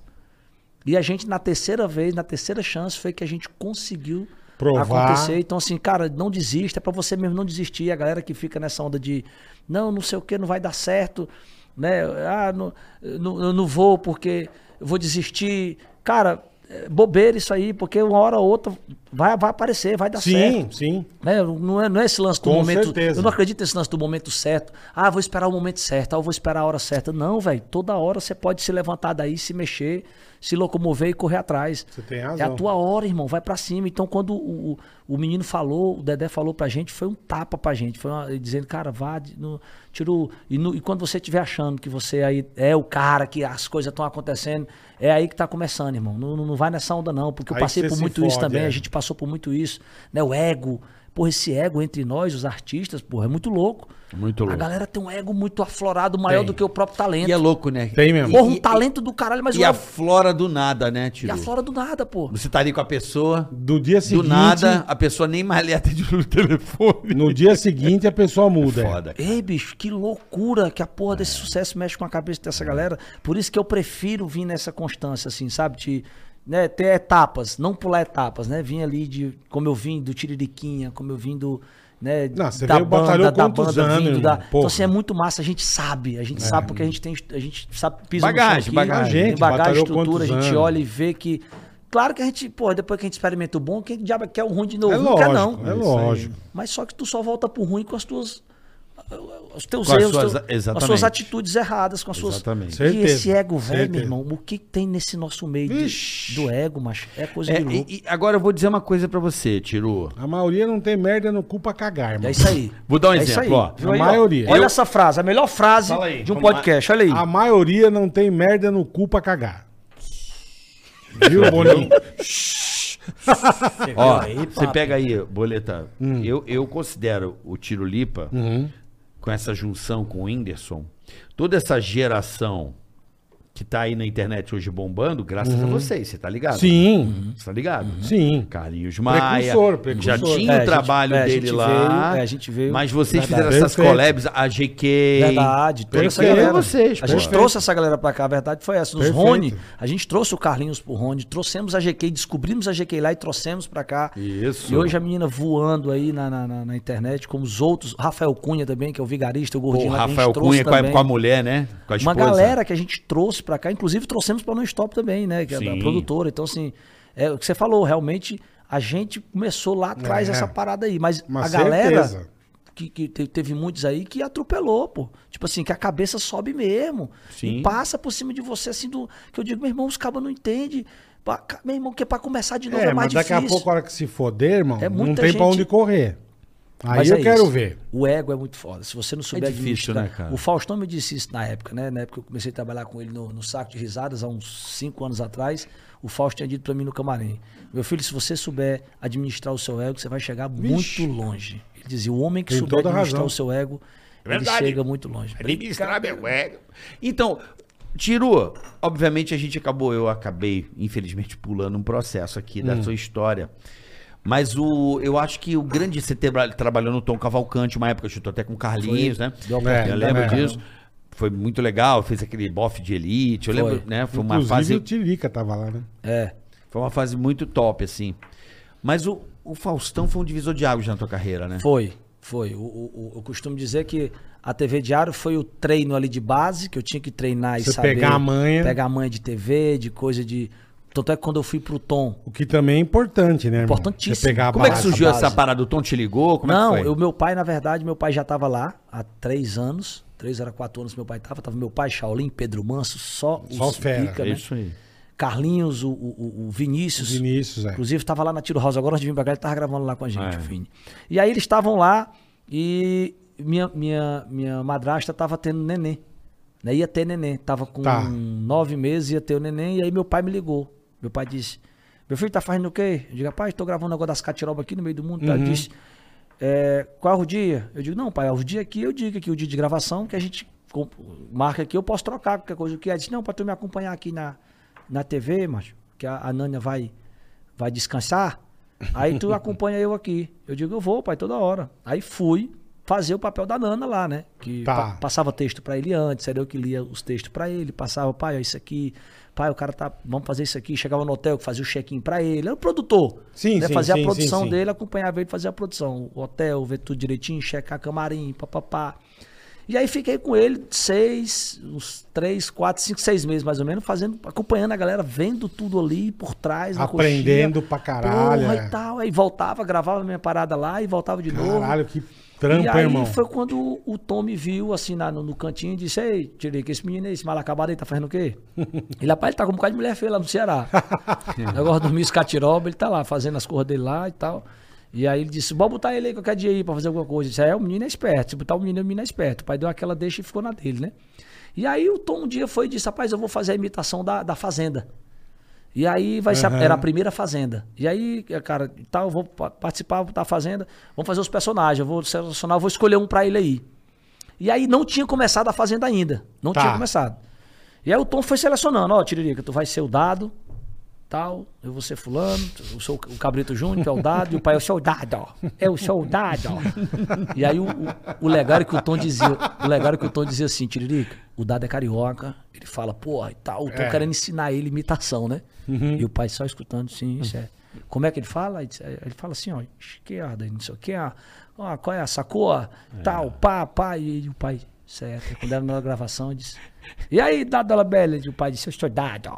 S4: E a gente, na terceira vez, na terceira chance, foi que a gente conseguiu
S2: Provar.
S4: acontecer. Então, assim, cara, não desista, é pra você mesmo não desistir. A galera que fica nessa onda de não, não sei o que, não vai dar certo, né? Ah, não, não, eu não vou porque eu vou desistir. Cara, é bobeira isso aí, porque uma hora ou outra vai, vai aparecer, vai dar tá certo.
S2: Sim, sim.
S4: Né? Não, é, não é esse lance do
S2: Com
S4: momento.
S2: certeza.
S4: Eu não acredito nesse lance do momento certo. Ah, vou esperar o momento certo, ah, eu vou esperar a hora certa. Não, velho. Toda hora você pode se levantar daí, se mexer, se locomover e correr atrás.
S2: Você tem
S4: É a
S2: razão.
S4: tua hora, irmão. Vai pra cima. Então, quando o, o, o menino falou, o Dedé falou pra gente, foi um tapa pra gente. Foi uma- ele dizendo, cara, vá, de- no, tira o- E, no- e quando você estiver achando que você aí é o cara, que as coisas estão acontecendo, é aí que tá começando, irmão. Não, não não vai nessa onda, não, porque eu
S2: Aí
S4: passei
S2: você
S4: por
S2: se
S4: muito isso
S2: fode,
S4: também.
S2: é.
S4: A gente passou por muito isso, né? O ego. Porra, esse ego entre nós, os artistas, porra, é muito louco.
S3: Muito
S4: A
S3: louco.
S4: galera tem um ego muito aflorado, maior
S3: Tem.
S4: do que o próprio talento.
S3: E é louco, né?
S2: Tem mesmo.
S4: Porra, um
S3: E- e-
S4: talento do caralho, mas é
S3: E
S4: o
S3: a
S4: ego-
S3: flora do nada, né,
S4: e
S3: Tiro?
S4: a flora do nada, pô.
S3: Você tá ali com a pessoa,
S2: Do dia seguinte.
S3: do nada, a pessoa nem mais lhe atende no telefone.
S2: No dia seguinte a pessoa muda. é.
S3: Foda.
S4: Ei, bicho, que loucura que a porra desse sucesso mexe com a cabeça dessa galera. Por isso que eu prefiro vir nessa constância, assim, sabe? De né, ter etapas, não pular etapas, né? Vim ali de. Como eu vim do Tiririquinha, como eu vim do. Né,
S2: Não, você veio, batalhou quantos anos,
S4: vindo
S2: irmão?
S4: da. Então,
S2: Porra. É.
S4: assim, é muito massa, a gente sabe, a gente sabe porque a gente tem. A gente sabe pisa no chão
S3: Bagagem,
S4: aqui,
S3: bagagem.
S4: tem
S2: Gente,
S4: bagagem
S2: batalhou
S4: estrutura, a
S2: quantos
S4: gente
S2: anos?
S4: olha e vê que. Claro que a gente, pô, depois que a gente experimenta o bom, quem diabo quer o ruim de novo?
S2: É
S4: não quer, não.
S2: lógico, é lógico.
S4: Mas só que tu só volta pro ruim com as tuas. eh, Os teus
S3: Com as
S4: erros,
S3: suas-
S4: teu-
S3: exatamente.
S4: as suas atitudes erradas, com as suas.
S3: Exatamente.
S4: E esse
S2: Certeza,
S4: ego velho,
S2: certeza.
S4: meu irmão, o que tem nesse nosso meio de-
S2: Vixe.
S4: do ego, macho? É coisa
S3: É,
S4: de louco.
S3: e, e agora eu vou dizer uma coisa pra você, Tiro.
S2: A maioria não tem merda no cu pra cagar, mano.
S4: É isso aí.
S3: Vou dar um
S4: É isso
S3: exemplo,
S4: aí.
S3: ó.
S4: Viu aí,
S2: A maioria.
S4: Olha
S2: Eu-
S4: essa frase, a melhor frase
S3: Fala aí,
S4: de um
S3: vamos lá.
S4: podcast. Olha aí.
S2: A maioria não tem merda no cu pra cagar. Viu, Boninho?
S6: Você
S3: Ó,
S6: viu aí,
S3: você
S6: papo?
S3: pega aí, Boleta.
S2: Hum.
S3: Eu, eu considero o Tiro Lipa,
S2: Uhum.
S3: com essa junção com o Whindersson, toda essa geração que tá aí na internet hoje bombando, graças a vocês, você tá ligado?
S2: Uhum. Sim,
S3: Você tá ligado? né?
S2: sim.
S3: Carlinhos Maia.
S2: Precursor, precursor.
S3: Já tinha
S6: É, a
S3: o
S6: gente-
S3: trabalho
S6: é, a
S3: dele
S6: gente
S3: lá.
S6: veio- é, a gente veio-
S3: Mas vocês
S6: Verdade.
S3: fizeram essas
S2: Perfeito.
S3: collabs, a GK.
S6: Verdade, toda essa
S2: Perfeito.
S6: galera.
S3: Vocês,
S6: a
S3: pô.
S6: gente trouxe essa galera pra cá, a verdade foi essa. Nos
S2: Perfeito.
S6: Rony,
S4: A gente trouxe o Carlinhos pro Rony, trouxemos a GK, descobrimos a GK lá e trouxemos pra cá.
S3: Isso.
S4: E hoje a menina voando aí na, na, na- na internet, como os outros. Rafael Cunha também, que é o vigarista, o
S3: Pô,
S4: gordinho lá que a
S3: Rafael
S4: gente trouxe
S3: Cunha com a,
S4: também.
S3: com a mulher, né? Com a
S4: Uma
S3: esposa.
S4: galera que a gente trouxe pra cá, inclusive trouxemos pra No Stop também, né? Que é da
S3: Sim.
S4: produtora. Então, assim, é o que você falou, realmente a gente começou lá atrás
S2: É.
S4: essa parada aí. Mas
S2: Uma
S4: a galera
S2: certeza.
S4: que, que te- teve muitos aí que atropelou, pô. Tipo assim, que a cabeça sobe mesmo.
S3: Sim.
S4: E passa por cima de você, assim, do. Que eu digo, meu irmão, os cabas não entendem. Pra- ca- Meu irmão, que pra começar de novo é,
S2: É,
S4: mais
S2: mas daqui
S4: difícil.
S2: a pouco, a hora que se foder, irmão,
S4: É
S2: não
S4: muita
S2: tem pra
S4: gente-
S2: onde correr. Aí
S4: Mas
S2: eu
S4: é
S2: quero
S4: isso.
S2: ver.
S4: O ego é muito foda. Se você não souber
S3: difícil,
S4: administrar-
S3: né, cara?
S4: O Faustão me disse isso na época, né? Na época que eu comecei a trabalhar com ele no, no Saco de Risadas, há uns cinco anos atrás. O Fausto tinha dito pra mim no camarim: Meu filho, se você souber administrar o seu ego, você vai chegar muito longe. Ele dizia: O homem que
S2: Tem
S4: souber
S2: toda a
S4: administrar
S2: razão.
S4: o seu ego,
S3: É
S4: ele
S1: verdade.
S4: chega muito longe.
S1: Administrar meu ego.
S3: Então, Tiro, obviamente a gente acabou, eu acabei, infelizmente, pulando um processo aqui
S4: Hum.
S3: da sua história. Mas o, eu acho que o grande. Você tebra- trabalhou no Tom Cavalcante, uma época, chutou até com o Carlinhos, né?
S4: deu uma
S3: eu
S2: oportunidade,
S3: lembro
S2: né?
S3: disso. Foi muito legal, fez aquele bofe de elite. Eu lembro, né? Foi uma
S2: Inclusive
S3: fase.
S2: o Tirica tava lá, né?
S4: É.
S3: Foi uma fase muito top, assim. Mas o, o Faustão foi um divisor de águas na tua carreira, né?
S4: Foi, foi. O, o- o- eu costumo dizer que a TV Diário foi o treino ali de base, que eu tinha que treinar e
S2: Você
S4: saber.
S2: pegar a manha.
S4: Pegar a manha de TV, de coisa de. Tanto é que quando eu fui pro Tom.
S2: O que também é importante, né, irmão?
S4: Importantíssimo.
S2: Você pegar a
S3: Como é que
S2: base.
S3: surgiu
S4: base.
S3: essa parada? O Tom te ligou? Como
S4: não,
S3: é que foi?
S4: eu, meu pai, na verdade, meu pai já tava lá há três anos. Três era quatro anos meu pai tava. Tava meu pai, Shaolin, Pedro Manso, só
S2: Só fera,
S4: pica,
S3: É
S4: né?
S3: isso aí.
S4: Carlinhos, o, o- o- o Vinícius.
S2: Vinícius, é.
S4: Inclusive, estava lá na Tiro House. Agora, antes de vir pra cá, ele tava gravando lá com a gente,
S3: É.
S4: o Vini. E aí, eles estavam lá e minha, minha, minha madrasta tava tendo neném. Né? Ia ter neném. Tava com
S2: Tá.
S4: nove meses, ia ter o neném. E aí, meu pai me ligou. Meu pai disse, meu filho, tá fazendo o quê? Eu digo, rapaz, tô gravando agora das catirobas aqui no meio do mundo. Tá? Ele disse, "É, qual é o dia? Eu digo, não, pai, é o dia aqui, eu digo aqui o dia de gravação, que a gente comp- marca aqui, eu posso trocar qualquer coisa. que é. Ele disse, não, pra tu me acompanhar aqui na, na TV, macho, que a, a Nânia vai, vai descansar, aí tu acompanha eu aqui. Eu digo, eu vou, pai, toda hora. Aí fui fazer o papel da Nana lá, né? Que
S2: Tá.
S4: pa- passava texto pra ele antes, era eu que lia os textos pra ele, passava, pai, ó, isso aqui, pai, o cara tá, vamos fazer isso aqui, chegava no hotel, fazia o check-in pra ele, era o produtor.
S2: Sim,
S4: né?
S2: sim,
S4: Fazia
S2: sim,
S4: a
S2: sim,
S4: produção
S2: sim.
S4: dele, acompanhava ele fazer a produção, o hotel, ver tudo direitinho, checar camarim, papapá. E aí fiquei com ele seis, uns três, quatro, cinco, seis meses mais ou menos, fazendo, acompanhando a galera, vendo tudo ali por trás, na coxinha.
S2: Aprendendo pra caralho,
S4: Porra
S2: é.
S4: e tal. Aí voltava, gravava minha parada lá e voltava de novo.
S2: Caralho, que
S4: e
S2: trampa,
S4: aí
S2: irmão.
S4: foi quando o Tom me viu assim na- no, no cantinho e disse: Ei, tirei que esse menino aí, esse mal acabado aí, tá fazendo o quê? ele, rapaz, ele tá com um bocado de mulher feia lá no Ceará. Agora dormiu escatiroba, ele tá lá fazendo as coisas dele lá e tal. E aí ele disse: Bora botar ele aí qualquer dia aí pra fazer alguma coisa. Eu disse: É, o menino é esperto. Se botar o menino, o menino é esperto. O pai deu aquela deixa e ficou na dele, né? E aí o Tom um dia foi e disse: Rapaz, eu vou fazer a imitação da, da Fazenda. E aí vai ser a-
S2: Aham.
S4: era a primeira fazenda. E aí, cara, tal, vou pa- participar da fazenda, vamos fazer os personagens, eu vou selecionar, eu vou escolher um pra ele aí. E aí não tinha começado a fazenda ainda, não
S2: Tá.
S4: tinha começado. E aí o Tom foi selecionando, ó, Tiririca, tu vai ser o dado, tal, eu vou ser fulano, eu sou o Cabrito Júnior, que é o dado, e o pai é o soldado, ó. Eu sou o dado, ó. E aí o, o, o legal é que o Tom dizia, o legal era que o Tom dizia assim, Tiririca, o dado é carioca, ele fala, porra, e tal, o Tom
S2: É.
S4: querendo ensinar ele imitação, né? E o pai só escutando, sim, isso é. Como é que ele fala? Ele diz- Ele fala assim, ó, esquerda, não sei o que, ó, ó, qual é a sacoa, tal, pá, pá, e o pai, certo. Quando era na gravação, ele disse, e aí, dado ela bela, e o pai disse, eu estou dado, ó.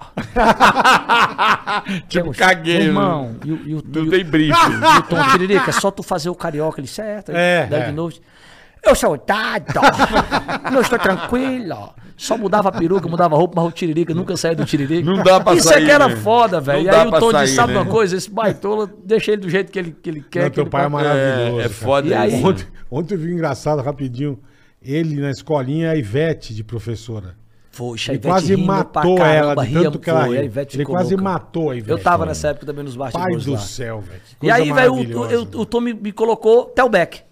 S3: *laughs* Tipo,
S4: Eu-
S3: caguei, né?
S4: Irmão, e, o- e o
S3: Não
S4: e o-
S3: tem *laughs* briefing.
S2: *laughs*
S4: e o Tom Tiririca, é só tu fazer o carioca, ele certo.
S2: É,
S4: Daí
S2: é.
S4: de novo. Eu sou dado, *laughs* não estou tranquilo. Só mudava a peruca, mudava a roupa, mas o Tiririca nunca saía do Tiririca.
S3: Não dá pra
S4: Isso
S3: sair,
S4: é que era
S3: né?
S4: foda,
S3: Não
S4: velho. E
S3: dá
S4: aí o
S3: pra
S4: Tom disse,
S3: sair,
S4: sabe
S3: né?
S4: uma coisa? Esse baitola, deixa ele do jeito que ele, que ele quer.
S2: Não,
S4: que
S2: teu
S4: ele
S2: pai é
S4: faz.
S2: maravilhoso.
S3: É, é
S2: cara.
S3: foda.
S4: E aí?
S2: Ontem, ontem eu vi um engraçado rapidinho. Ele na escolinha, a Ivete de professora.
S6: Foi,
S2: Ele
S6: Ivete
S2: quase
S6: rindo pra
S2: matou
S6: caramba,
S2: ela de
S6: ria-
S2: tanto que ela
S6: foi, a
S2: riu.
S6: Ivete
S2: Ele
S6: ficou
S2: quase
S6: louca.
S2: matou a Ivete.
S6: Eu tava
S2: né?
S6: nessa época também nos
S2: Pai
S6: bastidores
S2: do
S6: lá.
S2: céu, velho. que
S4: E
S2: coisa
S4: aí, velho, o,
S2: maravilhosa,
S4: eu-
S2: velho.
S4: o Tom me, me colocou Telbeck.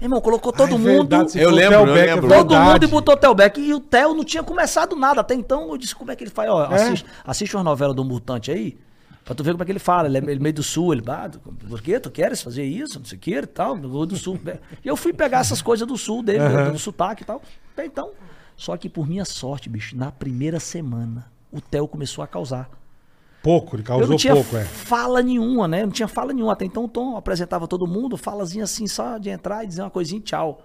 S4: Meu irmão, colocou todo
S2: Ah, é
S4: mundo.
S2: verdade, você
S3: Eu
S2: falou
S3: lembro,
S2: Theo
S3: eu
S2: Becker,
S3: lembro.
S2: é
S4: Todo mundo
S2: verdade.
S4: e botou o Telbeck. E o Theo não tinha começado nada. Até então eu disse como é que ele faz. Ó,
S2: É?
S4: assiste, assiste uma novela do Mutante aí, pra tu ver como é que ele fala. Ele é ele meio do sul, ele ah, por que tu queres fazer isso? Não sei o que e tal. eu vou Do sul. E eu fui pegar essas coisas do sul dele, do, do sotaque e tal. Até então. Só que por minha sorte, bicho, na primeira semana, o Theo começou a causar.
S2: Pouco, ele
S4: Eu não
S2: causou
S4: tinha
S2: pouco, é.
S4: fala nenhuma, né? Eu Não tinha fala nenhuma. Até então o Tom apresentava todo mundo, falazinha assim, só de entrar e dizer uma coisinha e tchau.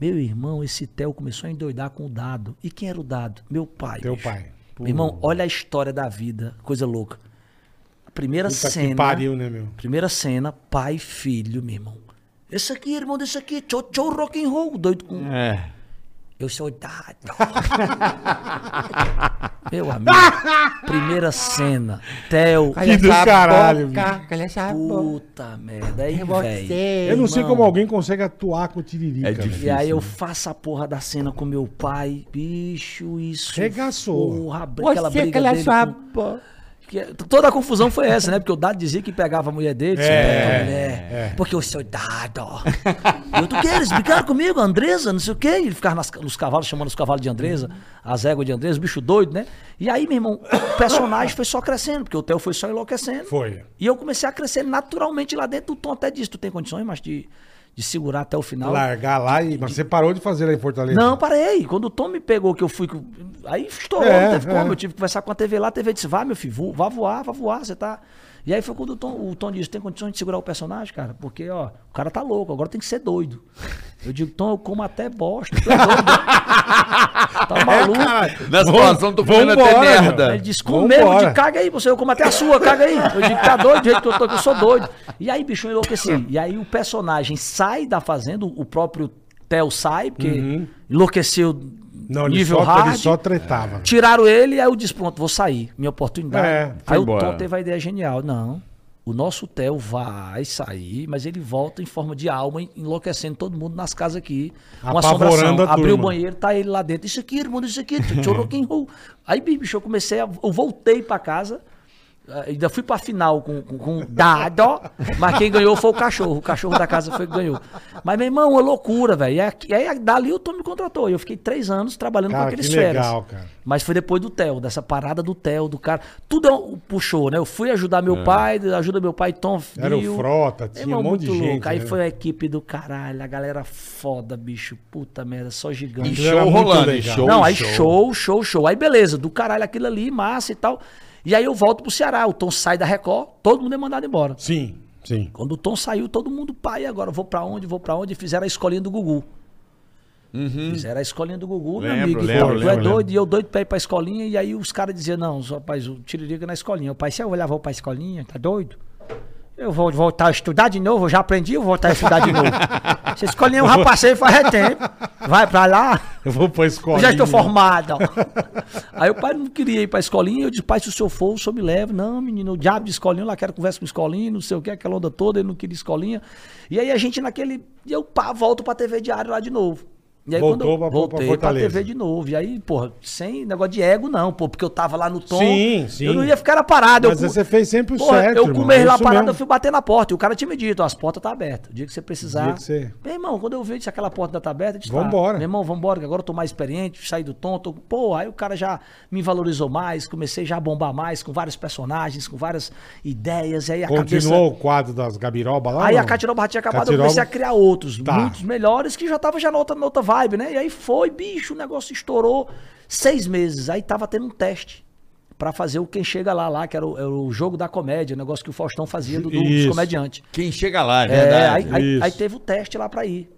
S4: Meu irmão, esse Theo começou a endoidar com o dado. E quem era o dado? Meu pai.
S2: Teu
S4: bicho.
S2: pai.
S4: Meu irmão, olha a história da vida, coisa louca. A primeira
S2: Puta
S4: cena.
S2: que pariu, né, meu?
S4: Primeira cena, pai e filho, meu irmão. Esse aqui, irmão, desse aqui, tchau, tchau, rock and roll, doido com.
S3: É.
S4: Eu sou
S2: *laughs*
S4: dado. Meu amigo, primeira cena, Theo.
S2: Que do caralho, bicho.
S5: Tá
S4: Puta merda, aí, velho.
S2: Eu não sei
S4: irmão.
S2: como alguém consegue atuar com o Tiririca. né?
S3: É
S2: velho.
S3: difícil.
S4: E aí eu faço a porra da cena com meu pai. Bicho, isso.
S2: Regaçou.
S4: Porra, abri- aquela briga
S5: é
S4: dele com- que- Toda a confusão foi essa, né? Porque o Dado dizia que pegava a mulher dele, tinha
S2: É,
S4: pegado a
S2: é,
S4: mulher.
S2: é.
S4: Porque eu sou Dado. E eu, tu queres brigar comigo, Andresa, não sei o quê. Ele ficava nas, nos cavalos, chamando os cavalos de Andresa, as éguas de Andresa, bicho doido, né? E aí, meu irmão, o personagem foi só crescendo, porque o Theo foi só enlouquecendo.
S2: Foi.
S4: E eu comecei a crescer naturalmente lá dentro. O Tom até disse: Tu tem condições, mas de, de segurar até o final?
S2: Largar lá e. Mas você parou de fazer lá em Fortaleza?
S4: Não, parei. Quando o Tom me pegou, que eu fui. que eu- Aí estourou,
S2: É,
S4: não teve como.
S2: é.
S4: Eu tive que conversar com a TV lá. A TV disse: vai, meu filho, vo- vá voar, vá voar, você tá. E aí foi quando o Tom, o Tom disse: tem condições de segurar o personagem, cara? Porque, ó, o cara tá louco, agora tem que ser doido. Eu digo: Tom, eu como até bosta. Tu é
S2: *laughs*
S4: doido. tá
S2: É,
S4: maluco.
S3: Na situação, tô comendo até
S2: vambora, meu.
S3: merda. É
S4: Aí ele diz, com mesmo, eu digo, caga aí, você, eu como até a sua, caga aí. Eu digo, tá doido do jeito que eu tô, que eu sou doido. E aí, bicho, eu enlouqueci. E aí o personagem sai da fazenda, o próprio Theo sai, porque enlouqueceu
S2: Uhum. Não, ele,
S4: nível
S2: só,
S4: hard.
S2: ele só tretava.
S4: Tiraram ele, aí eu disse, pronto, vou sair, minha oportunidade.
S2: É,
S3: foi
S4: aí
S3: embora.
S4: o Tom teve a ideia genial, não... O nosso Theo vai sair, mas ele volta em forma de alma, enlouquecendo todo mundo nas casas aqui. Uma
S2: Apavorando a
S4: assombração. Abriu o
S2: turma.
S4: banheiro banheiro, tá ele lá dentro. Isso aqui, irmão, isso aqui, tchau, rock and roll. Aí, bicho, eu comecei a. Eu voltei pra casa. ah, Ainda fui pra final com, com, com dado, mas quem ganhou foi o cachorro. O cachorro da casa foi que ganhou. Mas, meu irmão, é loucura, velho. E aqui- aí, dali o Tom me contratou. E eu fiquei três anos trabalhando
S2: Cara,
S4: com aqueles
S2: que
S4: férias.
S2: legal, cara.
S4: Mas foi depois do Theo, dessa parada do Theo, do cara. Tudo é um- puxou, né? Eu fui ajudar meu pai, ajuda meu pai, Tom.
S2: É. Era o
S4: viu?
S2: Frota, tinha
S4: Irmão,
S2: um monte de
S4: muito
S2: gente,
S4: Aí
S2: né?
S4: foi a equipe do caralho, a galera foda, bicho. Puta merda, só gigante.
S3: E
S2: Aquilo era
S3: show
S2: muito
S3: rolando, e
S2: legal.
S3: show,
S4: Não, aí
S3: show.
S4: show. show, show, Aí beleza, do caralho aquilo ali, massa e tal. E aí eu volto pro Ceará, o Tom sai da Record, todo mundo é mandado embora.
S2: Sim, sim.
S4: Quando o Tom saiu, todo mundo, pai, agora vou pra onde, vou pra onde? E Fizeram a escolinha do Gugu. Fizeram a escolinha do Gugu, meu
S3: Uhum. Lembro,
S4: amigo. E,
S3: lembro,
S4: pô, tu é
S3: lembro,
S4: doido, e eu doido pra ir pra escolinha. E aí os caras diziam, não, os rapaz, o Tiririca na escolinha. O pai, se eu levar o pra escolinha, tá doido? Eu vou voltar a estudar de novo, eu já aprendi, eu vou voltar a estudar
S3: *laughs*
S4: de novo. Essa escolinha é um eu já passei faz tempo. Vai pra lá.
S2: Eu vou pra escola.
S4: Eu já estou formado. Aí o pai não queria ir pra escolinha. Eu disse, pai, se o senhor for, o senhor me leva. Não, menino, o diabo de escolinha, eu lá quero conversa com escolinha, não sei o que, aquela onda toda, ele não queria escolinha. E aí a gente naquele. E eu pá, volto pra TV diário lá de novo. E aí
S2: Voltou
S4: quando eu
S2: pra- pra
S4: voltei pra,
S2: Fortaleza.
S4: TV de novo. E aí, porra, sem negócio de ego, não, pô, porque eu tava lá no tom.
S2: Sim, sim.
S4: Eu não ia ficar na parada.
S2: Mas
S4: eu,
S2: você fez sempre o
S4: Porra,
S2: certo,
S4: Eu
S2: irmão,
S4: comei
S2: é
S4: lá a
S2: isso
S4: parada,
S2: mesmo.
S4: eu fui bater na porta. E o cara tinha me dito, as portas tá abertas. O dia que você precisar.
S2: dia que você-
S4: Meu irmão, quando eu vi disse, aquela porta ainda tá aberta, eu disse,
S2: Vambora.
S4: Tá, meu irmão, vambora, que agora eu tô mais experiente, saí do tom, tô... pô, aí o cara já me valorizou mais, comecei já a bombar mais, com vários personagens, com várias ideias, e aí a
S2: Continuou
S4: cabeça...
S2: o quadro das Gabiroba lá?
S4: Aí
S2: não?
S4: a Catiroba já tinha acabado,
S2: Catiroba-
S4: eu comecei a criar outros,
S2: Tá.
S4: muitos melhores, que já tava já na outra, na outra vibe, né? E aí foi, bicho, o negócio estourou seis meses, aí tava tendo um teste. Pra fazer o Quem Chega Lá, lá, que era o, era o jogo da comédia, o negócio que o Faustão fazia do, do, dos
S2: Isso.
S4: comediantes.
S3: Quem chega lá, é
S4: É,
S3: verdade.
S4: aí, aí-
S2: Isso.
S4: aí teve o teste lá pra ir.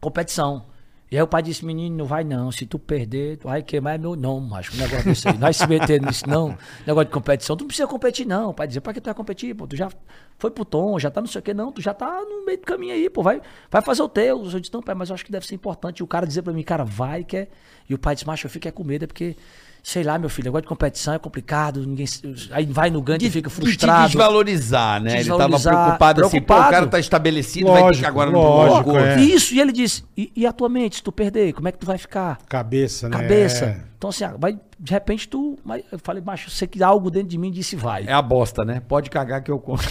S4: Competição. E aí o pai disse, menino, não vai não. Se tu perder, tu vai queimar meu nome, macho. Um negócio desse aí. Nós se meter nisso, não. Negócio de competição. Tu não precisa competir, não. O pai dizia, pra que tu vai competir? Pô, tu já foi pro tom, já tá não sei o que, não. Tu já tá no meio do caminho aí, pô. Vai, vai fazer o teu. Eu disse, não, pai, mas eu acho que deve ser importante. E o cara dizia pra mim, cara, vai que é... E o pai disse, macho, eu fico é com medo, é porque... Sei lá, meu filho, agora de competição é complicado, ninguém. se- Aí vai no gancho e fica
S3: te
S4: frustrado.
S3: desvalorizar, né? Ele
S4: Desvalorizar,
S3: tava preocupado, assim, pô, o
S4: preocupado.
S3: cara tá estabelecido, vai ter que
S2: Lógico,
S3: agora
S2: lógico,
S3: no
S2: é.
S4: Isso, e ele disse, e, e a tua mente, se tu perder, como é que tu vai ficar?
S2: Cabeça, né?
S4: Cabeça.
S2: É.
S4: Então assim, ah, vai, de repente tu. Mas eu falei, macho, eu sei que algo dentro de mim disse vai.
S3: É a bosta, né? Pode cagar que eu conto.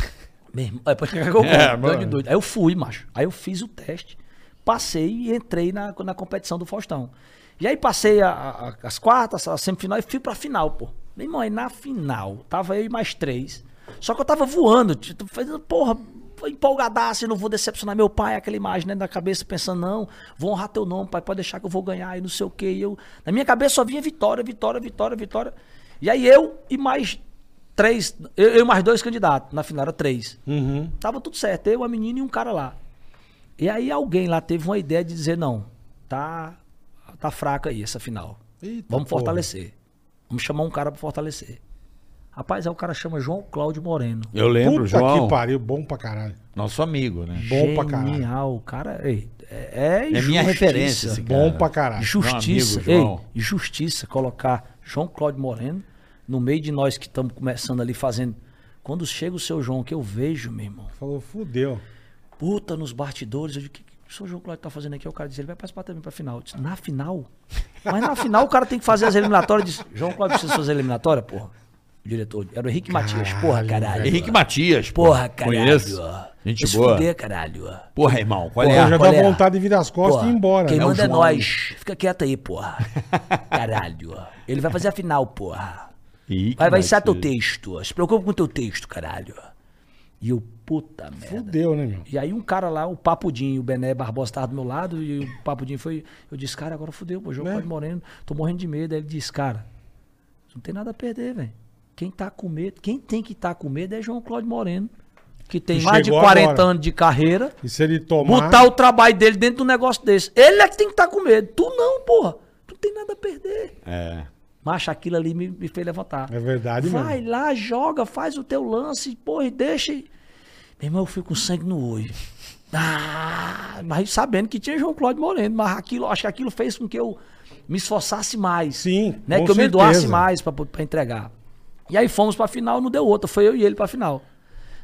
S4: Meu irmão, é, pode cagar que eu
S3: *laughs* É,
S4: conto, doido,
S3: mano.
S4: doido. Aí eu fui, macho. Aí eu fiz o teste, passei e entrei na, na competição do Faustão. E aí passei a- a- a- as quartas, a semifinal e fui pra final, pô. Meu irmão, aí na final, tava eu e mais três. Só que eu tava voando, tipo, fazendo, porra, foi empolgadaço, eu não vou decepcionar meu pai, aquela imagem né, na cabeça, pensando, não, vou honrar teu nome, pai, pode deixar que eu vou ganhar e não sei o quê. E eu, na minha cabeça só vinha vitória, vitória, vitória, vitória. E aí eu e mais três, eu, eu e mais dois candidatos, na final era três.
S2: Uhum.
S4: Tava tudo certo, eu, a menina e um cara lá. E aí alguém lá teve uma ideia de dizer, não, tá, tá fraca aí essa final.
S2: Eita
S4: Vamos
S2: porra.
S4: fortalecer. Vamos chamar um cara pra fortalecer. Rapaz, aí o cara chama João Cláudio Moreno.
S3: Eu lembro,
S2: Puta
S3: João.
S2: que pariu, bom pra caralho.
S3: Nosso amigo, né?
S2: Bom pra caralho.
S4: Genial, cara. ei, é, é
S3: É minha
S4: injustiça.
S3: referência, esse cara.
S2: Bom pra caralho.
S3: Meu
S4: Justiça,
S3: amigo,
S4: ei,
S3: João.
S4: justiça colocar João Cláudio Moreno no meio de nós que estamos começando ali fazendo. Quando chega o seu João, que eu vejo, meu irmão,
S2: Falou, fudeu.
S4: puta nos bastidores. Eu digo, o que, que o seu João Cláudio tá fazendo aqui? O cara diz, ele vai participar também pra final. Eu disse, na final? Mas na final o cara tem que fazer as eliminatórias. Eu Disse, João Cláudio precisa fazer a eliminatória, porra. O diretor, era o Henrique Matias, porra, caralho.
S3: Henrique Matias. pô.
S4: porra, caralho.
S3: Conheço. Gente
S4: Gente Se
S3: boa.
S4: fuder, caralho.
S3: Porra, irmão, qual
S4: Porra,
S2: Pô,
S3: é?
S2: já
S3: a-
S2: dá
S4: qual é?
S2: vontade de virar as costas
S4: Porra,
S2: e ir embora.
S4: Quem
S2: né?
S4: manda é
S2: João.
S4: nós. Fica quieto aí, porra. Caralho. Ele vai fazer a final, porra.
S3: Henrique
S4: Vai, vai ensaiar teu
S3: Matias.
S4: texto. Se preocupa com teu texto, caralho. E eu, puta merda.
S2: Fudeu, né, meu?
S4: E aí um cara lá, o Papudinho, o Bené Barbosa tava do meu lado, e o Papudinho foi. Eu disse, cara, agora fudeu, pô,
S2: Né?
S4: João Cláudio Moreno, tô morrendo de medo. Aí ele disse, cara, não tem nada a perder, velho. Quem tá com medo, quem tem que estar com medo é João Cláudio Moreno. Que tem
S2: E
S4: mais de
S2: chegou
S4: 40
S2: agora.
S4: anos de carreira.
S2: E se ele tomar.
S4: Botar o trabalho dele dentro de um negócio desse. Ele é que tem que estar com medo. Tu não, porra. Tu não tem nada a perder.
S3: É.
S4: Mas aquilo ali me, me fez levantar.
S2: É verdade mesmo.
S4: Vai lá, joga, faz o teu lance, porra, e deixa. Meu irmão, eu fui com sangue no olho. Ah, mas sabendo que tinha João Cláudio Moreno, mas aquilo, acho que aquilo fez com que eu me esforçasse mais.
S2: Sim,
S4: né?
S2: com
S4: Que eu me doasse
S2: certeza.
S4: mais pra pra entregar. E aí fomos pra final, não deu outra, foi eu e ele pra final.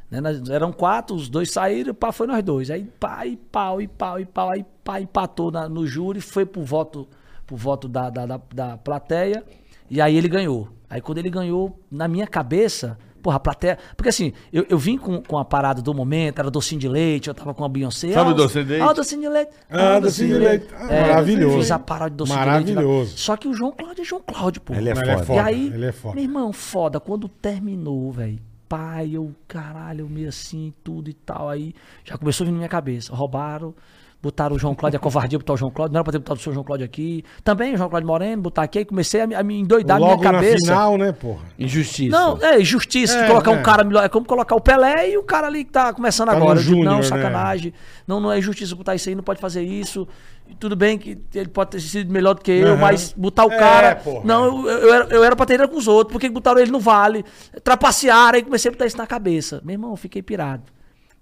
S4: Né, nós- eram quatro, os dois saíram, pá, foi nós dois. Aí pá, e pau, e pau, e pau, aí pá, empatou na- no júri, foi pro voto, pro voto da, da, da, da plateia, e aí ele ganhou. Aí quando ele ganhou, na minha cabeça, porra, a plateia. Porque assim, eu, eu vim com, com a parada do momento, era docinho de leite, eu tava com a Beyoncé.
S3: Sabe
S4: ah,
S3: o docinho de leite?
S4: Ah, o docinho de leite.
S2: Ah, docinho de leite. Ah, maravilhoso.
S4: Fiz a parada de docinho de leite.
S2: Maravilhoso.
S4: lá. Só que o João Cláudio é João Cláudio, pô.
S3: Ele é
S2: Mas
S3: foda.
S4: E aí,
S2: Ele é foda.
S4: meu irmão, foda, quando terminou, velho, pai, eu, caralho, eu meio assim, tudo e tal, aí já começou a vir na minha cabeça, roubaram, botaram o João Cláudio, a covardia botar o João Cláudio, não era pra ter botado o seu João Cláudio aqui, também o João Cláudio Moreno, botar aqui, aí comecei a me, a me endoidar na
S2: Logo
S4: minha
S2: na
S4: cabeça.
S2: final, né, porra?
S3: Injustiça.
S4: Não, é injustiça
S2: É,
S4: de colocar
S2: né?
S4: um cara melhor. É como colocar o Pelé e o cara ali que tá começando
S2: Tá no
S4: agora. Eu digo,
S2: júnior,
S4: não,
S2: né?
S4: sacanagem. Não, não é injustiça botar isso aí, não pode fazer isso. E tudo bem que ele pode ter sido melhor do que eu,
S2: Aham.
S4: mas botar o
S2: É,
S4: cara.
S2: porra.
S4: não, eu, eu era, eu era pra ter ido com os outros, porque botaram ele no vale. Trapacearam, aí comecei a botar isso na cabeça. Meu irmão, eu fiquei pirado.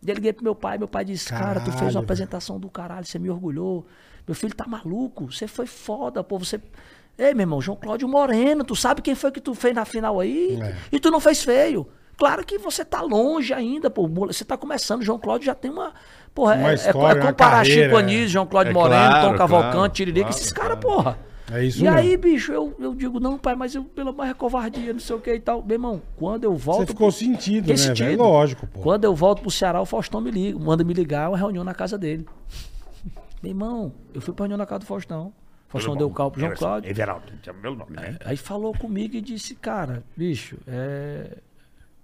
S4: E eu liguei pro meu pai, meu pai disse, cara, tu
S2: Caralho,
S4: fez uma
S2: velho.
S4: apresentação do caralho, você me orgulhou. Meu filho tá maluco, você foi foda, pô, você... Ei, meu irmão, João Cláudio Moreno, tu sabe quem foi que tu fez na final aí?
S2: É.
S4: E tu não fez feio. Claro que você tá longe ainda, pô, mole- você tá começando, João Cláudio já tem uma... Porra,
S2: Uma
S4: é,
S2: história,
S4: é,
S2: uma
S4: é comparar
S2: carreira,
S4: Chico
S2: é.
S4: Anísio, João Cláudio
S3: É
S4: Moreno,
S3: claro,
S4: Tom Cavalcante,
S3: claro,
S4: Tiririca,
S3: claro,
S4: esses caras,
S3: claro.
S4: porra.
S2: É isso
S4: E
S2: mesmo.
S4: aí, bicho, eu, eu digo, não, pai, mas eu, pelo amor é covardia, não sei o que e tal. Meu irmão, quando eu volto...
S2: Você ficou sentido,
S4: Fiquei
S2: né, velho?
S4: sentido.
S2: Lógico, pô.
S4: Quando eu volto pro Ceará, o Faustão me liga, manda me ligar, uma reunião na casa dele. Meu irmão, eu fui pra reunião na casa do Faustão. O Faustão
S2: é
S4: deu o carro pro João
S2: assim,
S4: Cláudio.
S1: Everaldo, é meu nome, né?
S4: Aí falou comigo e disse, cara, bicho, é.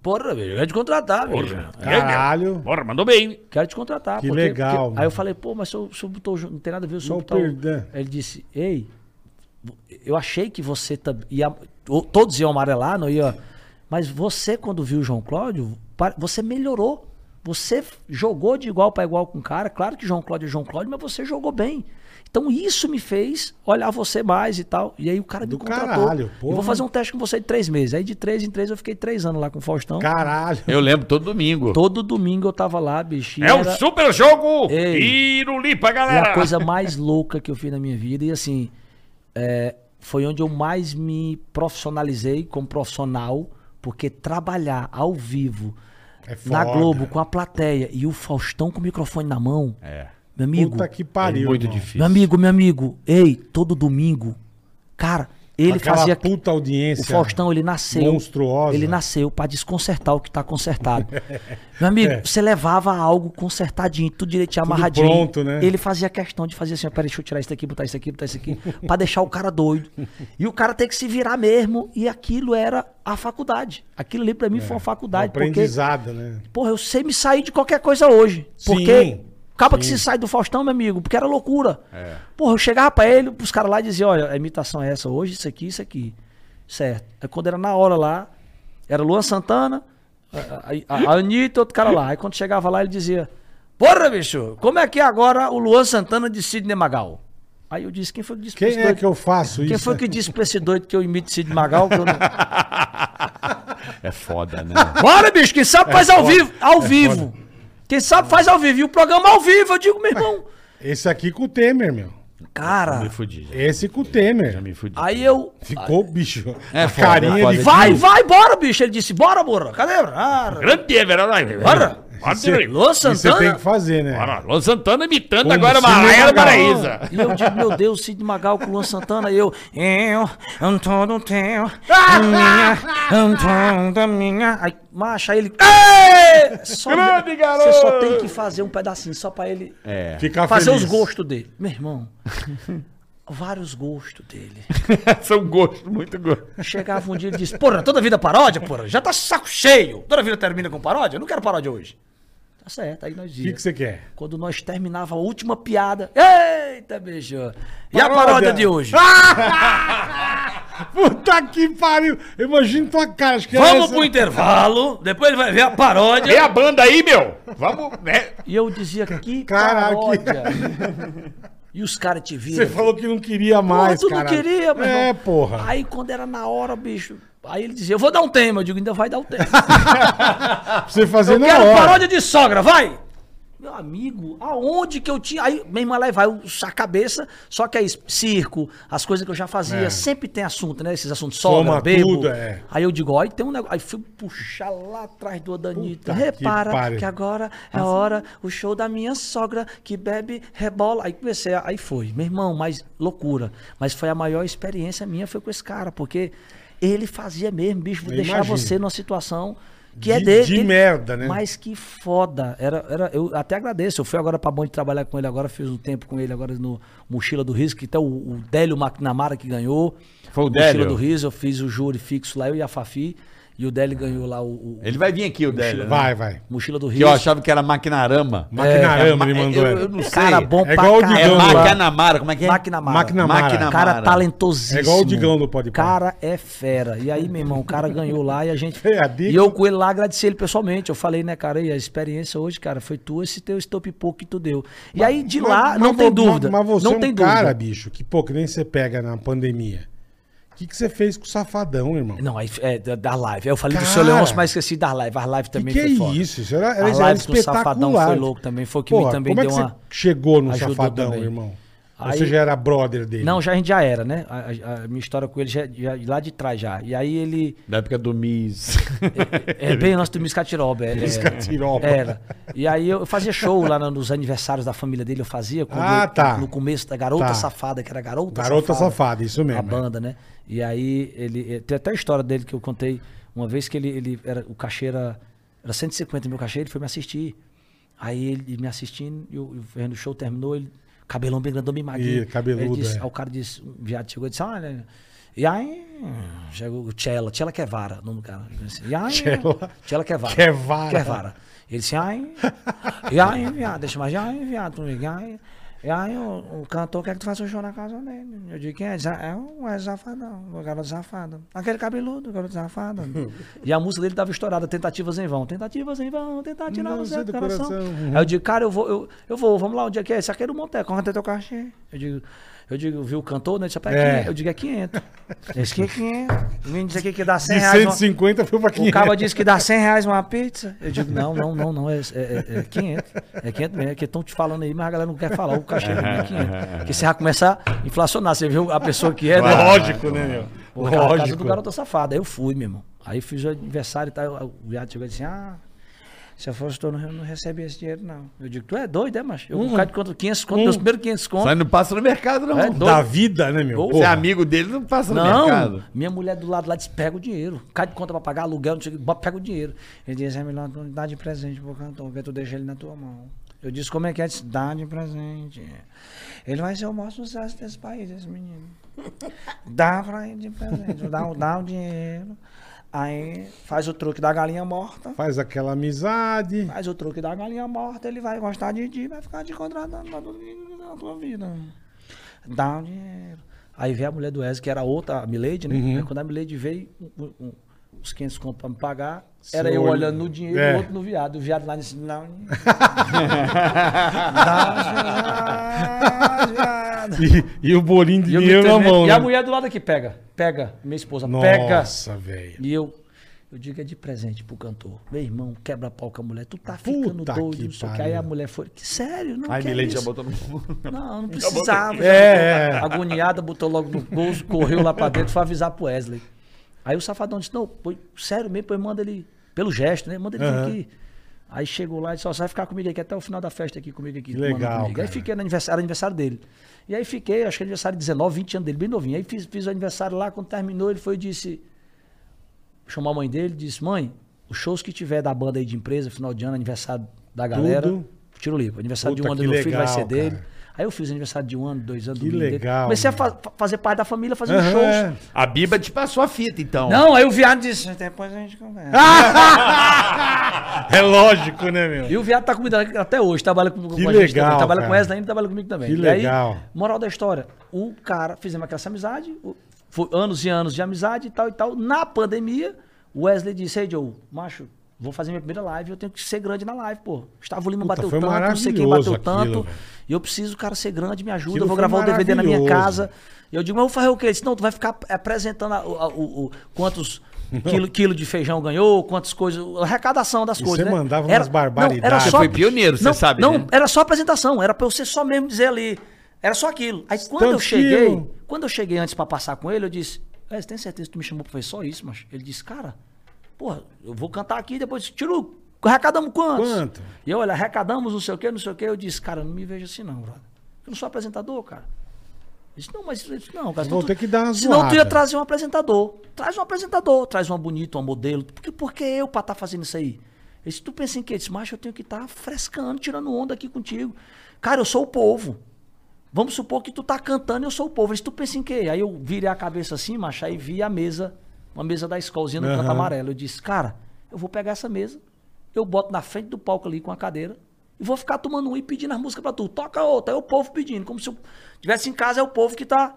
S4: Porra, velho, eu quero te contratar, velho.
S2: Caralho.
S1: Bora, mandou bem.
S4: Quero te contratar.
S2: Que legal, mano.
S4: Aí eu falei, pô, mas se eu, se eu botou, o João- não tem nada a ver, se eu
S2: Não
S4: botar o-
S2: perdão.
S4: Aí Ele disse, ei, eu achei que você tam- ia. ou Todos iam amarelar, não ia. Mas você, quando viu o João Cláudio, pa- você melhorou. Você f- jogou de igual para igual com o cara. Claro que João Cláudio é João Cláudio, mas você jogou bem. Então isso me fez olhar você mais e tal. E aí o cara me
S2: Do
S4: contratou.
S2: caralho,
S4: eu
S2: porra.
S4: vou fazer um teste com você de três meses. Aí de três em três eu fiquei três anos lá com o Faustão.
S2: Caralho.
S3: Eu lembro todo domingo.
S4: Todo domingo eu tava lá, bicho. e
S1: É um
S4: era-
S1: super jogo.
S4: Ei.
S1: Tiro limpa,
S4: é
S1: galera.
S4: a coisa mais louca que eu fiz na minha vida. E assim, é, foi onde eu mais me profissionalizei como profissional, porque trabalhar ao vivo
S2: É
S4: na
S2: foda.
S4: Globo com a plateia e o Faustão com o microfone na mão,
S3: É.
S4: meu amigo,
S2: Puta que pariu.
S1: muito
S2: irmão.
S1: difícil.
S4: meu amigo, meu amigo, ei, todo domingo, cara, ele
S2: Aquela
S4: fazia
S2: puta audiência. né?
S4: o Faustão, ele nasceu.
S2: monstruosa.
S4: Ele nasceu pra desconsertar o que tá consertado.
S2: *laughs*
S4: Meu amigo,
S2: É.
S4: você levava algo consertadinho, tudo direitinho, amarradinho.
S2: pronto, né?
S4: Ele fazia questão de fazer assim: ó, peraí, deixa eu tirar isso daqui, botar isso aqui, botar isso aqui, *laughs* pra deixar o cara doido. E o cara tem que se virar mesmo. E aquilo era a faculdade. Aquilo ali
S2: É.
S4: pra mim foi uma
S2: Um
S4: faculdade. porque
S2: Aprendizado, né?
S4: Porra, eu sei me sair de qualquer coisa hoje.
S2: Sim, É.
S4: Porque acaba que se sai do Faustão, meu amigo, porque era loucura. Porra, eu chegava pra ele, pros caras lá e dizia, olha, a imitação é essa hoje, isso aqui, isso aqui. Certo. Aí quando era na hora lá, era Luan Santana, a, a, a Anitta e outro cara lá. Aí quando chegava lá, ele dizia, porra, bicho, como é que é agora o Luan Santana de Sidney Magal? Aí eu disse, quem foi que disse pra
S2: Quem
S4: esse
S2: é
S4: doido-
S2: que eu faço isso? né?
S4: Quem foi que disse pra esse doido que eu imito Sidney Magal? Que eu não...
S3: É foda, né? *laughs*
S4: Bora, bicho, quem sabe faz ao vivo. Ao vivo. Quem sabe faz ao vivo. E o programa ao vivo, eu digo, meu irmão.
S2: Esse aqui com o Temer, meu.
S4: Cara,
S3: me fudi, já,
S2: Esse com o Temer.
S3: já me fudi.
S4: aí eu.
S2: Ficou o bicho.
S3: É
S2: a
S3: foda, é
S2: carinha
S3: foda.
S2: de...
S4: Vai, vai, bora, bicho. Ele disse, bora, bora. Cadê? Ah,
S1: Grande é, verdade.
S4: Bora.
S1: Bora,
S4: Luan
S2: Você tem
S4: Santana.
S2: que fazer, né?
S1: Bora, Luan Santana imitando
S2: Como
S1: agora
S2: se não pagava.
S1: Mariana Paraísa.
S4: E eu digo, meu Deus, Cid Magal com Luan Santana. E eu. Eu, Antônio Teu, minha, Antônio da minha. Aí, macho, aí ele. "Ê!" Só,
S1: Grande
S4: Você só
S1: garoto.
S4: tem que fazer um pedacinho só pra ele.
S3: É.
S2: Ficar Tá
S4: fazer
S2: feliz.
S4: os gostos dele. Meu irmão, *laughs* vários gostos dele.
S1: São gostos, muito é um gosto.
S4: Chegava um dia e disse, porra, toda vida paródia, porra, já tá saco cheio. Toda vida termina com paródia, eu não quero paródia hoje. Tá certo, aí nós
S2: O que, que
S4: dizíamos.
S2: você quer? *laughs*
S4: Quando nós terminava a última piada, eita, beijo. E a
S2: Paródia. Ah,
S4: paródia de hoje?
S2: Puta que pariu. Eu imagino tua cara. Acho que era
S4: Vamos
S2: essa-
S4: pro intervalo, depois ele vai ver a paródia.
S1: Vê a banda aí, meu. Vamos, né?
S4: E eu dizia, que
S2: Caraca. *laughs*
S4: paródia. E os caras te
S2: Você
S4: viram.
S2: falou que não queria
S4: Porra,
S2: mais,
S4: tu não
S2: caralho.
S4: queria, meu
S2: É,
S4: irmão.
S2: porra.
S4: Aí quando era na hora, bicho. Aí ele dizia, eu vou dar um tema. Eu digo, ainda vai dar o tema.
S2: Pra Você fazer na
S4: Quero
S2: hora.
S4: paródia de sogra, vai! Meu amigo, aonde que eu tinha. Aí, minha irmã lá e vai o- a cabeça, só que é isso, circo, as coisas que eu já fazia,
S2: É.
S4: sempre tem assunto, né? Esses assuntos
S2: Soma
S4: sogra, bebo.
S2: tudo, é.
S4: Aí eu digo, ó, aí tem um negócio. Aí fui puxar lá atrás do
S2: Puta
S4: Danita.
S2: que
S4: Repara
S2: pariu.
S4: que, agora é a hora, o show da minha sogra que bebe rebola. Aí comecei, a- aí foi. Meu irmão, mas loucura. Mas foi a maior experiência minha, foi com esse cara, porque ele fazia mesmo, bicho, vou
S2: Eu
S4: deixar
S2: imagino.
S4: você numa situação que é
S2: De-
S4: dele.
S2: de
S4: que-
S2: merda, né?
S4: Mas que foda. Era, era, eu até agradeço. Eu fui agora pra Band trabalhar com ele agora, fiz um tempo com ele agora no Mochila do Riso, que até o, o Délio McNamara que ganhou.
S3: Foi o
S4: Mochila
S3: Délio?
S4: do Riso, eu fiz o júri fixo lá, eu e a Fafi. E o Délio ganhou lá o, o-
S3: Ele vai vir aqui, o Délio. né?
S2: Vai, vai.
S4: Mochila do
S3: É. Que
S4: Riso.
S3: eu achava que era maquinarama. É
S2: Maquinarama, ele mandou.
S3: Eu,
S2: ela.
S3: eu não sei.
S4: Cara bom
S2: É
S4: pra
S2: igual o
S4: caralho.
S3: É
S2: Digão lá.
S3: Maquinamara, como é que é?
S4: McNamara.
S2: McNamara.
S4: Cara
S3: Maquinamara.
S4: talentosíssimo.
S2: É igual o Digão do Pode Pá.
S4: Cara é fera. E aí, meu irmão, o cara ganhou lá e a gente.
S2: É, a dica-
S4: E eu com ele lá agradeci ele pessoalmente. Eu falei, né, cara, e a experiência hoje, cara, foi tua esse teu estopipoco que tu deu. E aí de lá,
S2: Mas-
S4: não
S2: mas
S4: tem
S2: vo-
S4: dúvida.
S2: Mas você
S4: não
S2: é um
S4: tem
S2: cara,
S4: dúvida.
S2: bicho, que pô, que nem você pega na pandemia. O que, que você fez com o Safadão, irmão?
S4: Não, aí é da- da live. Eu falei do
S2: Cara!
S4: seu Leôncio, mas esqueci da live. A live
S2: O que,
S4: também
S2: que é
S4: foi foda.
S2: isso? Isso era, era,
S4: A
S2: era
S4: live do
S2: espetacular.
S4: Safadão foi louco também, foi o que me
S2: como
S4: também deu
S2: é que
S4: uma-
S2: você chegou no
S4: ajudou
S2: Safadão,
S4: também.
S2: irmão? Ou
S4: Aí-
S2: você já era brother dele?
S4: Não, já a gente já era, né? A, a- a minha história com ele já, já- lá de trás já. E aí ele.
S3: Da época do
S4: *laughs*
S3: Miss.
S4: É bem antes do Miss Catiroba. É,
S2: Miss Catiroba.
S4: Era. E aí eu fazia show lá no- nos aniversários da família dele, eu fazia. quando
S2: Ah,
S4: eu-
S2: tá.
S4: No começo da Garota
S2: Tá.
S4: Safada, que era Garota
S2: Garota Safada, isso mesmo,
S4: A
S2: é.
S4: banda, né? E aí ele. eh, Tem até a história dele que eu contei uma vez que ele, ele era. O cachê era. Era 150 mil cachê, ele foi me assistir. Aí ele me assistindo, e o e o show terminou, ele. Cabelão bem grandão, bem magrinho.
S2: Ih, cabeludo,
S4: Ele disse-
S2: é.
S4: Aí o cara disse, um viado chegou e disse, olha. E aí, chegou o Tchela, Tchela Quevara, o nome do cara. Ele disse, E aí,
S2: Tchela- é
S4: Tchela é Quevara.
S2: Quevara.
S4: Quevara. Ele disse, ai, e aí, viado, deixa mais, e aí, viado, comigo, e aí, e aí o, o cantor quer que tu faça o show na casa dele. Eu digo, quem é? Ele disse, É o é Safadão, o garoto safado. Aquele cabeludo, o garoto
S2: *laughs*
S4: safado. e a música dele tava estourada, tentativas em vão, tentativas em vão, tentar tirar
S2: Não
S4: você
S2: sei
S4: do
S2: do
S4: coração.
S2: coração.
S4: Aí eu digo, cara, eu vou, eu, eu vou, vamos lá, onde é que é? Esse aqui é do Monteco, quanto é teu cachê? Eu digo, Eu digo, viu o cantor, né? Ele disse, rapaz,
S2: É.
S4: é. 500. Eu digo, é *laughs* 500. Ele disse que é 500. O menino disse aqui que dá 100
S2: De
S4: reais. uma-
S2: 150 foi pra
S4: O
S2: 500.
S4: cara disse que dá 100 reais uma pizza. Eu digo, não, não, não, não, é, é, é 500. É 500 mesmo, é que estão te falando aí, mas a galera não quer falar o cachê mínimo é 500. Porque você já começa a inflacionar, você viu a pessoa que é, né?
S2: Lógico, né, meu?
S4: Pô, cara, a casa do
S2: Lógico.
S4: garoto safado. Aí eu fui, meu irmão. Aí fiz o aniversário e tal. O viado chegou e disse: Ah, se eu fosse tu, eu não recebia esse dinheiro, não. Eu digo: Tu é doido, é, macho? Eu com cara de conto 500 conto, meus primeiros 500 conto.
S3: Mas não passa no mercado, não.
S4: É
S3: Você
S4: doido.
S2: Da vida, né, meu?
S4: Ou-
S2: Porra.
S3: é amigo dele, não passa no
S4: Não,
S3: mercado.
S4: minha mulher do lado lá disse: pega o dinheiro, cai de conta pra pagar aluguel, não sei o que, bota- pega o dinheiro. Ele disse: é melhor tu dar de presente pro cantor, porque tu deixa ele na tua mão. Eu disse: como é que é? Ele Disse, dá de presente. Ele vai ser o maior sucesso desse país, esse menino. *laughs* Dá pra ele de presente, dá, o- dá o dinheiro. Aí faz o truque da galinha morta.
S2: Faz aquela amizade.
S4: Faz o truque da galinha morta, ele vai gostar de ti, vai ficar te contratando pra tudo que- na tua vida. Dá um dinheiro. Aí veio a mulher do Wesley, que era outra, a Milady, né?
S2: Uhum.
S4: Aí Quando a Milady veio, um- um- uns 500 conto pra me pagar, era
S2: Seu
S4: eu
S2: olho-
S4: olhando no dinheiro e
S2: É.
S4: o outro no viado. O viado lá disse,
S2: *laughs*
S4: não. Dá um viado.
S2: E, e o bolinho de
S4: E eu me
S2: dinheiro na
S4: tremendo.
S2: mão.
S4: E a
S2: né?
S4: mulher do lado aqui, pega, pega, minha esposa, pega.
S2: Nossa, velho.
S4: E eu, eu digo, é de presente pro cantor. Meu irmão, quebra pau com a mulher. Tu tá ficando
S2: Puta
S4: doido,
S2: que
S4: não sei o que.
S2: pariu.
S4: Aí a mulher foi, que sério, não
S3: Aí
S4: quer
S3: Milene
S4: isso.
S3: já botou no.
S4: Não, não precisava. já
S2: É,
S4: botou. Agoniada, botou logo no bolso, correu lá pra dentro, foi avisar pro Wesley. Aí o safadão disse, não, pô, sério mesmo, pô, manda ele, pelo gesto, né? Manda ele vir
S2: Aham.
S4: aqui. Aí chegou lá e disse, ó, você vai ficar comigo aqui até o final da festa aqui, comigo aqui.
S2: Que
S4: tu manda
S2: legal,
S4: comigo. Aí
S2: cara.
S4: fiquei no aniversário, era aniversário dele. E aí fiquei, acho que era aniversário de 19, 20 anos dele, bem novinho. Aí fiz, fiz o aniversário lá, quando terminou, ele foi e disse, chamou a mãe dele e disse: Mãe, os shows que tiver da banda aí de empresa, final de ano, aniversário da galera,
S2: Tudo.
S4: tiro livre. Aniversário de
S2: Puta,
S4: um ano
S2: que
S4: do meu filho vai ser
S2: legal,
S4: dele.
S2: cara.
S4: Aí eu fiz aniversário de um ano, dois anos,
S2: Que
S4: domingo dele.
S2: legal,
S4: Comecei a
S2: mano.
S4: fa- fa- fazer parte da família, fazendo
S2: Aham, é.
S4: shows.
S3: A Biba te passou a fita, então.
S4: Não, aí o viado disse: Depois a gente conversa.
S2: É lógico, né, meu?
S4: E o viado tá comigo até hoje, trabalha com, com
S2: Que
S4: a gente
S2: legal,
S4: também. Trabalha com
S2: cara.
S4: essa ainda, trabalha comigo também.
S2: Que
S4: E
S2: legal.
S4: Aí, moral da história, o cara, fizemos aquela amizade, o- foi anos e anos de amizade e tal e tal. Na pandemia, o Wesley disse, ei, Joe, macho, vou fazer minha primeira live, eu tenho que ser grande na live, pô. Gustavo Lima
S2: Puta,
S4: bateu
S2: foi
S4: tanto, não sei quem bateu
S2: maravilhoso aquilo,
S4: tanto.
S2: velho.
S4: E eu preciso, cara, ser grande, me ajuda,
S2: Aquilo
S4: eu vou
S2: foi
S4: gravar o DVD na minha
S2: maravilhoso.
S4: casa. E eu digo, mas eu vou fazer o quê? Ele disse, não, tu vai ficar apresentando a- o- a- o, o-
S2: *laughs*
S4: quantos... Quilo, quilo de feijão ganhou, quantas coisas. A arrecadação das
S2: E
S4: coisas.
S2: você
S4: né?
S2: mandava umas
S4: Não, era
S2: barbaridades.
S4: só,
S2: Você
S3: foi pioneiro, você
S4: não,
S3: sabe,
S4: Não,
S3: né?
S4: era só apresentação, era pra eu ser só mesmo dizer ali. Era só aquilo. Aí quando eu
S2: Tanto
S4: cheguei,
S2: quilo.
S4: quando eu cheguei antes pra passar com ele, eu disse: "É, você tem certeza que tu me chamou pra fazer só isso, mas Ele disse: Cara, porra, eu vou cantar aqui depois. Tiro, arrecadamos quantos?
S2: Quanto?
S4: E eu, olha, arrecadamos não sei o quê, não sei o quê. Eu disse: Cara, não me vejo assim não, brother. Eu não sou apresentador, cara. Ele disse, não, mas ele disse, não, cara,
S2: Vou
S4: tu-
S2: ter que dar uma
S4: senão tu ia
S2: zoada.
S4: trazer um apresentador. Traz um apresentador, traz uma bonita, uma modelo. Por que, por que eu pra estar fazendo isso aí? Ele disse, tu pensa em quê? Eu disse, macho, eu tenho que estar frescando, tirando onda aqui contigo. Cara, eu sou o povo. Vamos supor que tu tá cantando e eu sou o povo. Ele disse, tu pensa em quê? Aí eu virei a cabeça assim, macho, aí vi a mesa, uma mesa da escolzinha no canto
S2: Aham.
S4: amarelo. Eu disse, cara, eu vou pegar essa mesa, eu boto na frente do palco ali com a cadeira e vou ficar tomando um e pedindo as músicas pra tu. Toca outra, é o povo pedindo, como se eu tivesse em casa, é o povo que tá.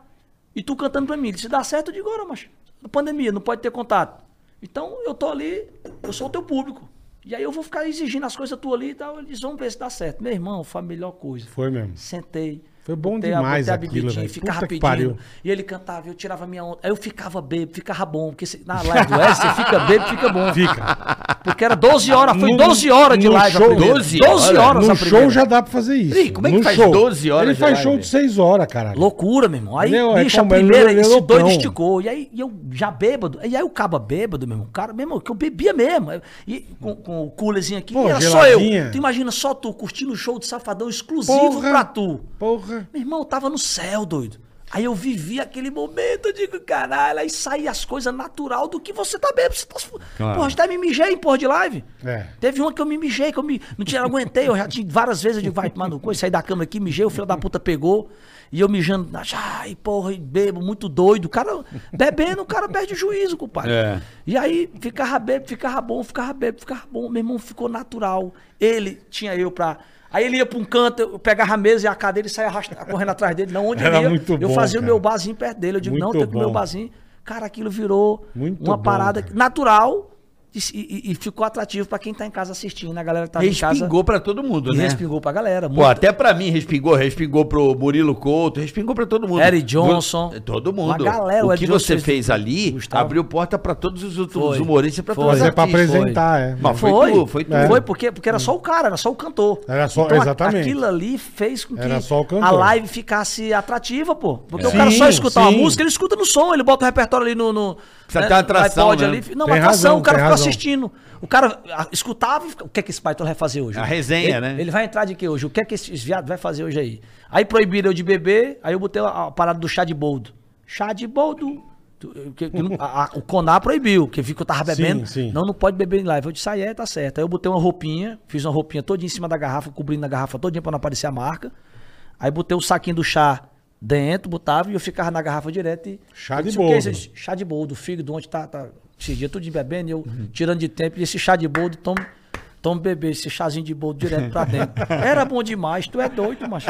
S4: E tu cantando pra mim. Ele disse, dá certo, eu digo, ora, macho, pandemia, não pode ter contato. Então eu tô ali, eu sou o teu público. E aí eu vou ficar exigindo as coisas tu ali e tal. Ele disse, vamos ver se dá certo. Meu irmão, foi a melhor coisa.
S2: Foi mesmo.
S4: Sentei.
S2: Foi bom
S4: botei
S2: demais
S4: botei
S2: aquilo,
S4: bebidinha,
S2: velho.
S4: Ficava
S2: Puta que
S4: pedindo.
S2: pariu.
S4: E ele cantava, eu tirava minha onda. Aí eu ficava bebo, ficava bom. Porque se- na live do Wesley, você fica bebo, fica bom.
S2: Fica.
S4: Porque era 12 horas, foi
S2: No-
S4: 12 horas de
S2: no
S4: live.
S2: show-
S4: a primeira.
S3: 12
S4: 12
S3: horas?
S4: horas
S2: No
S4: a
S2: show
S4: primeira.
S2: já dá pra fazer isso.
S3: Ih, como é que
S2: No
S3: faz
S2: show.
S3: 12 horas
S2: Ele
S3: de
S2: faz
S3: live?
S2: show de 6 horas, caralho.
S4: Loucura, meu irmão. Aí,
S2: Não, é
S4: bicho, a
S2: como é
S4: primeira,
S2: lelo-
S4: esse doido
S2: lelopão.
S4: esticou. E aí, e eu já bêbado. E aí, o caba bêbado, meu irmão. Cara, meu irmão, que eu bebia mesmo. Eu- E com, com o coolerzinho aqui,
S2: Pô,
S4: e era só
S2: geladinha.
S4: eu. Tu imagina só tu curtindo o show de safadão exclusivo
S2: Porra.
S4: pra tu.
S2: Porra.
S4: Meu irmão, eu tava no céu, doido. Aí eu vivi aquele momento, eu digo, caralho, aí saí as coisas natural do que você tá bêbado. Você tá... se fu- Porra, até me mijei em porra de live.
S2: É.
S4: Teve uma que eu me mijei, que eu me... não tinha, eu aguentei, eu já tinha várias vezes, eu digo, vai tomar no cu, eu saí da cama aqui, mijei, o filho da puta pegou, e eu mijando, ai, porra, e bebo, muito doido. O cara, bebendo, o cara perde o juízo, compadre.
S3: É.
S4: E aí ficava bebo, ficava bom, ficava bebo, ficava bom. Meu irmão ficou natural. Ele tinha eu pra. Aí ele ia pra um canto, eu pegava a mesa e a cadeira e saia arrasta- correndo atrás dele. Não, onde
S2: Era
S4: ele ia,
S2: muito
S4: eu
S2: bom,
S4: fazia o
S2: cara.
S4: meu barzinho perto dele. Eu digo,
S2: Muito
S4: não, tem que o meu
S2: bom.
S4: barzinho. Cara, aquilo virou
S2: Muito
S4: uma
S2: bom,
S4: parada
S2: cara.
S4: natural E, e- e ficou atrativo pra quem tá em casa assistindo. A galera que tá em casa.
S3: Respingou pra todo mundo,
S4: E
S3: né?
S4: respingou pra galera.
S3: Pô,
S4: Muito.
S3: até pra mim respingou, respingou pro Murilo Couto, respingou pra todo mundo.
S4: Eric Johnson.
S3: Vo- Todo mundo.
S4: Uma galera, o
S3: o
S4: Eric
S3: que
S4: Johnson
S3: você
S4: fez-
S3: fez ali
S4: Gustavo.
S3: abriu porta pra todos os outros
S4: Foi.
S3: humoristas, pra
S4: Foi.
S3: todos
S2: Mas
S3: os
S2: é pra
S3: artistas.
S2: apresentar, é.
S3: Mas foi,
S4: Foi,
S3: tu, foi
S4: foi,
S3: tu.
S2: É.
S4: porque, porque era só o cara, era só o cantor. Então,
S2: Era só-
S4: a-
S2: exatamente.
S4: Aquilo ali fez com que
S2: Era só o cantor.
S4: a live ficasse atrativa, pô. Porque
S2: É.
S4: o cara só
S2: Sim,
S4: escutar uma
S2: sim.
S4: música, ele escuta no som, ele bota o repertório ali no. no
S3: Precisa ter uma atração,
S4: no iPod
S3: né?
S4: ali. Não,
S2: Tem
S4: uma atração,
S2: razão,
S4: o cara
S2: tem
S4: ficou
S2: razão.
S4: assistindo. O cara ah, escutava e fica- o que é que esse Python vai fazer hoje?
S3: A resenha,
S4: Ele-
S3: né?
S4: Ele vai entrar de que hoje? O que é que esses viados vai fazer hoje aí? Aí proibiram eu de beber, aí eu botei a, a parada do chá de boldo. Chá de boldo. Tu- que- que não- a- a- o Conar proibiu, porque viu que eu tava bebendo.
S2: Sim, sim.
S4: Não, não pode beber em live. Eu disse, aí é, tá certo. Aí eu botei uma roupinha, fiz uma roupinha toda em cima da garrafa, cobrindo a garrafa todinha pra não aparecer a marca. Aí botei o saquinho do chá dentro, botava e eu ficava na garrafa direto e.
S2: Chá
S4: Eu
S2: de
S4: disse, "O que é
S2: boldo."
S4: isso?" Chá de boldo, fígado, onde tá, tá esse dia tudo de bebendo, e eu tirando de tempo, e esse chá de boldo, tomo, tomo beber esse chazinho de boldo direto pra
S2: *laughs*
S4: dentro. Era bom demais, tu é doido, macho.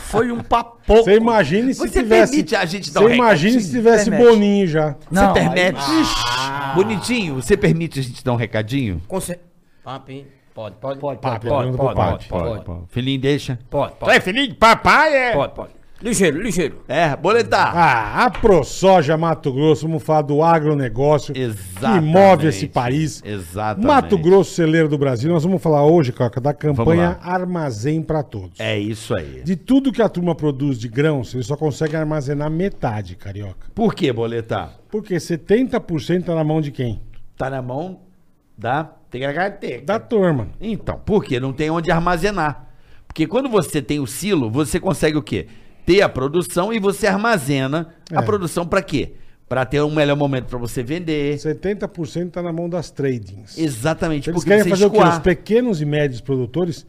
S4: Foi um papo.
S2: Você imagina se
S3: Você
S2: tivesse.
S3: permite a gente dar um
S2: Você imagina se
S3: recadinho?
S2: tivesse
S4: Permite.
S2: Boninho já.
S4: Não,
S3: você permite?
S4: aí- Ah.
S3: Bonitinho, você permite a gente dar um recadinho?
S5: Conce... Papo, hein? Pode, pode.
S4: Pode,
S2: Papi,
S5: pode,
S2: olhando pro
S5: pode,
S2: Papi.
S5: pode, pode, pode,
S3: Filhinho, deixa.
S5: pode,
S1: Tu é filhinho de papai, é?
S5: pode, pode. Ligeiro, ligeiro.
S3: É, boletar.
S2: Ah, a ProSoja Mato Grosso, vamos falar do agronegócio que
S3: Exatamente.
S2: move esse país.
S3: Exatamente.
S2: Mato Grosso, celeiro do Brasil. Nós vamos falar hoje, Coca, da campanha
S3: Vamos
S2: Armazém para Todos.
S3: É isso aí.
S2: De tudo que a turma produz de grãos, eles só conseguem armazenar metade, carioca.
S3: Por que, boletar?
S2: Porque 70% tá na mão de quem?
S3: Tá na mão da THT.
S2: Da turma.
S3: Então, porque não tem onde armazenar. Porque quando você tem o silo, você consegue o quê? Ter a produção e você armazena a
S2: É.
S3: produção pra quê? Pra ter um melhor momento pra você vender.
S2: 70% tá na mão das tradings.
S3: Exatamente,
S2: Eles
S3: porque
S2: querem
S3: Tipo, você
S2: fazer o quê? Os
S3: escoar.
S2: pequenos e médios produtores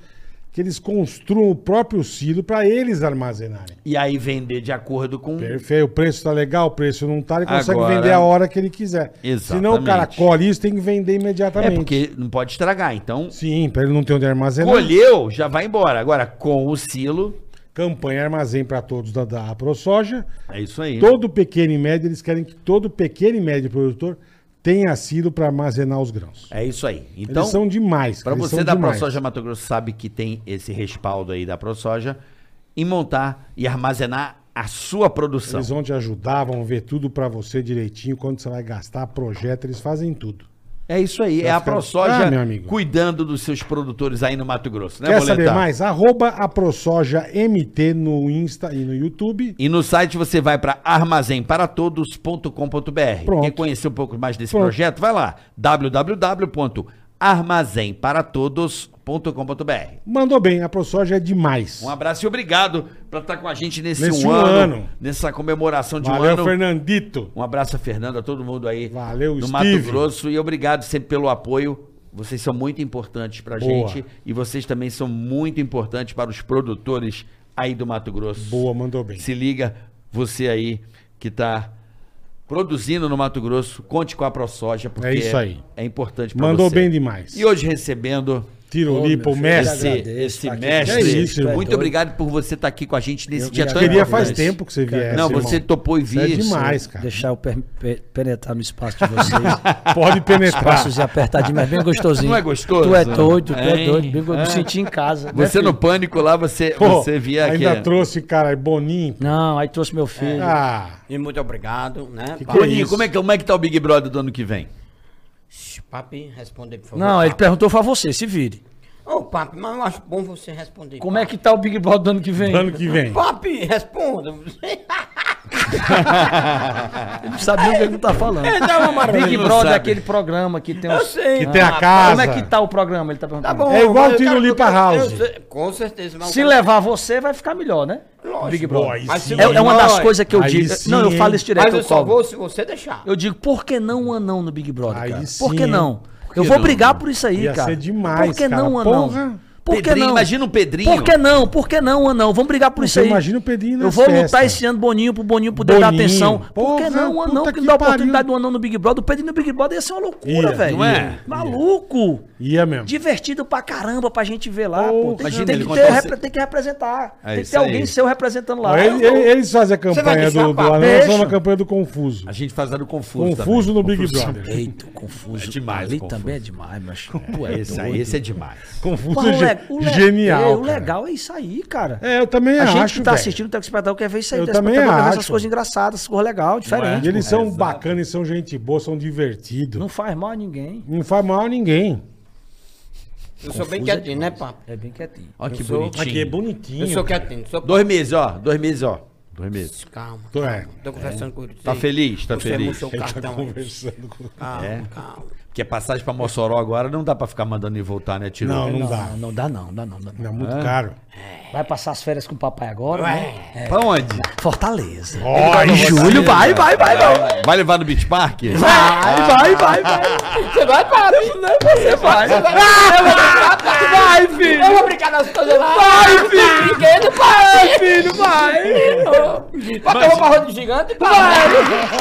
S2: que eles construam o próprio silo para eles armazenarem.
S3: E aí vender de acordo com um, é
S2: Perfeito, o preço tá legal, o preço não tá, ele consegue
S3: Agora-
S2: vender a hora que ele quiser. Senão o
S3: Exatamente.
S2: cara colhe isso, tem que vender imediatamente.
S3: É porque não pode estragar, então
S2: Sim, para ele não ter onde armazenar.
S3: colheu, já vai embora. Agora com o silo,
S2: Campanha Armazém para Todos da, da ProSoja.
S3: é isso aí.
S2: Todo pequeno e médio, eles querem que todo pequeno e médio produtor tenha silo para armazenar os grãos.
S3: É isso aí. Então,
S2: Então, eles são demais.
S3: Pra
S2: eles
S3: você
S2: são
S3: da
S2: demais.
S3: ProSoja Mato Grosso sabe que tem esse respaldo aí da ProSoja em montar e armazenar a sua produção.
S2: Eles vão te ajudar, vão ver tudo para você direitinho, quando você vai gastar, projeto, eles fazem tudo.
S3: É isso aí, é
S2: Vai
S3: a
S2: ficar-
S3: ProSoja
S2: Ah, meu amigo.
S3: cuidando dos seus produtores aí no Mato Grosso, né,
S2: Quer
S3: Boletar?
S2: saber mais? Arroba a ProSoja MT no Insta e no YouTube.
S3: E no site você vai para armazenparatodos.com.br.
S2: Pronto.
S3: Quer conhecer um pouco mais desse
S2: Pronto.
S3: projeto? Vai lá, www.armazenparatodos.com.br.
S2: Mandou bem, a ProSoja é demais.
S3: Um abraço e obrigado pra estar com a gente nesse,
S2: Nesse
S3: um
S2: um
S3: ano,
S2: ano.
S3: nessa comemoração de
S2: Valeu,
S3: um ano.
S2: Fernandito.
S3: Um abraço a Fernando, a todo mundo aí
S2: Valeu,
S3: do Mato
S2: Steve.
S3: Grosso. E obrigado sempre pelo apoio. Vocês são muito importantes pra
S2: Boa.
S3: gente. E vocês também são muito importantes para os produtores aí do Mato Grosso.
S2: Boa, mandou bem.
S3: Se liga, você aí que tá produzindo no Mato Grosso, conte com a ProSoja, porque
S2: É isso aí.
S3: é importante pra
S2: Mandou
S3: você.
S2: bem demais.
S3: E hoje recebendo
S2: Tirolipa,
S4: Ô,
S2: o
S4: meu
S2: mestre.
S4: filho,
S3: esse, esse
S4: agradeço, tá aqui.
S3: mestre.
S2: É isso, irmão.
S3: muito obrigado por você estar aqui com a gente nesse
S4: Eu
S3: dia
S4: que
S3: tão
S2: Queria
S4: agradeço.
S2: faz
S3: importante.
S2: tempo que você viesse.
S3: Não, você
S2: irmão.
S3: topou e
S2: Você é
S3: vir.
S2: demais, cara.
S4: Deixar eu per- pe- penetrar no espaço de
S2: *laughs*
S4: vocês.
S2: Pode penetrar.
S4: Passos e apertadinho, mas bem gostosinho.
S3: Não é gostoso?
S4: Tu é doido, tu é,
S3: Hein?
S4: doido. Bem,
S3: É.
S4: Me senti em casa. né,
S3: Você
S4: filho?
S3: no pânico lá, você,
S2: Pô,
S3: você via aqui. é.
S2: ainda trouxe, cara, Boninho.
S4: Não, aí trouxe meu filho.
S2: Ah,
S5: E muito obrigado, né?
S2: Que
S5: Papi,
S2: que
S3: Boninho,
S2: isso.
S3: como é, que, como é que tá o Big Brother do ano que vem?
S5: papi, responde por favor.
S4: Não, ele
S5: papi.
S4: perguntou pra você, se vire.
S5: Ô, papi, mas eu acho bom você responder.
S4: Como é que tá o Big Brother do ano que vem?
S2: ano que vem.
S3: Ah,
S5: Papi, responda. *laughs*
S4: Ele não sabe nem o que ele
S5: *laughs*
S4: tá falando.
S5: Então, Amaral,
S4: Big
S3: não
S4: Brother é
S3: sabe.
S4: aquele programa que tem
S5: Eu
S4: os...
S5: sei.
S2: Que tem a
S5: papi.
S2: casa.
S4: Como é que tá o programa? Ele tá
S5: Tá
S4: perguntando.
S5: bom.
S2: É igual
S5: mas eu
S2: o Tirolipa
S5: quero-
S2: House.
S5: eu sei- Com certeza. mas eu
S4: Se
S5: quero-
S4: levar você, vai ficar melhor, né?
S5: Lógico.
S4: Big Brother.
S2: Pô, aí
S5: Mas
S2: sim.
S5: se-
S4: É, é uma das
S5: Aí
S4: coisas que eu
S2: sim,
S4: digo.
S2: hein?
S4: Não, eu falo isso direto.
S5: Mas eu só
S4: cobro.
S5: vou se você deixar.
S4: Eu digo, por que não um anão no Big Brother,
S2: Aí
S4: cara?
S2: sim,
S4: Por que
S2: hein?
S4: não?
S3: que
S4: Eu vou
S3: não?
S4: brigar por isso aí,
S2: Ia
S4: cara.
S2: ser demais,
S4: Por que
S2: cara.
S4: não um anão?
S2: Porra.
S4: Por que
S3: Pedrinho,
S4: não?
S3: imagina o Pedrinho.
S4: Por que não? Por que não, um Anão? Vamos brigar por isso
S2: Você
S4: aí.
S2: imagina o Pedrinho
S4: Eu
S2: nas
S4: vou lutar
S2: festas.
S4: esse ano Boninho pro Boninho poder dar
S2: Boninho.
S4: atenção. Por
S2: Porra,
S4: que não, o Anão?
S2: puta
S4: Que
S2: que
S4: dá a
S2: pariu.
S4: oportunidade do Anão no Big Brother. O Pedrinho no Big Brother ia ser uma loucura,
S2: Ia,
S4: velho.
S1: não é?
S4: Maluco.
S2: Ia mesmo.
S4: Divertido pra caramba pra gente ver lá,
S2: Porra,
S4: pô. Tem,
S3: imagina
S4: tem
S3: ele
S4: que
S3: contar
S4: ter,
S3: esse-
S4: repre- tem que representar.
S3: É
S4: tem que
S3: isso
S4: ter alguém
S3: aí.
S4: seu representando lá.
S2: Ele- ele- eles fazem a
S5: vai
S2: campanha
S5: deixar
S2: do, do
S5: pra
S2: Anão, eles
S4: peixe?
S2: fazem a campanha do Confuso.
S3: A gente faz a do Confuso,
S2: Confuso no Big
S4: Confusão,
S2: Brother.
S4: Eita, confuso.
S3: É demais,
S4: Ali
S3: confuso.
S4: também é demais, mas tu
S3: também.
S4: é
S3: Esse
S4: doido.
S3: aí, esse é demais.
S2: *laughs* Confuso
S4: Porra,
S2: é
S4: o
S2: ge-
S4: le- o le-
S2: genial.
S4: é, o
S2: cara.
S4: legal é isso aí, cara.
S2: É, eu também
S4: a
S2: acho.
S4: gente que tá
S2: velho.
S4: assistindo o telespectador quer ver isso aí.
S2: Eu
S4: o
S2: também
S4: telespectador quer ver
S2: acho.
S4: essas coisas engraçadas, coisas legais,
S2: E
S4: diferente.
S2: eles são bacanas, são gente boa, são divertidos.
S4: Não
S2: Não,
S4: faz mal a ninguém.
S2: faz mal a ninguém.
S5: Eu sou bem quietinho, né, papo?
S4: É bem quietinho.
S3: Olha que
S5: sou-
S3: bonitinho.
S2: Aqui é bonitinho.
S5: Eu sou quietinho, sou
S3: Dois meses, ó. Dois meses, ó. Dois meses.
S5: Calma.
S2: Tô, é,
S5: Tô conversando com ele.
S3: Tá feliz? Tá
S5: Você
S3: feliz?
S5: murchou o
S2: ele tá
S5: cartão. aí.
S2: conversando com...
S5: Calma,
S3: É.
S5: calma.
S3: Porque passagem pra Mossoró agora não dá pra ficar mandando ele voltar, né,
S2: *laughs*
S3: Tiro?
S2: Não, não dá.
S4: Não, não dá não, dá não, dá não.
S2: Não, é muito caro.
S4: Vai passar as férias com o papai agora, né? É.
S3: Pra onde?
S4: Fortaleza.
S2: Ó,
S4: Em
S2: isso.
S4: julho, vai, vai, vai, vai.
S3: Vai levar no Beach Park?
S4: É. Vai, vai, vai, vai. Você vai, para, né? Você vai. Vai, filho.
S5: Eu vou brincar nas coisas lá.
S4: Vai, filho.
S5: Brinquedo, pai!
S4: Filho, vai.
S5: Bota uma roupa de gigante, pai!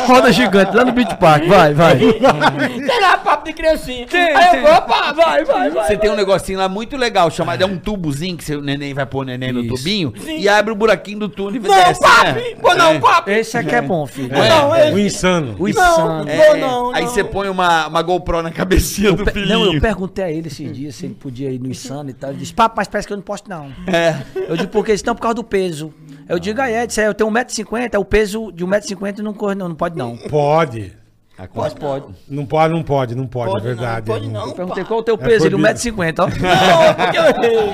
S6: Roda gigante lá no Beach Park, vai, vai.
S5: Tem lá papo de criancinha.
S4: Tem,
S5: Aí
S4: tem.
S5: eu vou, pá, vai,
S4: vai, vai.
S3: Você tem um negocinho lá muito legal chamado. É um tubozinho que você- o neném vai pôr o neném no
S4: Isso.
S3: tubinho e abre o buraquinho do túnel e
S5: Não,
S3: desce, né?
S5: papi! Pô, não, papi!
S4: Esse aqui é bom, filho.
S3: É.
S5: Não, é.
S2: O um insano.
S4: O
S5: Não,
S4: insano. É.
S5: pô, não,
S3: Aí
S5: não.
S3: você põe uma, uma GoPro na cabecinha do
S4: Pe- Não, eu
S3: filhinho.
S4: perguntei a ele esses dias se ele podia ir no Insano e tal. Ele disse, papo, mas parece que eu não posso, não.
S3: É.
S4: Eu digo, por quê? Eles estão por causa do peso. Eu digo, ah, é, disse, é, eu tenho 1,50m, o peso de 1,50m não corre, não, não pode, não.
S2: Pode.
S3: Pode, pode.
S2: Não pode, não pode, não pode, é verdade.
S5: Não, pode não,
S4: Eu perguntei,
S5: pá.
S4: qual é o teu peso? ele,
S2: proibido.
S4: 1,50m, ó.
S5: Não, porque eu errei.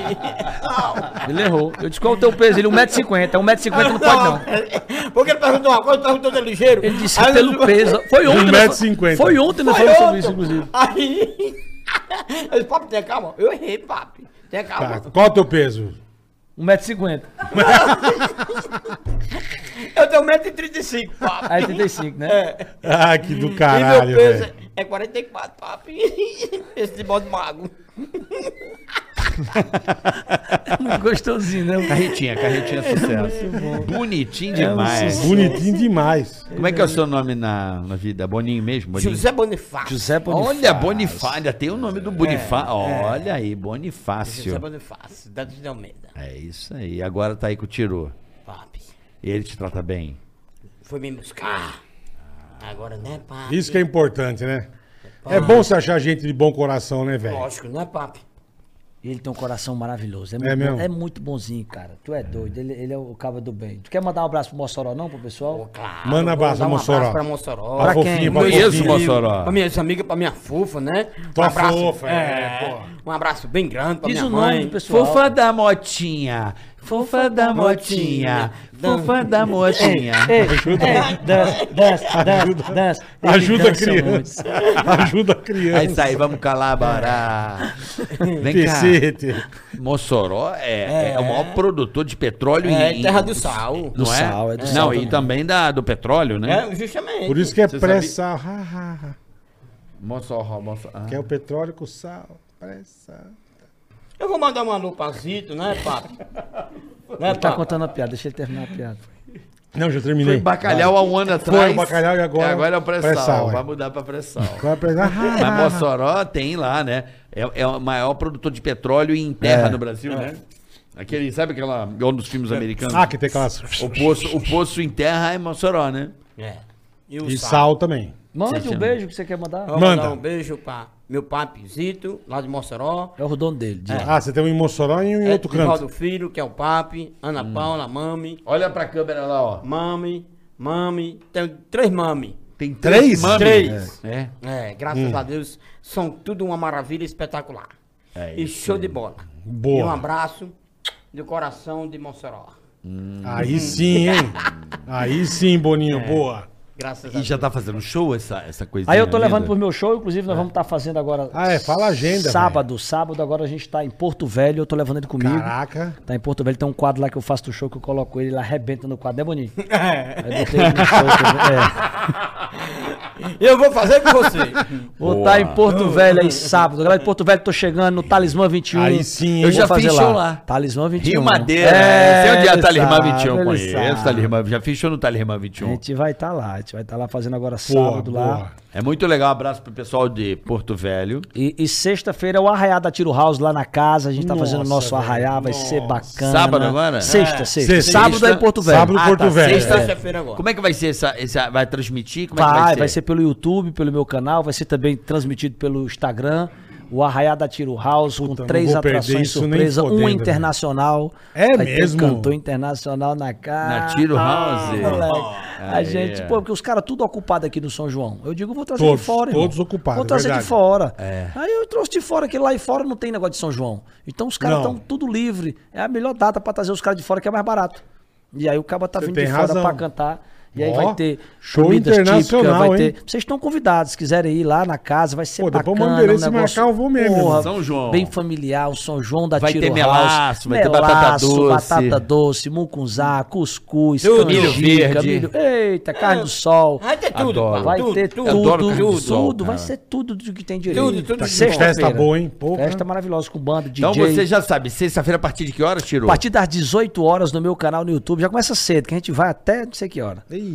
S4: Ele errou. Eu disse, qual é o teu peso? Ele, 1,50m, 1,50m não pode, não.
S5: não. *laughs* Porque ele perguntou uma coisa, perguntou de ligeiro.
S4: Ele disse,
S5: Aí eu-
S4: pelo *laughs* peso. Foi ontem. nós fa-
S2: 1,50m.
S4: Foi ontem, nós
S5: Foi
S4: falamos sobre
S5: outro.
S4: isso, inclusive.
S5: Aí. *laughs* Eu disse, papi, tenha calma. Eu errei, papi. Tenha
S2: Tá,
S5: calma.
S2: Qual é o teu peso? *laughs*
S4: 1,50m.
S5: Eu tenho 1,35m, papi.
S4: Aí 35, né?
S2: Ah, que do
S5: e
S2: caralho,
S5: meu peso
S2: velho.
S5: é 44, papi. *laughs* Esse de bode mago.
S2: É.
S4: Muito gostosinho, né?
S3: Carretinha, carretinha é sucesso. Bonitinho demais.
S2: Bonitinho demais.
S3: Como é que é o seu nome na, na vida? Boninho mesmo? Boninho?
S5: José Bonifácio.
S6: José Bonifácio.
S3: Olha, Bonifácio. Ainda tem o nome do Bonifácio. Olha aí,
S5: José
S3: Bonifácio.
S5: Bonifácio, Dantes de Almeida.
S3: É isso aí. Agora tá aí com o Tiro.
S5: Papi,
S3: Ele te trata bem.
S5: foi me buscar. Agora, né, papi?
S2: Ah. Isso que é importante, né? É bom você achar gente de bom coração, né, velho?
S5: Lógico, né, papi?
S4: Ele tem um coração maravilhoso. É, muito,
S2: mesmo?
S4: bom- é muito bonzinho, cara. Tu é doido. Ele, ele é o cabo do bem. Tu quer mandar um abraço pro Mossoró, não, pro pessoal?
S5: Claro.
S2: Manda abraço,
S5: vou dar um
S2: Mossoró.
S5: abraço pra Mossoró.
S2: Pra
S4: Pra
S2: fofinha,
S4: quem?
S2: pra
S3: Conheço,
S2: fofinha.
S3: Mossoró.
S5: Pra minhas amigas, pra minha fofa, né?
S2: Tua
S5: um abraço,
S2: fofa, é,
S5: é,
S2: porra.
S5: Um abraço bem grande pra
S4: Diz
S5: minha
S4: o nome
S5: mãe.
S4: do pessoal.
S3: Fofa da motinha. Fofa da motinha. Fofa da motinha.
S4: *laughs* Ei, ei, dança, dança, dança, dança. Ele
S2: Ajuda a
S4: dança
S2: criança. *laughs* Ajuda a criança.
S3: É isso aí, vamos colaborar. Vem cá.
S2: Cacete.
S3: Mossoró é, é, o maior produtor de petróleo
S5: É,
S3: em-
S5: terra do sal.
S3: Não é?
S4: sal, é do
S3: Não,
S4: sal
S3: e
S4: também.
S3: também da, do petróleo, né?
S5: É, justamente.
S2: Por isso que é
S3: Você
S2: pré-sal. Ha, ha, ha.
S3: Mossoró, Mossoró.
S2: Que é o petróleo com sal. Pré-sal.
S5: Eu vou mandar um alô pra Zito, né,
S4: *laughs*
S5: papi? né,
S4: Ele tá
S5: papi?
S4: contando a piada, deixa ele terminar a piada.
S2: Não, já
S3: Foi
S2: terminei.
S3: bacalhau há um ano atrás.
S2: o bacalhau e agora-
S3: Agora é o pré-sal.
S2: pré-sal, é.
S3: vai mudar pra pré-sal.
S2: *laughs* Vai precisar.
S3: Mas Mossoró tem lá, né? É, é o maior produtor de petróleo em terra no Brasil, né? Aquele, sabe aquela. Um dos filmes americanos?
S2: Ah, que tem aquelas.
S3: O poço, o poço em terra é Mossoró, né?
S5: É. E o
S2: E sal também.
S4: Mande um beijo que você quer mandar.
S5: Vou
S2: Manda.
S5: mandar um beijo pra meu papi Zito, lá de Mossoró.
S4: É o dono dele. diz lá.
S2: Ah, você tem um em Mossoró e um em
S5: É,
S2: outro canto.
S5: Divaldo Filho, que é o papi. Ana
S4: Hum.
S5: Paula, mami.
S3: Olha pra câmera lá, ó.
S5: Mami, mami. Tem três mami.
S3: Tem
S2: Três?
S3: mames.
S5: Três.
S3: É.
S5: É, graças a Deus, são tudo uma maravilha espetacular.
S3: É
S5: e
S3: isso
S5: show de bola.
S2: Boa.
S5: E um abraço do coração de Mossoró.
S3: É.
S2: Aí sim, hein? Aí sim, Boninho, boa.
S5: Graças a
S3: E
S5: Deus.
S3: já tá fazendo show essa, essa coisinha?
S4: Aí eu tô
S3: linda?
S4: levando pro meu show, inclusive nós vamos estar fazendo agora.
S2: Ah, é, fala a agenda,
S4: Sábado, sábado agora a gente tá em Porto Velho, eu tô levando ele comigo.
S2: Caraca.
S4: Tá em Porto Velho, tem um quadro lá que eu faço do show que eu coloco ele lá, arrebenta no quadro, né, Boninho? Aí botei ele no show também, é.
S5: Eu vou fazer com você.
S4: Vou estar em Porto Velho aí sábado. Galera de Porto Velho, tô chegando no Talismã 21.
S2: Aí sim, hein?
S3: Eu
S4: Eu já
S3: já
S4: fazer
S3: fiz
S4: lá.
S3: show lá.
S4: Talismã 21.
S3: Rio Madeira. né? Sei onde é a
S4: ele
S3: Talirma
S4: sabe,
S3: 21,
S4: ele
S3: conheço.
S4: sabe.
S3: Talirma, é já fiz show no Talirma
S4: A
S3: 21.
S4: gente vai estar lá, a gente vai estar lá fazendo agora
S2: Boa,
S4: sábado lá.
S2: boa.
S3: É muito legal. Abraço pro pessoal de Porto Velho.
S4: E, e sexta-feira é o Arraiá da Tiro House lá na casa. A gente tá fazendo o
S2: Nossa,
S4: nosso Arraiá, vai
S2: velho,
S4: ser
S2: nossa.
S4: bacana.
S3: Sábado agora?
S4: Sexta,
S5: É.
S4: sexta.
S2: Sexta.
S4: Sábado é em Porto Velho.
S2: Sábado,
S4: Ah,
S2: Porto Velho.
S5: Sexta-feira agora.
S3: Como é que vai ser essa... essa- vai transmitir? Como é que
S4: Vai, vai ser pelo YouTube, pelo meu canal, vai ser também transmitido pelo Instagram. O Arraiá da Tiro House,
S2: Puta,
S4: com
S2: não
S4: três
S2: vou perder
S4: atrações
S2: isso nem
S4: surpresa,
S2: fodendo,
S4: uma internacional.
S2: É
S4: Vai ter um
S2: mesmo?
S4: cantor internacional na casa.
S3: Na Tiro House?
S4: moleque. a
S3: Aí,
S4: gente,
S3: é.
S4: pô, porque os caras tudo ocupado aqui no São João. Eu digo, vou trazer
S2: Todos,
S4: de fora. irmão.
S2: todos ocupados, é
S4: Vou trazer
S2: verdade.
S4: de fora.
S3: É.
S4: Aí eu trouxe de fora, que lá e fora não tem negócio de São João. Então os caras
S2: Não.
S4: estão tudo livre. É a melhor data pra trazer os caras de fora, que é mais barato. E aí o cabo tá
S2: Você
S4: vindo
S2: tem
S4: de fora
S2: razão.
S4: pra cantar. E aí
S2: Ó,
S4: vai ter
S2: show
S4: comidas
S2: internacional,
S4: típicas, vai ter.
S2: hein?
S4: Vocês estão convidados, se quiserem ir lá na casa, vai ser
S2: Pô,
S4: bacana. um
S2: depois manda o endereço e
S4: negócio-
S2: marcar, eu vou mesmo, irmão.
S3: São João.
S4: Bem familiar, o São João da
S3: Vai
S4: Tiro
S3: ter
S4: House.
S3: melaço, vai ter batata doce.
S4: batata doce, mucunzá, cuscuz,
S5: Tudo.
S4: canjica,
S3: Milho verde.
S4: milho- Eita, carne do
S5: *laughs*
S4: sol.
S5: Vai ter tudo,
S3: Adoro.
S5: pai.
S4: Vai
S5: tudo,
S4: ter
S5: tudo.
S4: tudo,
S3: adoro
S4: tudo,
S3: carne do sol,
S4: vai
S3: cara.
S4: ser tudo do que tem direito.
S5: Tudo, tudo de
S4: Sexta-feira.
S2: Festa boa, hein? Porra.
S4: Festa maravilhosa com banda, DJ.
S3: Então você já sabe, sexta-feira a partir de que horas,
S4: A
S3: Tiro?
S4: partir das 18 horas no meu canal no YouTube, já começa cedo, que a gente vai até não sei que hora.
S2: Eita.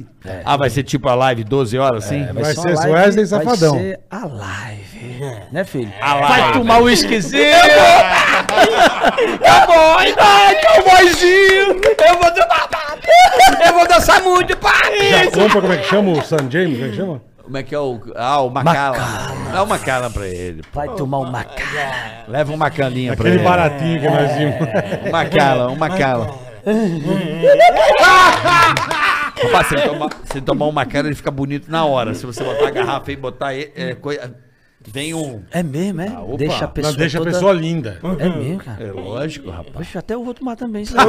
S3: Ah, vai ser tipo a live 12 horas, assim? sim?
S2: Vai
S4: uma
S2: ser
S4: live-
S2: Wesley Safadão.
S4: Vai ser a live. Né, filho?
S3: A
S4: Vai
S3: live.
S4: tomar o esquisito.
S3: Tá
S5: Cowboy, vai, cowboyzinho. Eu vou dançar, eu vou dançar muito, pai.
S2: Já compra, como é que chama? O San James, como é que chama?
S3: Como é que é o... Ah, o Macala. Dá uma Macala pra ele. pô.
S4: Vai tomar uma cara.
S3: Leva uma calinha pra
S2: Aquele
S3: ele. É.
S2: baratinho que nós vimos.
S3: Uma cala, uma cala. *laughs* Rapaz, se ele, tomar, se ele tomar uma cara, ele fica bonito na hora. Se você botar a garrafa e botar e- é, coisa. Vem um.
S4: É mesmo, é?
S3: opa.
S4: deixa a
S3: Não,
S4: pessoa
S2: Não, deixa
S4: toda...
S2: a pessoa linda.
S4: É mesmo, cara.
S3: É lógico, rapaz.
S4: Poxa, até eu vou tomar também. Isso aí.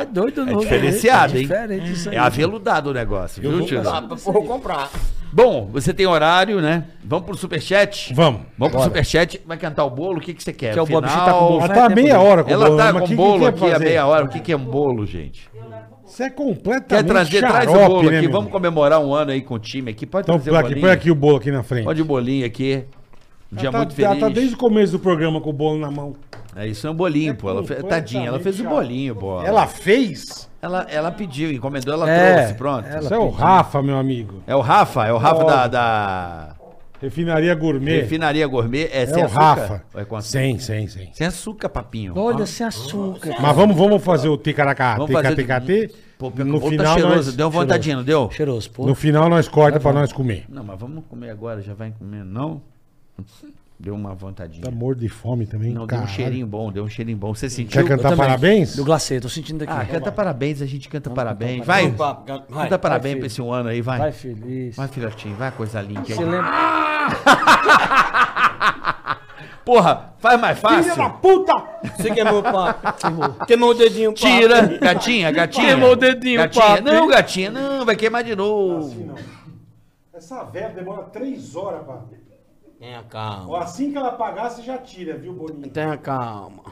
S4: é doido, não.
S3: Diferenciado, hein?
S4: Diferente isso aí.
S3: É aveludado o negócio, viu, tio?
S5: Ah, Vou comprar.
S3: Bom, você tem horário, né? Vamos pro superchat?
S2: Vamos.
S3: Vamos pro superchat. Vai cantar o bolo? O que, que você quer?
S4: Que é o
S3: Final...
S4: Bob Chita com o bolo.
S2: Ela tá a meia hora com o
S3: Ela
S2: bolo,
S3: tá
S2: mas
S3: com
S2: que- que
S3: bolo
S2: quer
S3: aqui a
S2: fazer?
S3: meia hora. O que, que é um bolo, gente?
S2: Você é
S3: Quer
S2: completamente
S3: trazer?
S2: xarope,
S3: Traz o bolo
S2: né,
S3: aqui.
S2: meu?
S3: Vamos comemorar um ano aí com o time aqui. Pode
S2: Então,
S3: trazer
S2: põe
S3: o
S2: aqui,
S3: bolinho.
S2: põe aqui o bolo aqui na frente.
S3: Olha o bolinho aqui. Um dia
S2: Ela tá-
S3: muito feliz.
S2: Ela tá desde o começo do programa com o bolo na mão.
S3: É isso, é um bolinho, pô. Ela fe- Tadinha, ela fez o bolinho, pô.
S2: Ela fez?
S3: ela, ela pediu, encomendou, ela
S4: É,
S3: trouxe, pronto.
S4: ela-
S2: Isso é o Rafa, meu amigo.
S3: É o Rafa, é o Rafa da, da
S2: Refinaria Gourmet.
S3: Refinaria Gourmet. É,
S2: É
S3: sem
S2: o
S3: açúcar?
S2: Rafa.
S3: Ou É com açúcar?
S2: Sim, sim, sim.
S3: Sem açúcar, papinho.
S4: Olha, é sem açúcar.
S2: Mas vamos, vamos fazer o ticaracá,
S3: Vamos fazer-
S2: ticatecatê.
S3: Pô, pior que o
S2: No
S3: bolo
S2: final
S3: tá cheiroso.
S2: nós,
S3: Deu Tá vontadinha, não deu?
S4: Cheiroso, pô.
S2: no final nós corta pra nós comer.
S3: Não, mas vamos comer agora, já vai comer, não? Deu uma vontadinha.
S2: Tá morto de fome também,
S3: não, deu um
S2: caralho.
S3: cheirinho bom, deu um cheirinho bom. Você
S2: Quer
S3: sentiu?
S2: cantar
S4: também.
S2: parabéns?
S4: Do glacê, tô sentindo
S3: Ah,
S4: aqui.
S3: canta parabéns, a gente canta parabéns. Vai,
S5: Opa, vai.
S3: canta parabéns
S4: filho.
S3: pra esse um ano aí,
S4: Vai, filho. Isso.
S3: Vai, filhotinho, vai, coisa linda. aí.
S4: Você lembra?
S3: Porra, faz mais fácil.
S2: Filha da puta!
S5: Você queimou, pai. Queimou o dedinho, pai.
S3: Tira, gatinha, gatinha.
S4: Queimou o dedinho,
S3: gatinha.
S4: papi.
S3: Não, gatinha, não, vai queimar de novo.
S2: Essa velha demora três horas, pá.
S5: Tenha calma.
S2: Assim que ela apagar, você já tira, viu, Boninho?
S5: Tenha calma.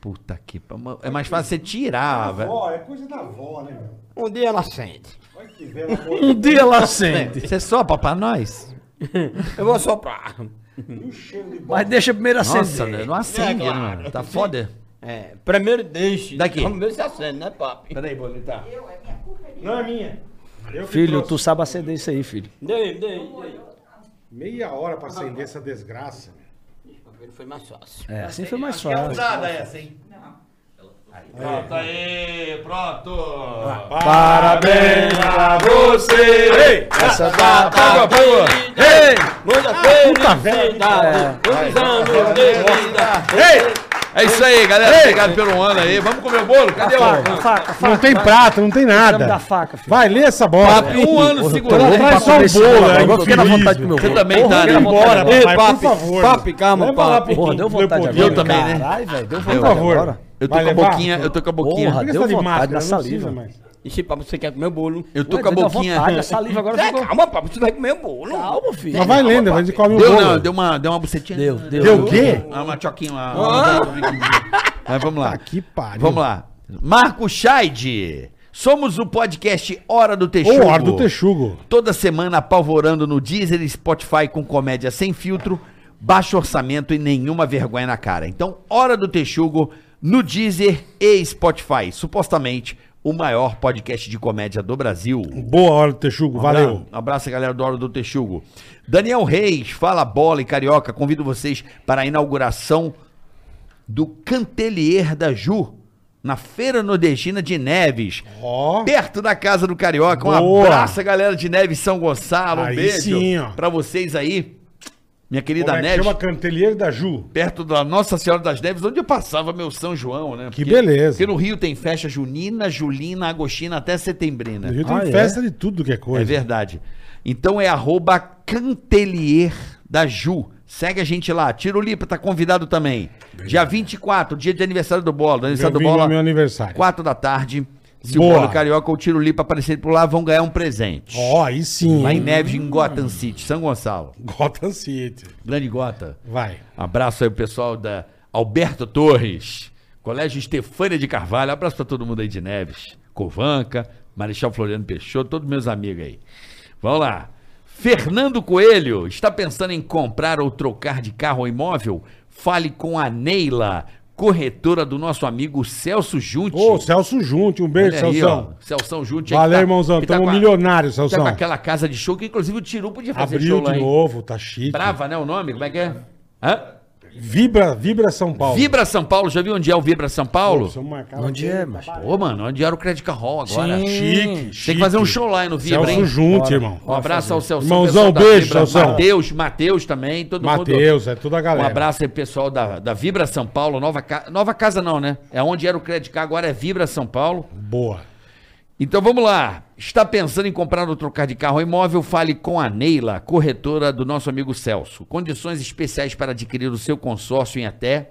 S3: Puta que pariu. É mais fácil você tirar, velho.
S2: é coisa da avó, né, meu?
S5: Um dia ela sente.
S2: Olha que velha
S4: Um dia ela sente.
S3: Você sopra é pra nós?
S5: Eu vou soprar.
S2: o cheiro de
S4: Mas deixa primeiro
S3: Nossa,
S4: acender.
S3: né? não acende, né, mano? Tá foda?
S5: É, primeiro deixe.
S3: Daqui.
S5: Primeiro se acende, né, papi?
S3: Peraí, Bolita.
S2: Não é minha. Eu que
S4: Filho,
S2: trouxe.
S4: tu sabe acender isso aí, filho.
S5: Dei, dei, dei.
S2: Meia hora pra acender essa desgraça. meu.
S5: Primeiro foi mais fácil.
S4: É, assim foi mais fácil.
S3: Usada essa, hein? Pronto aí, pronto!
S2: Parabéns pra
S3: você! Essa data! Pagou, pagou!
S5: Ei! Muita
S4: velha.
S5: felicidade! Muitos anos de vida!
S3: Ei! É isso aí, galera. Obrigado pelo um ano aí. Vamos comer o bolo? Cadê o
S4: Faca, faca, faca.
S2: Não tem prato, não tem nada.
S4: da faca, filho.
S2: Vai, lê essa bola.
S3: Papi, um ano segurando.
S2: Traz
S3: Pra
S2: só
S4: comer
S2: o
S4: esse
S2: bolo,
S4: bolo,
S2: é
S4: agora fiquei na vontade com meu
S3: Você
S4: bolo.
S3: também
S4: Porra,
S3: tá,
S4: eu
S3: né?
S4: quero
S2: Embora,
S4: vontade
S2: papai,
S4: agora.
S5: papi,
S2: por favor.
S5: papi, calma,
S2: Leva lá
S5: papi.
S2: pro
S4: Porra, deu
S2: pro
S4: vontade
S2: Leopoldino.
S4: agora.
S3: Eu também, né?
S4: Caralho, velho, deu
S2: Por
S4: vontade
S2: favor.
S4: agora.
S3: Eu tô
S2: Vai
S3: com a
S2: levar?
S3: boquinha, eu tô com a
S4: Porra,
S3: boquinha.
S2: Por que
S4: deu
S2: você tá de máscara?
S4: vontade
S2: Não
S4: na saliva.
S2: precisa mais.
S5: E Ixi, papo, você quer comer o bolo?
S3: Eu tô
S4: Ué,
S3: com a
S4: deu uma
S3: boquinha.
S4: vontade, a saliva agora
S5: Zé,
S4: ficou...
S5: calma, papo, você vai comer o bolo.
S4: Calma, filho.
S2: Mas vai lendo, vai de come o
S3: Deu,
S2: bolo.
S3: não, deu uma, deu uma bucetinha.
S4: Deu, deu.
S2: Deu o quê?
S3: Ah, uma choquinha. Uma, uma- Mas vamos lá.
S2: Tá que pariu.
S3: Vamos lá. Marco Scheid. Somos o podcast Hora do Texugo.
S2: Ô, hora do texugo.
S3: Toda semana apavorando no Deezer e Spotify com comédia sem filtro, baixo orçamento e nenhuma vergonha na cara. Então, Hora do Texugo no Deezer e Spotify. Supostamente o maior podcast de comédia do Brasil.
S2: Boa hora do texugo, valeu.
S3: Um abraço, galera do Hora do Texugo. Daniel Reis, Fala Bola e Carioca, convido vocês para a inauguração do Cantelier da Ju, na Feira Nordestina de Neves,
S2: Ó.
S3: perto da Casa do Carioca. Um
S2: Boa.
S3: abraço, galera de Neves São Gonçalo. Um
S2: Aí
S3: beijo
S2: sim, ó.
S3: pra vocês aí, minha querida
S2: Como é que
S3: Neves.
S2: chama Cantelheiro da Ju.
S3: Perto da Nossa Senhora das Neves, onde eu passava meu São João, né?
S2: Que beleza.
S3: Porque no Rio tem festa junina, julina, agostina, até setembrina.
S2: No Rio tem
S6: Ah, é?
S2: festa de tudo que é
S3: Né? É
S2: coisa.
S3: verdade. Então é arroba Cantelier da Ju. Segue a gente lá. Tirolipa tá convidado também. Dia 24, dia de aniversário do Bola. Do
S2: Eu
S3: aniversário do
S2: vim no meu
S3: Bola,
S2: aniversário.
S3: 4 da tarde. Se
S2: Boa.
S3: o Bola o Carioca ou o Tirolipa aparecerem por lá, vão ganhar um presente.
S2: Ó, aí sim.
S3: Lá em
S2: hein?
S3: Neves, em Gotham City, São Gonçalo.
S2: Gotham City.
S3: Grande Gota.
S2: Vai.
S3: Abraço aí o pessoal da Alberto Torres, Colégio Estefânia de Carvalho. Abraço pra todo mundo aí de Neves, Covanca, Marechal Floriano Peixoto, todos meus amigos aí. Vamos lá. Fernando Coelho, está pensando em comprar ou trocar de carro ou imóvel? Fale com a Neila, corretora do nosso amigo Celso Junte.
S2: Ô, Celso Junte, um beijo,
S3: Olha aí,
S2: Celso.
S3: ó, Celso Junte. aí
S2: Valeu,
S3: que tá-
S2: irmãozão.
S3: que tá
S2: Tamo
S3: com a-
S2: milionário,
S3: Tá com
S2: Celso.
S3: aquela casa de show que inclusive o Tiru podia fazer
S2: Abriu
S3: show lá,
S2: de
S3: hein?
S2: novo, tá chique.
S3: Brava, né, o nome? Como é que é? Hã?
S2: Vibra, vibra São Paulo.
S3: Vibra São Paulo, já viu onde é o Vibra São Paulo?
S2: Vamos marcar
S6: Onde
S2: lá.
S6: é, macho?
S3: Pô, mano, onde era o Credit Card Hall agora?
S4: Sim.
S2: Chique, chique.
S3: Tem que fazer um show lá aí no Vibra,
S2: Celso
S3: hein?
S2: Junte, irmão.
S3: Um abraço ao Celso.
S2: Irmãozão, beijo, Celsão.
S3: Matheus, Matheus também, todo mundo.
S2: Matheus, é toda a
S3: Um
S2: galera.
S3: abraço aí, pessoal da, da Vibra São Paulo, nova, ca- nova casa não, né? É onde era o Credit Card, agora é Vibra São Paulo.
S2: Boa.
S3: Então vamos lá. Está pensando em comprar ou trocar de carro ou imóvel? Fale com a Neila, corretora do nosso amigo Celso. Condições especiais para adquirir o seu consórcio em até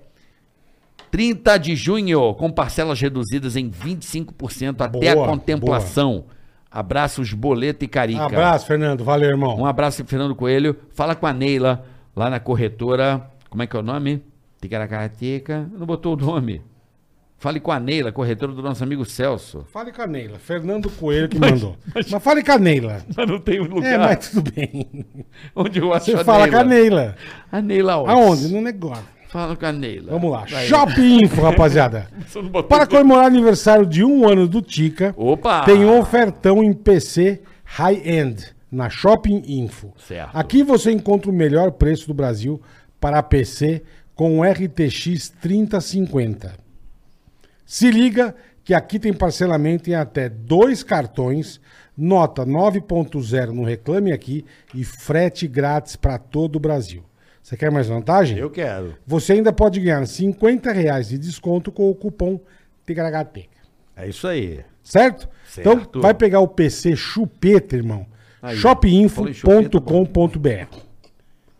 S3: 30 de junho, com parcelas reduzidas em 25% até
S2: Boa,
S3: a contemplação. Abraços, Boleta e Carica.
S2: Abraço, Fernando. Valeu, irmão.
S3: Um abraço, Fernando Coelho. Fala com a Neila, lá na corretora. Como é que é o nome? Ticaracateca. Não botou o nome. Fale com a Neila, corretora do nosso amigo Celso.
S2: Fale com a Neila. Fernando Coelho que mandou. Mas, fale com a Neila.
S1: Mas não tem um lugar
S2: É, mas tudo bem.
S3: Onde eu acho
S2: Você fala com a Neila.
S3: A Neila Oz.
S2: Aonde? No negócio.
S3: Fala com a Neila.
S2: Vamos lá.
S3: Vai.
S2: Shopping Info, rapaziada.
S1: Você não botou
S2: Para
S1: isso.
S2: comemorar o aniversário de um ano do Tica,
S3: Opa!
S2: tem um ofertão em PC high-end na Shopping Info.
S3: Certo.
S2: Aqui você encontra o melhor preço do Brasil para PC com o RTX 3050. Se liga que aqui tem parcelamento em até dois cartões, nota 9.0 no Reclame Aqui e frete grátis para todo o Brasil. Você quer mais vantagem?
S3: Eu quero.
S2: Você ainda pode ganhar R$ 50 reais de desconto com o cupom TGHT.
S3: É isso aí.
S2: Certo?
S3: Certo.
S2: Então vai pegar o PC chupeta, irmão.
S3: Aí, falei chupeta,
S2: shopinfo.com.br.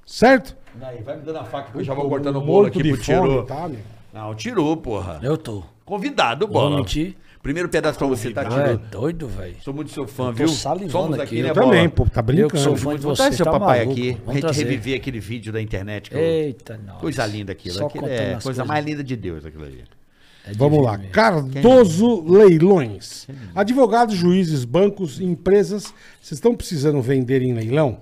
S2: Certo?
S3: Aí, vai me dando a faca que eu já vou cortando o
S4: um
S3: bolo
S2: Morto
S3: aqui
S2: de
S3: pro
S2: fome,
S3: Tiro.
S2: tá, meu?
S3: Não, tirou, porra.
S4: Eu tô.
S3: Convidado, bola.
S4: Gente.
S3: Primeiro pedaço pra você, tá,
S4: É
S3: Tiro?
S4: doido, velho.
S3: Sou muito seu fã,
S4: tô
S3: viu?
S4: salivando
S3: Somos
S4: aqui.
S3: né,
S4: Eu
S3: bola?
S2: Também, pô, tá
S4: Eu que sou
S2: brincando.
S4: fã
S3: Vontade
S4: de
S3: de
S4: você,
S3: seu
S4: tá
S3: papai
S4: maluco.
S3: aqui. A
S4: Vamos
S3: gente
S4: trazer.
S3: reviver aquele vídeo da internet. que eu-
S4: Eita, nossa.
S3: Coisa linda aquilo.
S4: Só
S3: aquilo
S4: contando
S3: é
S4: as
S3: coisa
S4: coisas. É
S3: mais linda de Deus aquilo ali.
S2: Vamos lá.
S4: né?
S2: Cardoso Leilões. Advogados, juízes, bancos, empresas, vocês estão precisando vender em leilão?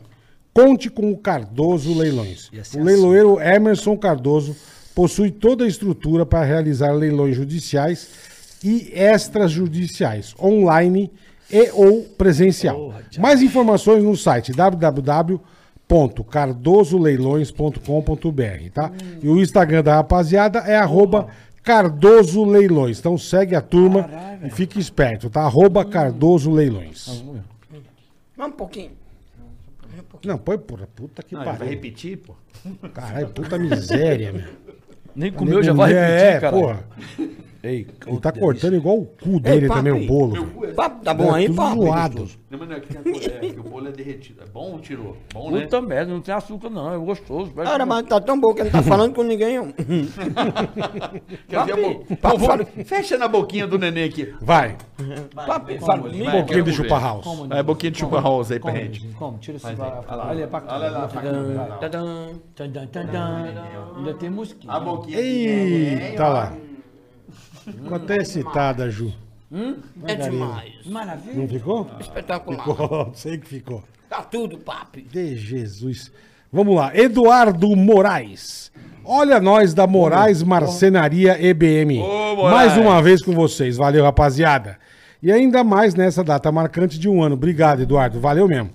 S2: Conte com o Cardoso Leilões.
S4: Ia ser
S2: O leiloeiro Emerson Cardoso possui toda a estrutura para realizar leilões judiciais e extrajudiciais, online e ou presencial. Mais informações no site www.cardosoleilões.com.br, tá? E o Instagram da rapaziada é arroba Cardoso Leilões. Então segue a turma e fique esperto, tá? Arroba Cardoso
S4: Tá
S2: Leilões.
S5: Vamos um pouquinho.
S2: Não, põe, porra, puta que
S4: Ah,
S3: Não, ele Ah, vai
S2: pariu.
S3: repetir, pô.
S2: Caralho, puta miséria, meu.
S4: Nem comeu, já vai
S2: É,
S4: repetir,
S2: é,
S4: cara.
S2: porra. Ei, ele tá cortando igual o cu dele
S5: papi,
S2: também, o bolo. velho.
S5: Papo, tá bom aí,
S2: é tudo
S5: papo?
S2: zoado.
S3: Não, mas não é que tem a colher, que o bolo é derretido. É bom ou tirou? Bom, né?
S6: Puta merda, não tem açúcar não, é gostoso. velho.
S5: Cara, mas tá tão bom que não tá falando com ninguém. ó.
S3: Quer ver a bo- Não, vamos- Fecha na boquinha do neném aqui.
S2: Vai,
S5: Papi, fala comigo.
S2: um
S3: Vai,
S2: pouquinho
S3: quero
S2: de
S3: ver.
S2: chupa house.
S3: É, boquinha de chupa rosa aí pra
S4: Como,
S3: gente.
S4: como? Tira esse Olha é pra cá.
S3: Olha lá, pra cá.
S4: Tadã, tadã, tadã, tadã. Ainda tem mosquito.
S3: A boquinha de neném,
S2: Eita tá
S3: ó.
S2: lá. Ficou até excitada, Ju.
S5: É demais.
S2: Não
S4: Maravilha.
S2: ficou? *laughs*
S5: Espetacular.
S2: Ficou, sei que ficou.
S5: Tá tudo, papi.
S2: De Jesus. Vamos lá, Eduardo Moraes. Olha nós da Moraes Marcenaria EBM.
S3: Ô, Moraes.
S2: mais uma vez com vocês. Valeu, rapaziada. E ainda mais nessa data marcante de um ano. Obrigado, Eduardo. Valeu mesmo.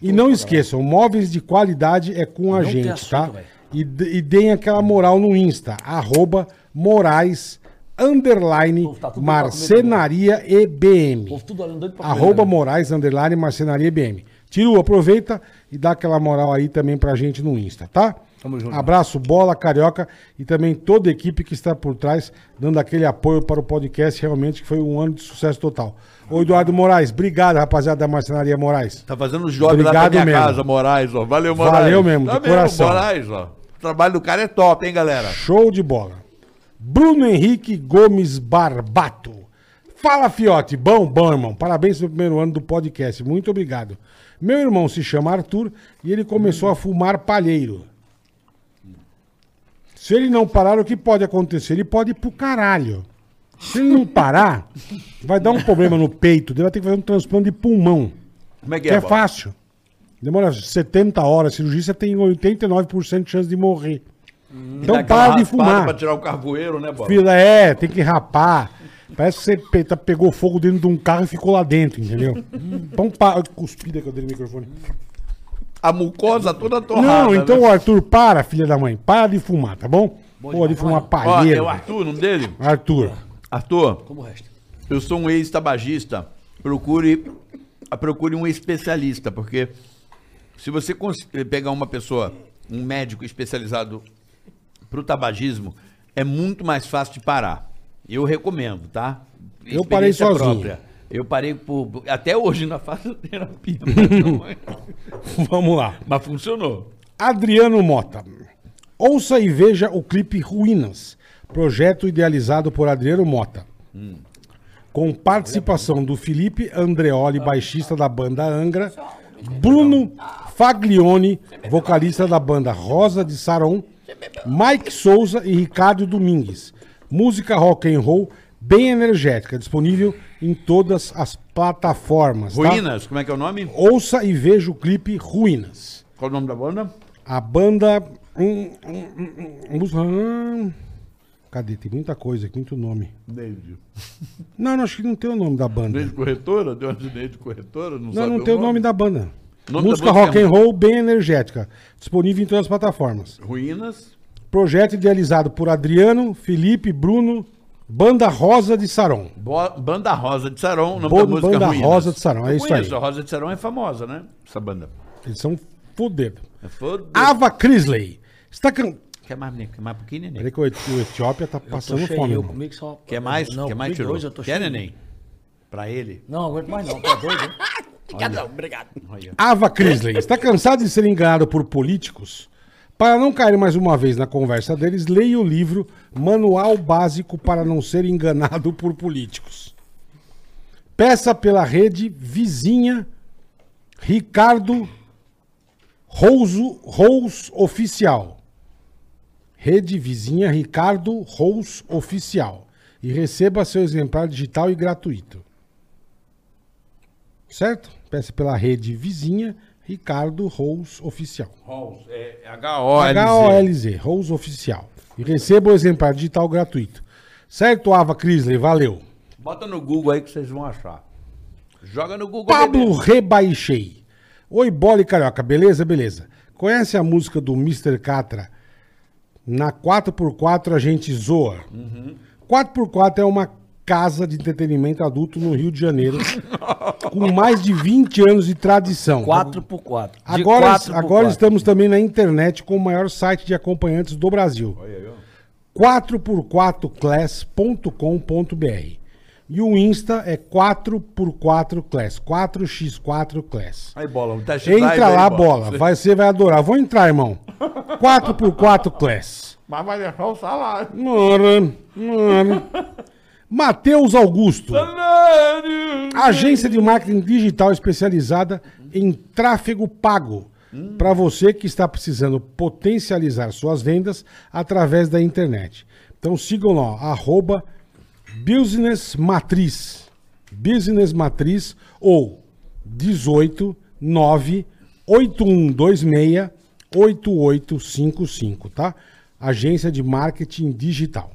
S2: E não esqueçam, móveis de qualidade é com a
S4: Não tem
S2: gente,
S4: assunto,
S2: tá?
S4: velho.
S2: E, d- e deem aquela moral no Insta, arroba Moraes, underline,
S4: Povo, tá tudo bem pra comer
S2: Marcenaria EBM.
S4: O povo tudo olhando doido pra
S2: Arroba
S4: comer, né?
S2: Moraes, underline, marcenaria BM. Tiro, aproveita e dá aquela moral aí também pra gente no Insta, tá? Abraço, bola, carioca e também toda a equipe que está por trás, dando aquele apoio para o podcast, realmente, que foi um ano de sucesso total. Ô, Eduardo Moraes, obrigado, rapaziada da Marcenaria Moraes.
S3: Tá fazendo os jogos lá
S2: Obrigado
S3: pra minha
S2: mesmo.
S3: casa, Moraes, ó. Valeu, Moraes.
S2: Valeu mesmo,
S3: tá
S2: de coração.
S3: Moraes, ó. O trabalho do cara é top, hein, galera?
S2: Show de bola. Bruno Henrique Gomes Barbato. Fala, Fiote. Bom, bom, irmão. Parabéns pelo primeiro ano do podcast. Muito obrigado. Meu irmão se chama Arthur e ele começou a fumar palheiro. Se ele não parar, o que pode acontecer? Ele pode ir pro caralho. Se ele não parar, vai dar um problema no peito. Ele vai ter que fazer um transplante de pulmão.
S3: Como é que
S2: Que é
S3: é, Bola?
S2: fácil. Demora 70 horas. Cirurgia, você tem 89% de chance de morrer. Então
S3: Hum. Dá
S2: para
S3: aquela
S2: de
S3: raspada
S2: fumar.
S3: Pra tirar o carvoeiro, né, Bola?
S2: Fila é, tem que rapar. Parece que você pe- tá- pegou fogo dentro de um carro e ficou lá dentro, entendeu?
S3: Hum.
S2: Então, pa... Ai, que Cuspida que eu dei no microfone.
S3: A mucosa toda torrada.
S2: Não, então,
S3: né?
S2: Arthur, para, filha da mãe. Para de fumar, tá bom? Pô, de fumar
S3: Ó, é
S2: palheiro.
S3: o Arthur, o nome dele?
S2: Arthur,
S3: Arthur,
S4: Como né, o resto.
S3: eu sou um ex-tabagista. Procure, procure um especialista, porque se você cons- pegar uma pessoa, um médico especializado pro tabagismo, é muito mais fácil de parar. Eu recomendo, tá?
S2: Eu parei
S3: Experiência
S2: sozinho.
S3: Eu parei por. Até hoje na faço
S2: *laughs*
S3: terapia. mas não-
S2: vamos lá.
S3: mas funcionou.
S2: Adriano Mota. Ouça e veja o clipe Ruínas, projeto idealizado por Adriano Mota. Com participação do Felipe Andreoli, baixista da banda Angra, Bruno Faglione, vocalista da banda Rosa de Saron, Mike Souza e Ricardo Domingues. Música rock and roll bem energética, disponível em todas as plataformas. tá?
S3: Ruínas, como é que é o nome?
S2: Ouça e veja o clipe Ruínas.
S3: Qual o nome da banda?
S2: A banda. hum, hum, hum, hum, música- hum. Cadê? Tem muita coisa aqui, muito nome.
S3: Neide.
S2: Não, não, acho que não tem o nome da banda.
S3: Neide corretora? Deu uma de Neide corretora? Não,
S2: Não,
S3: sabe
S2: não tem o nome da banda.
S3: Nome da
S2: música
S3: música
S2: rock
S3: é-
S2: and roll bem energética. Disponível em todas as plataformas.
S3: Ruínas.
S2: Projeto idealizado por Adriano, Felipe, Bruno, Banda Rosa de Saron.
S3: Bo- Banda Rosa de Sarão, o nome
S2: Bo-
S3: da música
S2: Banda
S3: Ruínas.
S2: Rosa de Sarão, é
S3: Eu
S2: isso aí.
S3: conheço, A Rosa de Sarão é famosa, né? Essa banda.
S2: Eles são fodidos.
S3: É foda.
S4: Ah!
S2: Ava Crisley. Está can...
S3: Quer mais, né? Quer mais um pouquinho, neném?
S2: Peraí que o Eti- o Etiópia tá
S4: Tô
S2: passando
S4: cheio,
S2: fome.
S4: eu
S2: irmão.
S4: comigo só...
S3: Quer mais?
S4: Não,
S3: Quer mais
S4: comigo
S3: tirou?
S4: dois, eu tô
S3: Quer,
S4: cheio.
S3: neném? Pra ele.
S4: Não, aguento mais não, tá
S3: *laughs*
S4: doido, hein?
S5: Obrigado, obrigado.
S2: Ava Crisley está cansado de ser enganado por políticos? Para não cair mais uma vez na conversa deles, leia o livro Manual Básico para não ser enganado por políticos. Peça pela rede vizinha Ricardo Rouso Rous Oficial. Rede vizinha Ricardo Rous Oficial. E receba seu exemplar digital e gratuito. Certo? Peça pela rede vizinha Ricardo Rous Oficial.
S3: Halls, é H-O-L-Z.
S2: H-O-L-Z, Rous Oficial. E receba o exemplar digital gratuito. Certo, Ava Crisley? Valeu.
S3: Bota no Google aí que vocês vão achar. Joga no Google.
S2: Pablo
S3: bebê.
S2: Rebaixei. Oi, bola e carioca, beleza? Beleza. Conhece a música do Mr. Catra? Na 4x4 a gente zoa. 4x4 é uma casa de entretenimento adulto no Rio de Janeiro com mais de 20 anos de tradição.
S4: 4x4.
S2: Agora, agora estamos também na internet com o maior site de acompanhantes do Brasil. 4x4class.com.br. E o Insta é 4x4class, 4x4class.
S3: Aí, bola. Tá
S2: Entra lá, bola. Vai, você vai adorar. Vou entrar, irmão. 4x4class.
S1: Mas vai deixar o salário.
S2: Mano, mano. Matheus Augusto. Agência de marketing digital especializada em tráfego pago. Para você que está precisando potencializar suas vendas através da internet. Então sigam lá, arroba Business Matriz. Business Matriz ou 18 9 8126 8855, tá? Agência de Marketing Digital.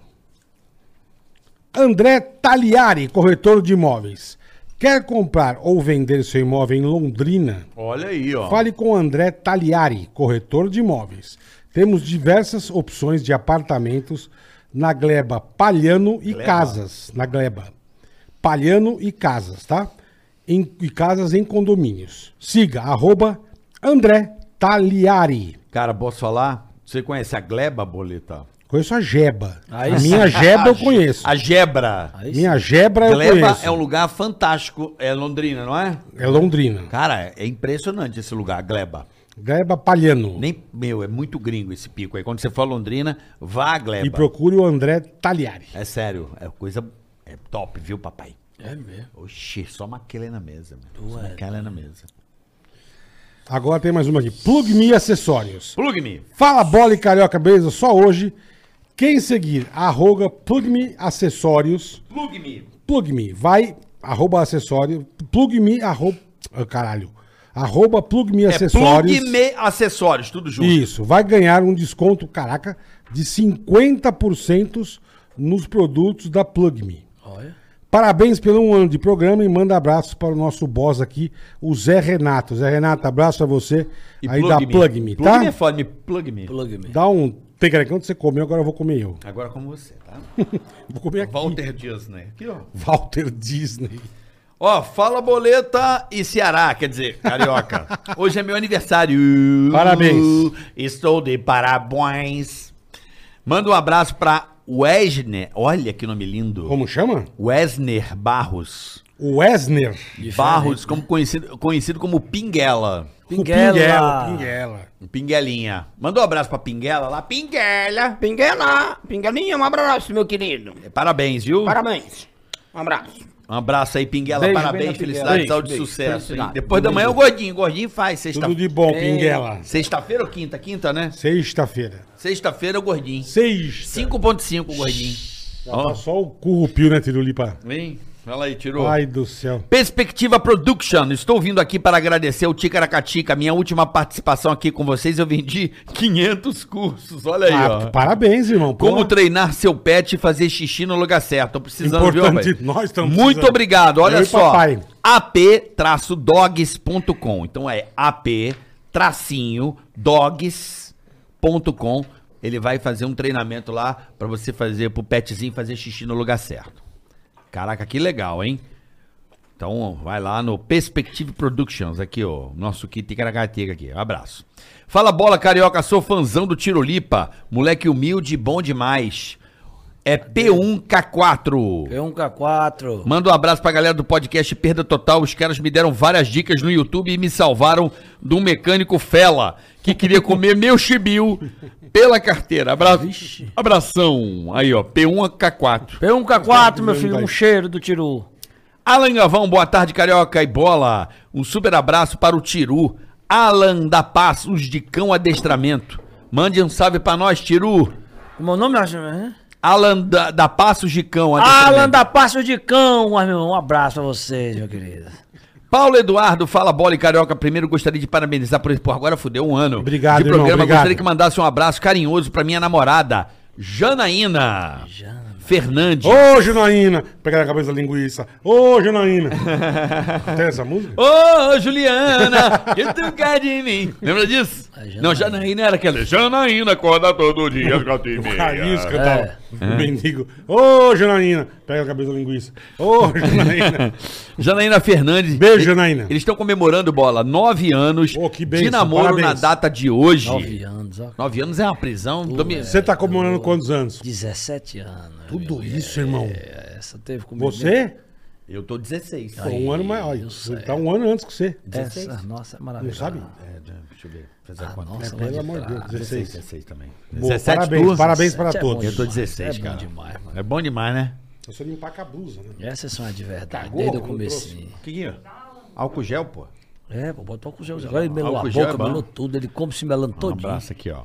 S2: André Taliari, corretor de imóveis. Quer comprar ou vender seu imóvel em Londrina?
S3: Olha aí, ó.
S2: Fale com André Taliari, corretor de imóveis. Temos diversas opções de apartamentos na Gleba Palhano e Casas. Na Gleba. Palhano e Casas, tá? Em- e Casas em condomínios. Siga, arroba André Taliari.
S3: Cara, posso falar? Você conhece a Gleba, Boleta?
S2: Conheço a Jeba.
S4: Aí
S2: a
S4: sim.
S2: minha Jeba eu
S3: Ge-
S2: conheço.
S3: A Gebra.
S4: Aí sim.
S2: Minha Jebra eu
S3: Gleba
S2: conheço.
S3: é um lugar fantástico. É Londrina, não é?
S2: É Londrina.
S3: Cara, é impressionante esse lugar, Gleba.
S2: Gleba Palhano.
S3: Nem, meu, é muito gringo esse pico aí. Quando você for a Londrina, vá a Gleba.
S2: E procure o André Taliari.
S3: É sério, é coisa é top, viu, papai? É mesmo. é Oxi, só maquele na mesa, mano. Só maquele na mesa.
S2: Agora tem mais uma aqui. Plug Me Acessórios.
S3: Plug-me.
S2: Fala bola e carioca, beleza? Só hoje. Quem seguir, arroga plugme acessórios.
S3: Plug-me.
S2: Plugme, vai, arroba acessório. Plugme, arroba. ah, caralho. Arroba plugme
S3: É
S2: acessórios.
S3: plug-me acessórios, tudo junto.
S2: Isso, vai ganhar um desconto, caraca, de 50% nos produtos da Plugme.
S4: Olha.
S2: Parabéns pelo um ano de programa e manda abraços para o nosso boss aqui, o Zé Renato. Zé Renato, abraço a você
S3: E
S2: aí da Plugme,
S3: plug-me.
S2: tá?
S3: Plug-me é foda, me plug-me.
S4: Plug me.
S2: Dá um tecarecão que você comeu, agora eu vou comer eu.
S3: Agora como você, *laughs* tá?
S2: Vou comer aqui.
S3: Walter Dias, né? Aqui, ó.
S2: Walter Disney.
S3: Ó, fala boleta e Ceará, quer dizer,
S6: *laughs*
S3: carioca. Hoje é meu aniversário.
S2: Parabéns.
S3: Estou de parabéns. Manda um abraço pra Wesner. Olha que nome lindo.
S2: Como chama?
S3: Wesner Barros.
S2: O Wesner.
S3: Barros, como conhecido, conhecido como Pinguela.
S2: O
S4: Pinguela.
S2: Pinguela. Pinguela.
S3: Pinguelinha. Manda um abraço pra Pinguela lá. Pinguela!
S5: Pinguela, Pinguelinha, um abraço, meu querido.
S3: É, Parabéns, viu?
S5: Parabéns. Um abraço.
S3: Um abraço aí, Pinguela.
S6: Beijo, bem
S3: Parabéns,
S6: na Pinguela.
S3: felicidades,
S6: Beijo,
S3: saúde e
S6: beijo,
S3: sucesso. hein?
S6: felicidade.
S3: Depois da manhã o gordinho. Gordinho faz. Sexta...
S2: Tudo de bom, Pinguela.
S3: Sexta-feira ou quinta? Quinta, né?
S2: Sexta-feira.
S3: Sexta-feira o gordinho.
S2: Sexta.
S3: 5.5 o gordinho.
S2: Já
S3: Ó.
S2: tá só o currupio, né, Tirulipa?
S3: Vem. Olha aí, tirou.
S2: Ai do céu.
S3: Perspectiva Production, estou vindo aqui para agradecer ao Ticaracatica, minha última participação aqui com vocês, eu vendi 500 cursos, olha aí,
S2: Ah,
S3: ó.
S2: parabéns, irmão. Pô,
S3: Como treinar seu pet e fazer xixi no lugar certo. Tô precisando,
S2: Importante,
S3: viu, rapaz?
S2: nós estamos
S3: Muito
S2: precisando.
S3: obrigado. Olha
S2: Eu e
S3: só.
S2: papai.
S3: ap-dogs.com. Então é ap-dogs.com. Ele vai fazer um treinamento lá pra você fazer pro petzinho fazer xixi no lugar certo. Caraca, que legal, hein? Então, vai lá no Perspective Productions, aqui, ó. Nosso kit Ticaracateca aqui. Um abraço. Fala bola, carioca. Sou fãzão do Tirolipa. Moleque humilde, e bom demais. É P1K4.
S4: P1K4.
S3: Manda um abraço pra galera do podcast Perda Total. Os caras me deram várias dicas no YouTube e me salvaram de um mecânico fela que queria comer meu chibiu pela carteira. Abra... Abração. Aí, ó. P1K4.
S4: P1K4, meu filho, um cheiro do Tiru.
S3: Alan Gavão, boa tarde, Carioca e Bola. Um super abraço para o Tiru. Alan da Passos de Cão Adestramento. Mande um salve para nós, Tiru.
S4: Como é o nome? né?
S3: Alan da, da Passos de Cão
S4: Alan da Passo de Cão, mas, meu irmão, um abraço pra vocês, meu querido.
S3: Paulo Eduardo, fala bola e carioca. Primeiro gostaria de parabenizar por isso. Pô, agora fudeu um ano.
S2: Obrigado,
S3: de
S2: irmão,
S3: programa.
S2: obrigado.
S3: Gostaria que mandasse um abraço carinhoso pra minha namorada, Janaína. Fernandes.
S2: Ô, Janaína! Pegar a cabeça da linguiça. Ô,
S3: *laughs*
S2: Janaína! Tem essa música?
S3: Ô, Juliana, que tu quer de mim? Lembra disso?
S4: É, Janaína.
S3: não, Janaína era aquela.
S1: Janaína acorda todo dia,
S2: *laughs*
S1: gato e meia.
S2: Raiz
S3: é.
S2: cantava. O mendigo. Ô, Janaína! Pega a cabeça da linguiça. Ô,
S3: *laughs*
S2: Janaína!
S3: Janaína Fernandes.
S2: Beijo,
S3: E-
S2: Janaína.
S3: Eles estão comemorando, bola, nove anos
S2: Ô, que bênção,
S3: de namoro na
S2: parabéns.
S3: data de hoje.
S4: Nove
S3: Nove,
S4: anos, é. ó.
S3: anos é uma prisão. domi-
S2: Você tá comemorando quantos anos?
S4: 17 anos. É,
S2: Tudo isso, irmão.
S4: Essa teve comigo.
S2: Você?
S3: Eu tô é, 16.
S2: Pô, um ano mais. olha, Você tá um ano antes que você.
S4: Essa, nossa, é
S2: Não
S4: maravilhosa.
S2: sabe?
S3: né, Deixa eu ver. Fazer
S4: Ah, nossa, lá
S2: Pelo amor de Deus.
S3: Ah,
S4: trás.
S2: 16.
S3: 16 também.
S2: Boa,
S3: 17
S2: parabéns,
S3: turmas.
S2: parabéns para
S4: Sete é
S2: todos.
S4: bom
S3: Eu tô
S4: demais,
S3: 16,
S4: é
S3: cara.
S4: Bom demais, mano.
S3: É bom demais, né?
S2: Eu só limpar Então com a blusa, né?
S4: Essas são as de verdade,
S2: Cagou
S4: desde o
S2: quando
S4: comecinho.
S3: Que que é? Álcool gel, pô.
S4: É, pô, botou com o Ah, gel. Agora ele
S2: Ah,
S4: melou a
S3: Álcool gel é
S4: boca,
S3: bom.
S4: melou tudo, ele come se melando
S3: Um
S4: todinho.
S3: abraço aqui, ó.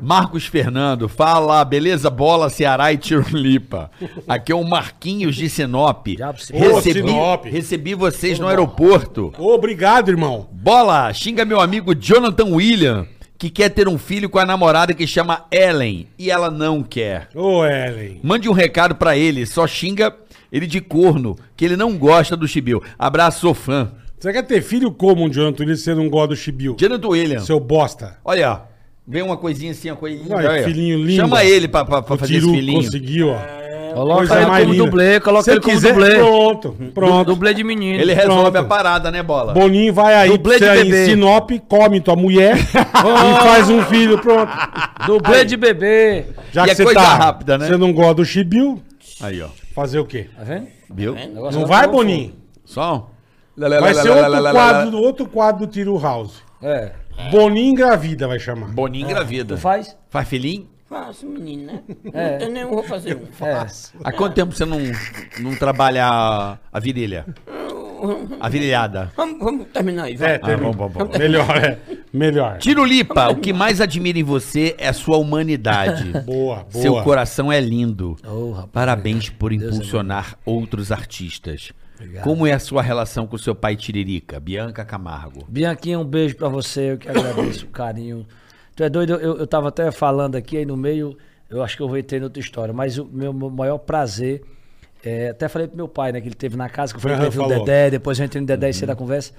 S3: Marcos Fernando, fala, beleza? Bola, Ceará e Tirolipa. Aqui é o Marquinhos de Sinop.
S4: Diabo, Sinop.
S3: Recebi,
S2: Ô, Sinop.
S3: recebi vocês no aeroporto.
S2: Obrigado, irmão.
S3: Bola, xinga meu amigo Jonathan William, que quer ter um filho com a namorada que chama Ellen e ela não quer.
S2: Ô, Ellen.
S3: Mande um recado pra ele, só xinga ele de corno, que ele não gosta do Chibiu. Abraço, sou fã.
S2: Você quer ter filho como um John Tulis se você não gosta do Chibiu?
S3: Jonathan William.
S2: Seu bosta.
S3: Olha, ó. Vem uma coisinha assim, uma coisinha.
S2: Olha,
S3: olha.
S2: filhinho lindo.
S3: Chama ele pra, pra- pra
S2: O
S3: fazer esse
S2: Tiru
S3: filhinho.
S2: conseguiu, ó.
S4: Coloca ele como dublê, coloca
S2: Se
S4: ele como
S2: quiser,
S4: dublê.
S2: Pronto, é
S4: Du-
S2: pronto.
S4: Dublê de menino.
S3: Ele resolve
S2: Pronto.
S3: a parada, né, bola?
S2: Boninho vai aí
S4: Dublê
S2: pra
S4: de
S2: você
S4: bebê.
S2: em Sinop, come tua
S4: *laughs*
S2: mulher e faz um filho, pronto. Ah,
S4: Dublê
S2: é.
S4: de bebê.
S2: Já
S3: E
S2: que
S3: é
S2: você
S3: coisa
S2: tá,
S3: rápida, né?
S2: você não gosta do Chibiu,
S3: Aí, ó.
S2: fazer o quê?
S4: Tá vendo?
S3: Viu?
S4: Negócio
S2: Não
S4: lá
S2: vai,
S4: tá bom,
S2: Boninho?
S3: Som?
S2: Vai ser outro quadro, outro quadro do Tiro House.
S4: pô. É.
S2: Boninho engravida vai chamar.
S3: Boninho engravida.
S4: Tu faz?
S3: Faz filhinho?
S5: Faço, menino, né?
S4: É.
S5: Não tem nenhum, vou fazer um.
S4: É.
S3: Há quanto tempo você não, não trabalha a, a virilha? A virilhada?
S5: Vamos, vamos terminar aí, vai.
S2: É, teve...
S3: Ah, bom, bom, bom.
S2: Melhor, é. Melhor.
S3: Tirulipa, o que mais admiro em você é sua humanidade.
S2: *laughs* Boa, boa.
S3: Seu coração é lindo.
S4: Ô, Oh, rapaz.
S3: Parabéns por
S4: Deus é
S3: impulsionar outros artistas.
S4: Obrigado.
S3: Como é a sua relação com seu pai Tiririca, Bianca Camargo?
S4: Bianquinha, um beijo pra você, eu que agradeço o carinho. Tu é doido, eu, eu tava até falando aqui, aí no meio, eu acho que eu entrei em outra história, mas o meu, meu maior prazer, é, até falei pro meu pai, né, que ele teve na casa, que eu falei que
S2: Aham,
S4: teve o
S2: falou. Uhum.
S4: Dedé, depois eu entrei no Dedé e saí da conversa,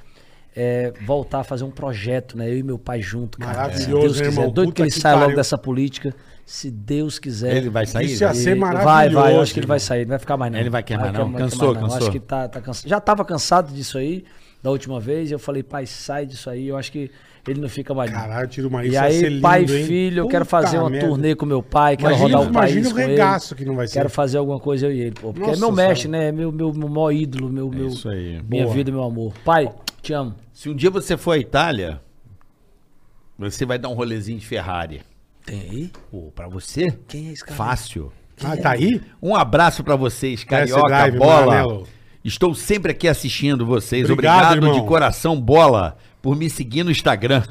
S4: é, voltar a fazer um projeto, né, eu e meu pai junto, cara.
S2: Maravilhoso,
S4: se Deus
S2: né,
S4: quiser, é
S2: irmão?
S4: doido que
S2: Puta
S4: ele
S2: que
S4: saia logo
S2: pariu.
S4: dessa política, se Deus quiser.
S3: Ele vai sair?
S2: Isso é ia ser
S4: Ele- Vai,
S2: maravilhoso,
S4: vai, eu acho que ele
S2: irmão.
S4: vai sair, não vai ficar mais não.
S3: Ele vai queimar, não?
S4: queimar,
S3: Cansou,
S4: queimar, não. Acho
S3: cansou.
S4: que tá, tá cansado. Já tava cansado disso aí, da última vez. Eu falei, pai, sai disso aí. Eu acho que ele não fica mais. não.
S2: Caralho, Tiro Maíra,
S4: E
S2: isso ia
S4: aí,
S2: ser lindo,
S4: pai e
S2: hein?
S4: filho, eu quero
S2: Puta
S4: fazer uma
S2: merda.
S4: turnê com meu pai, quero
S2: Imagina-
S4: rodar o país
S2: imagina o
S4: com ele.
S2: regaço que não vai ser.
S4: Quero fazer alguma coisa eu e ele, pô. Porque
S2: Nossa
S4: é meu mestre,
S2: senhora.
S4: né? É meu, meu, meu maior ídolo, meu, meu,
S3: É isso aí.
S4: minha
S2: Boa.
S4: vida, meu amor. Pai, te amo.
S3: Se um dia você for à Itália, você vai dar um rolezinho de Ferrari.
S4: Tem aí?
S3: Pô, pra você?
S4: Quem é esse cara?
S3: Fácil.
S2: Ah, tá aí?
S3: Um abraço pra
S2: é
S3: vocês, Carioca,
S2: drive,
S3: Bola.
S2: Maranello.
S3: Estou sempre aqui assistindo vocês.
S2: Obrigado,
S3: Obrigado,
S2: irmão.
S3: de coração, Bola, por me seguir no Instagram.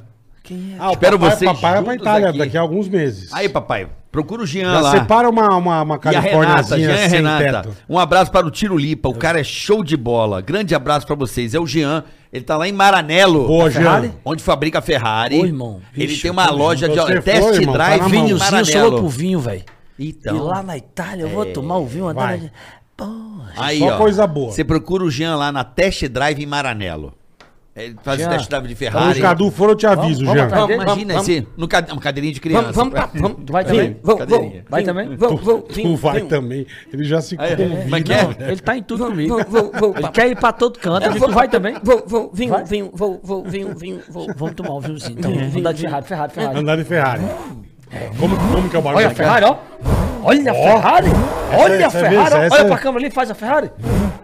S4: Quem é?
S2: Ah, o
S3: Espero
S2: papai,
S3: vocês
S2: papai vai pra
S3: juntos
S2: Itália
S3: aqui.
S2: daqui a alguns meses.
S3: Aí, papai, procura o Jean
S2: Já
S3: lá.
S2: separa uma, uma, uma
S3: E a Renata,
S2: californiazinha
S3: Jean e
S2: sem
S3: Renata.
S2: teto.
S3: Um abraço para o Tiro Lipa. O cara é show de bola. Grande abraço pra vocês. É o Jean. Ele tá lá em Maranello.
S2: Boa,
S4: Ferrari?
S2: Jean.
S3: Onde fabrica a Ferrari.
S4: Ô, irmão.
S3: Ele
S4: Vixe,
S3: tem uma loja de
S2: Você
S3: test
S2: foi, irmão? Tá
S3: drive
S2: na mão.
S3: em
S4: Vinhozinho,
S3: Maranello.
S4: sou pro vinho, velho.
S3: Então. é,
S4: E lá na Itália, eu vou tomar o vinho
S2: vai.
S4: andando. Porra.
S3: Aí,
S2: Só
S3: ó,
S2: coisa boa.
S3: Você procura o Jean lá na Test Drive em Maranello. Ele faz
S4: Jean,
S3: o test drive de
S2: Quando
S3: Ferrari.
S2: o Cadu for, eu te aviso,
S3: um
S4: vamos
S2: Jean.
S4: atrás.
S5: Vamos,
S3: Imagina
S5: vamos,
S3: esse no cade- uma cadeirinha de criança.
S5: Vamos, vamos, pra- vamos.
S4: Tu vai
S5: Vem,
S4: também?
S5: Vou,
S3: Cadeirinha.
S5: vou.
S4: Vai
S5: vim,
S4: também?
S5: Vou, vou.
S2: Tu
S5: vim,
S2: vai
S5: vim.
S2: também. Ele já se
S3: um Aí,
S2: convida.
S3: como é que é?
S4: *laughs* Ele tá em tudo
S5: Vou,
S4: comigo.
S5: vou, vou, vou,
S4: Ele
S5: papai.
S4: quer ir pra todo canto.
S5: Eu
S4: Eu digo,
S5: vou-
S4: tu vai também?
S5: Vou, vou, vim,
S4: Vai?
S5: vim, vou, vou, vim, vim, vou.
S4: Vamos tomar um vinhozinho, então. Vamos andar de Ferrari, Ferrari, Ferrari.
S2: Andar de Ferrari. Como, como que é o barulho?
S4: Olha a
S2: da
S4: Ferrari, ó. Olha a Ferrari. Olha a
S2: essa é
S4: Ferrari.
S2: beleza, essa
S4: Olha
S2: é-
S4: pra câmera ali, faz a Ferrari.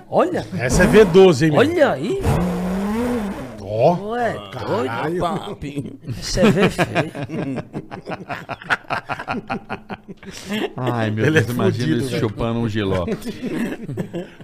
S4: Olha,
S2: Essa é V12, hein, meu?
S4: olha aí.
S2: Ó,
S4: Ué, doido. é
S2: caralho.
S5: Papi.
S4: Você vê *laughs* feio.
S3: Ai, meu
S2: Ele é
S3: Deus, imagina
S2: fudido,
S3: isso
S2: velho.
S3: chupando um giló.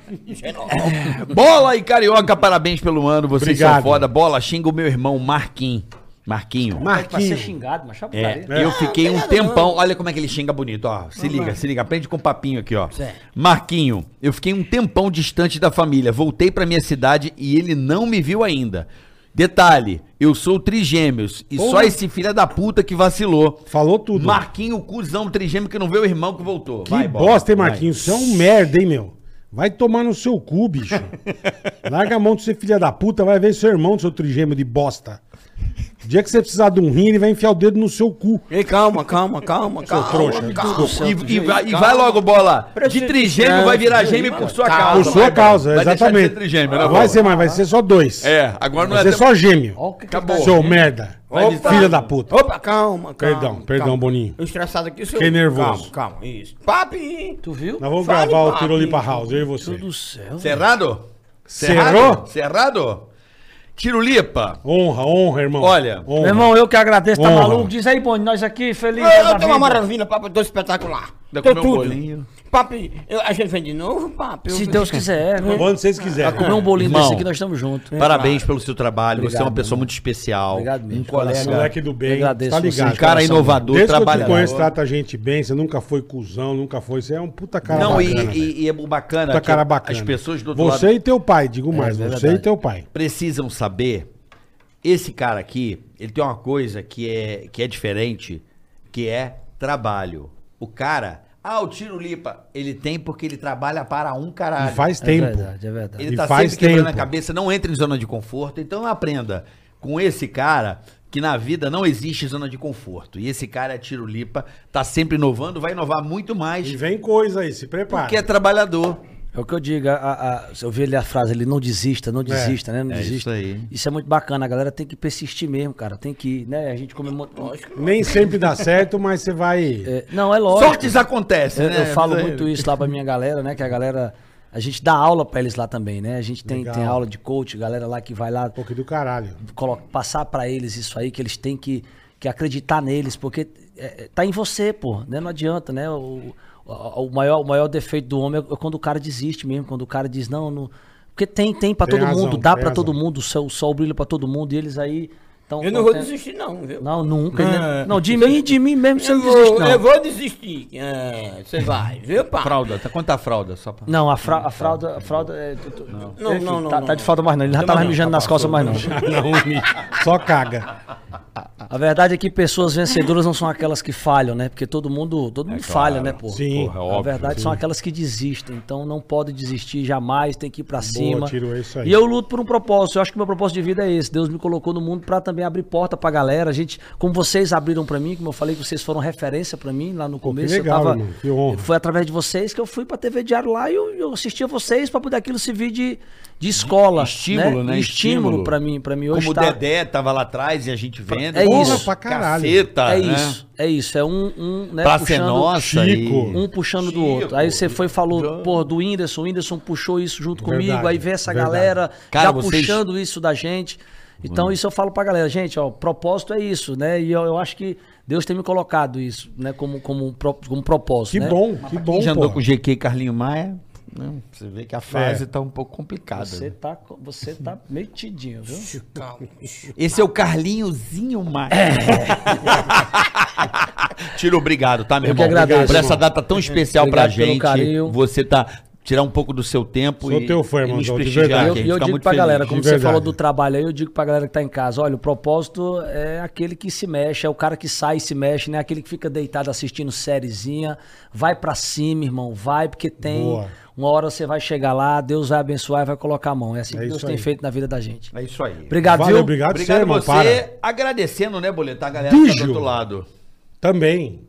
S3: *laughs* Bola e Carioca, parabéns pelo ano. Vocês são
S2: Obrigado.
S3: foda. Bola, xinga o meu irmão Marquinhos. Marquinho.
S4: Pra ser
S2: Marquinhos.
S4: xingado, mas chapa
S3: É,
S4: é.
S3: eu fiquei um tempão. Olha como é que ele xinga bonito, ó. Se liga, se liga. Aprende com o papinho aqui, ó. Marquinho, eu fiquei um tempão distante da família. Voltei pra minha cidade e ele não me viu ainda. Detalhe, eu sou trigêmeos e
S2: Porra.
S3: só esse filho da puta que vacilou.
S2: Falou tudo.
S3: Marquinho, cuzão trigêmeo que não vê o irmão que voltou.
S2: que
S3: Vai, bola.
S2: bosta, hein, Marquinhos? Você é um merda, hein, meu? Vai tomar no seu cu,
S3: *laughs*
S2: bicho. Larga a mão de ser filha da puta, vai ver seu irmão, seu trigêmeo de bosta. O dia que você precisar de um rim, ele vai enfiar o dedo no seu cu.
S5: Ei, calma, calma, calma, calma.
S2: trouxa,
S5: calma.
S3: E, e vai, e vai logo, bola. De
S5: Preciso-
S3: trigêmeo vai virar gêmeo por sua causa.
S2: né? Por sua
S3: vai, bola.
S2: causa,
S3: vai deixar de
S2: exatamente.
S3: ser trigêmeo, né,
S2: não
S3: bola?
S2: vai ser mais, vai ser só dois.
S1: É, agora não
S2: vai
S1: é.
S2: ser
S1: tempo-
S2: só
S3: um
S2: gêmeo.
S4: Ó, o que que
S1: Acabou.
S4: tá-
S2: Seu merda.
S5: Opa.
S2: Filha da puta.
S5: Opa, calma, calma.
S2: Perdão, perdão,
S5: calma.
S2: Boninho.
S5: Eu estressado aqui, seu.
S2: Fiquei nervoso.
S5: Calma, calma, isso. Papi!
S4: é? Tu viu?
S2: Nós vamos
S5: Fale,
S2: gravar o
S5: Marquinhos.
S2: Tirolipa House, eu e
S4: Meu
S2: você.
S4: Deus do céu. velho.
S3: Cerrado?
S2: Cerrou?
S3: Cerrado? Tirulipa.
S2: Honra, honra, irmão.
S3: Olha,
S2: honra.
S4: Meu irmão, eu que agradeço, tá
S2: é um Honra.
S4: maluco? Diz aí, Boni, nós aqui, feliz. da
S5: Eu tenho uma
S4: vida.
S5: maravilha, papo, tô espetacular.
S3: Ainda
S5: Tô
S3: comeu um bolinho.
S5: Papi, eu- a gente vem de novo, papi. Eu-
S4: Se Deus quiser, né?
S2: Quando Tá
S3: tá
S2: vocês quiserem.
S4: Comer um bolinho
S3: Irmão.
S4: desse aqui, nós estamos juntos.
S3: Parabéns pelo seu trabalho. Você é uma
S4: Obrigado,
S3: pessoa
S4: irmão.
S3: muito especial.
S4: Obrigado mesmo.
S3: Um colega.
S2: Moleque do bem,
S4: Agradeço
S2: tá
S4: você,
S2: ligado.
S3: Um cara inovador,
S2: Desde que eu te
S3: trabalhador.
S2: conheço, tá, trata a gente bem, você nunca foi cuzão, nunca foi. Você é um puta cara
S3: Não, e,
S2: bacana. velho.
S3: e- e é bacana
S2: puta
S3: que
S2: cara bacana.
S3: as pessoas do outro
S2: Você
S3: lado
S2: e teu pai, digo mais,
S4: é
S2: você
S4: verdade.
S2: e teu pai.
S3: precisam saber. Esse cara aqui, ele tem uma coisa que é, que é diferente, que é trabalho. O cara, ah, o tiro lipa, ele tem porque ele trabalha para um
S2: E
S3: caralho.
S2: faz
S4: É
S2: tempo.
S4: verdade, é verdade.
S3: Ele
S2: E
S3: tá
S2: faz
S3: sempre quebrando
S2: tempo.
S3: a cabeça, não entra em zona de conforto. Então aprenda com esse cara que na vida não existe zona de conforto. E esse cara é tiro lipa, tá sempre inovando, vai inovar muito mais
S2: E vem coisa aí, se prepara.
S3: porque é trabalhador.
S4: É o que eu digo, a- a- a- eu vi ali a frase ali, não desista, não desista, né? Não
S3: é
S4: desista.
S3: isso aí.
S4: é muito bacana, a galera tem que persistir mesmo, cara. Tem que, ir, né? A gente comemora.
S2: Nem sempre dá certo, mas você vai.
S4: É, não, é lógico.
S3: Sortes acontecem,
S4: Eu,
S3: né?
S4: eu falo
S3: Mas aí-
S4: muito isso lá pra minha galera, né? Que a galera. A gente dá aula pra eles lá também, né? A gente tem,
S2: Legal.
S4: tem aula de coach, galera lá que vai lá
S2: Pô, que do caralho.
S4: colo- passar pra eles isso aí, que eles têm que, que acreditar neles, porque é, é, tá em você, pô, né? Não adianta, né? O, o, o maior, o maior defeito do homem é quando o cara desiste mesmo, quando o cara diz, não, não... porque tem, tem pra
S2: Tem
S4: todo
S2: razão,
S4: mundo, dá
S2: tem
S4: pra todo
S2: razão.
S4: mundo, o sol, o sol brilha pra todo mundo, e eles aí... Tão,
S5: Eu não
S4: tão
S5: vou
S4: tendo-
S5: desistir, não, viu?
S4: Não, nunca. né? Não, de mim, de mim mesmo você
S5: Eu
S4: não desiste,
S5: vou,
S4: não.
S5: eu vou desistir. É, você vai, viu, papi?
S3: Fralda, tá quanto a fralda? Só pra...
S4: Não, a, fra a fralda. A fralda é, tu- tu-
S5: Não,
S4: enfim,
S5: não, não,
S4: tá,
S5: não,
S4: tá de fralda mais não. Ele já
S5: Também
S4: tava
S5: não,
S4: mijando nas calças mais Ah, não.
S2: Não, me- só caga.
S4: A verdade é que pessoas vencedoras não são aquelas que falham, né? Porque todo mundo, todo mundo falha, né, pô?
S2: É Sim.
S1: Porra,
S4: A
S1: óbvio,
S4: verdade são aquelas que desistem, então não pode desistir jamais, tem que ir pra cima.
S2: tiro, é isso aí.
S4: E eu luto por um propósito, eu acho que meu propósito de vida é esse. Deus me colocou no mundo pra também abrir porta pra galera. A gente, como vocês abriram pra mim, como eu falei que vocês foram referência pra mim lá no começo,
S2: legal,
S4: eu tava
S2: irmão, que honra.
S4: foi através de vocês que eu fui pra TV Diário lá e eu, eu assistia vocês pra poder aquilo servir de, de escola,
S3: Estímulo, né?
S4: E Estímulo,
S3: Estímulo.
S4: pra mim, para mim hoje
S3: Como o
S4: tá-
S3: Dedé tava lá atrás e a gente vendo.
S4: É
S3: Porra,
S4: isso.
S2: pra caralho.
S3: Caceta,
S4: é
S3: né?
S4: isso, é isso, é um, um né,
S3: Pra ser nossa.
S2: Chico.
S4: um puxando do
S3: Chico,
S4: outro. Aí você foi e falou, pô, do Whindersson, o Whindersson puxou isso junto
S2: Verdade,
S4: comigo, aí vê essa
S2: verdade.
S4: galera
S3: Cara,
S4: já
S3: vocês- Hum.
S4: puxando isso da gente. Então isso eu falo pra galera, gente, ó, propósito é isso, né? E eu, eu acho que Deus tem me colocado isso, né, como, como, um pro- como propósito,
S2: Que
S4: né?
S2: bom, que
S3: Quem
S2: bom.
S3: já andou
S2: porra.
S3: com o GQ e Carlinho Maia, né? você vê que a frase tá um pouco complicada.
S4: É. Você
S3: né?
S4: tá, co- você tá metidinho, viu?
S5: Calma.
S4: tá-
S3: Esse é o Carlinhozinho Maia.
S4: É.
S3: *laughs* Tiro, obrigado, tá, meu
S4: Eu que
S3: irmão?
S4: agradeço,
S3: por essa
S4: irmão.
S3: data tão especial pra
S4: Obrigado pelo
S3: gente.
S4: carinho.
S3: Você tá tirar um pouco do seu tempo
S2: Sou teu fã,
S3: e
S2: irmão,
S3: nos
S2: de
S3: prestigiar
S2: verdade.
S4: Eu,
S3: aqui. Ah, a gente
S4: e eu
S3: fica
S4: digo
S3: muito
S4: pra
S3: feliz.
S4: galera, como
S2: de
S4: você
S2: verdade.
S4: falou do trabalho aí, eu digo pra galera que tá em casa, olha, o propósito é aquele que se mexe, é o cara que sai e se mexe, né? Aquele que fica deitado assistindo sériezinha, vai pra cima, irmão, vai, porque tem
S2: Boa.
S4: uma hora você vai chegar lá, Deus vai abençoar e vai colocar a mão. É assim
S2: É
S4: que Deus
S2: isso
S4: tem
S2: aí.
S4: feito na vida da gente.
S3: É isso aí.
S4: Obrigado,
S2: Valeu,
S4: viu?
S2: obrigado,
S3: Obrigado
S2: você, irmão. Para.
S3: você. Agradecendo, né, Boletar, a galera que tá do
S2: Dígio.
S3: outro lado.
S2: Também.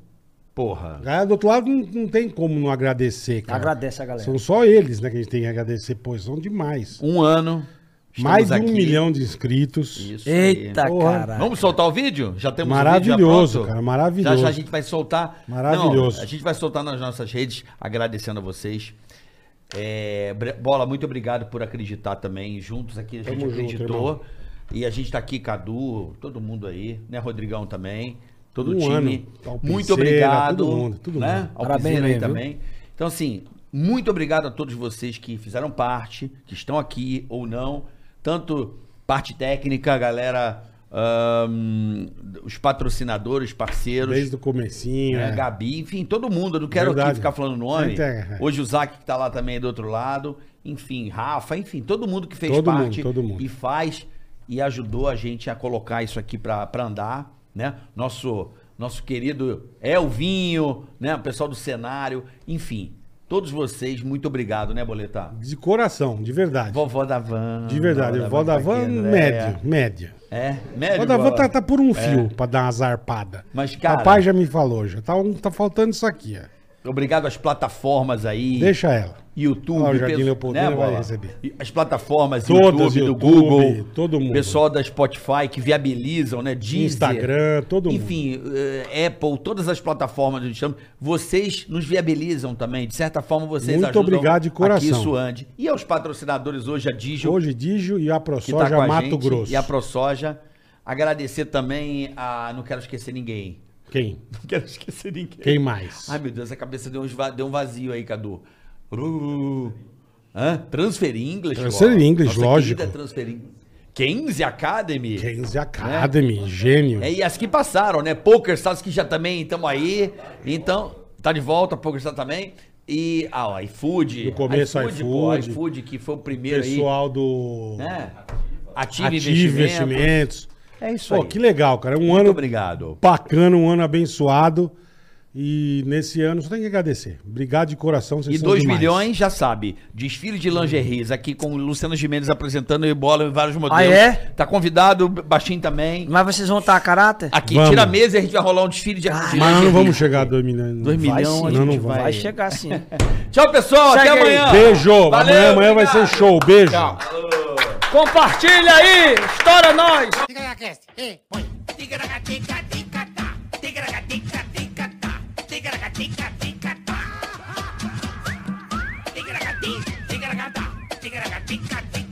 S3: Porra.
S2: Galera do outro lado não, não tem como não agradecer, cara.
S4: Agradece a galera.
S2: São só eles, né, que a gente tem que agradecer, pois são demais.
S3: Um ano. estamos
S2: Mais de um
S3: aqui.
S2: milhão de inscritos.
S3: Isso aí.
S4: Eita,
S2: Porra.
S4: cara.
S3: Vamos soltar o vídeo? Já temos o
S2: Maravilhoso,
S3: vídeo já pronto?
S2: cara, maravilhoso.
S3: Já, já a gente vai soltar.
S2: Maravilhoso.
S3: Não, a gente vai soltar nas nossas redes, agradecendo a vocês. É, Bre- Bola, muito obrigado por acreditar também. Juntos aqui a gente
S2: Tamo junto,
S3: acreditou.
S2: irmão.
S3: e a gente tá aqui, Cadu, todo mundo aí, né, Rodrigão também, todo
S2: Um
S3: o time.
S2: ano. Alpiceira,
S3: muito obrigado.
S2: todo mundo, todo mundo.
S3: Né?
S4: Parabéns
S3: Parabéns aí
S4: mesmo,
S2: Uhum.
S4: viu?
S3: também. Então, assim, muito obrigado a todos vocês que fizeram parte, que estão aqui ou não. Tanto parte técnica, a galera, ahn, os patrocinadores, parceiros,
S2: Desde o comecinho.
S3: né,
S2: é.
S3: Gabi, enfim, todo mundo. Eu não quero
S2: Verdade.
S3: aqui ficar falando nome.
S2: Entendi.
S3: Hoje o Zac que tá lá também é do outro lado. Enfim, Rafa, enfim, todo mundo que fez
S2: Todo mundo,
S3: parte
S2: todo mundo.
S3: e faz. e ajudou a gente a colocar isso aqui pra pra andar, né? Nosso nosso querido Elvinho, né? O pessoal do cenário, enfim, todos vocês, muito obrigado, né, Boletar?
S2: De coração, de verdade.
S3: Vovó da Van.
S2: de verdade.
S3: Vovó
S2: Vó da
S3: tá
S2: van,
S3: aqui, André.
S2: média, média.
S3: É, médio.
S2: Vó da van
S3: vovó.
S2: tá, tá por um fio pra dar uma zarpada.
S3: Mas, cara-
S2: Papai já me falou, já tá, um- tá faltando isso aqui, ó.
S3: Obrigado às plataformas aí.
S2: Deixa ela.
S3: YouTube,
S2: Lá Ah, o Jardim
S3: pesso-
S2: Leopoldina vai
S3: Bola?
S2: receber.
S3: E As plataformas
S2: Todas,
S3: YouTube, do
S2: YouTube,
S3: Google,
S2: todo mundo.
S3: pessoal da Spotify que viabilizam, né? Deezer,
S2: Instagram, todo mundo.
S3: Enfim, eh, Apple, todas as plataformas que a gente chama, vocês nos viabilizam também. De certa forma, vocês
S2: Muito obrigado de coração.
S3: aqui isso ande. E aos patrocinadores hoje, a Digio,
S2: Hoje Digio e a
S3: que está
S2: ProSoja
S3: com a
S2: Mato
S3: gente,
S2: Grosso.
S3: e a ProSoja. Agradecer também a... Não quero esquecer ninguém. *laughs*
S2: Quem?
S3: Não quero esquecer ninguém.
S2: Quem mais?
S3: Ai, meu Deus, a cabeça deu, uns va- deu um vazio aí, Cadu. Ru- Hã? Transfer English.
S2: Transfer
S3: Bola.
S2: English,
S3: querida
S2: lógico.
S3: Transfer English. tá Keynes Academy.
S2: Kenzie Academy, gênio.
S3: Né? É, e as que passaram, né? Poker Stars que já também estamos aí. Então, tá de volta, Poker Stars também. E, ah, ó, iFood.
S2: No começo,
S3: pô,
S2: iFood.
S3: iFood, que foi o primeiro
S2: Pessoal do
S3: aí. Né? Ative,
S2: Ative
S3: Investimento.
S2: Investimentos.
S3: É isso
S2: Pô,
S3: aí.
S2: que legal, cara. Um
S3: Muito
S2: ano
S3: obrigado.
S2: bacana, um ano abençoado. E nesse ano só tem que agradecer. Obrigado de coração. Vocês
S3: E
S2: são
S3: 2
S2: demais.
S3: milhões, já sabe. Desfile de lingeries aqui com o Luciano Gimenez apresentando e bola em vários modelos.
S4: Ah, é?
S3: Tá convidado, baixinho também.
S4: Mas vocês vão estar a caráter?
S3: Aqui,
S2: Vamos. Ah,
S3: tira a mesa e a gente vai rolar um desfile de, de
S2: Mas nós não
S3: lingerie.
S2: vamos chegar a 2 milhões.
S3: 2
S2: Vai,
S3: milhões, a
S2: sim, não,
S3: gente
S2: não vai.
S4: Vai chegar sim.
S3: Tchau, pessoal.
S4: Segue
S3: até
S4: aí.
S3: amanhã.
S2: Beijo. amanhã amanhã vai ser um
S3: obrigado.
S2: show. Beijo.
S4: Compartilha aí! Estoura nós!
S7: Tigra-tica-tica-tica-tica.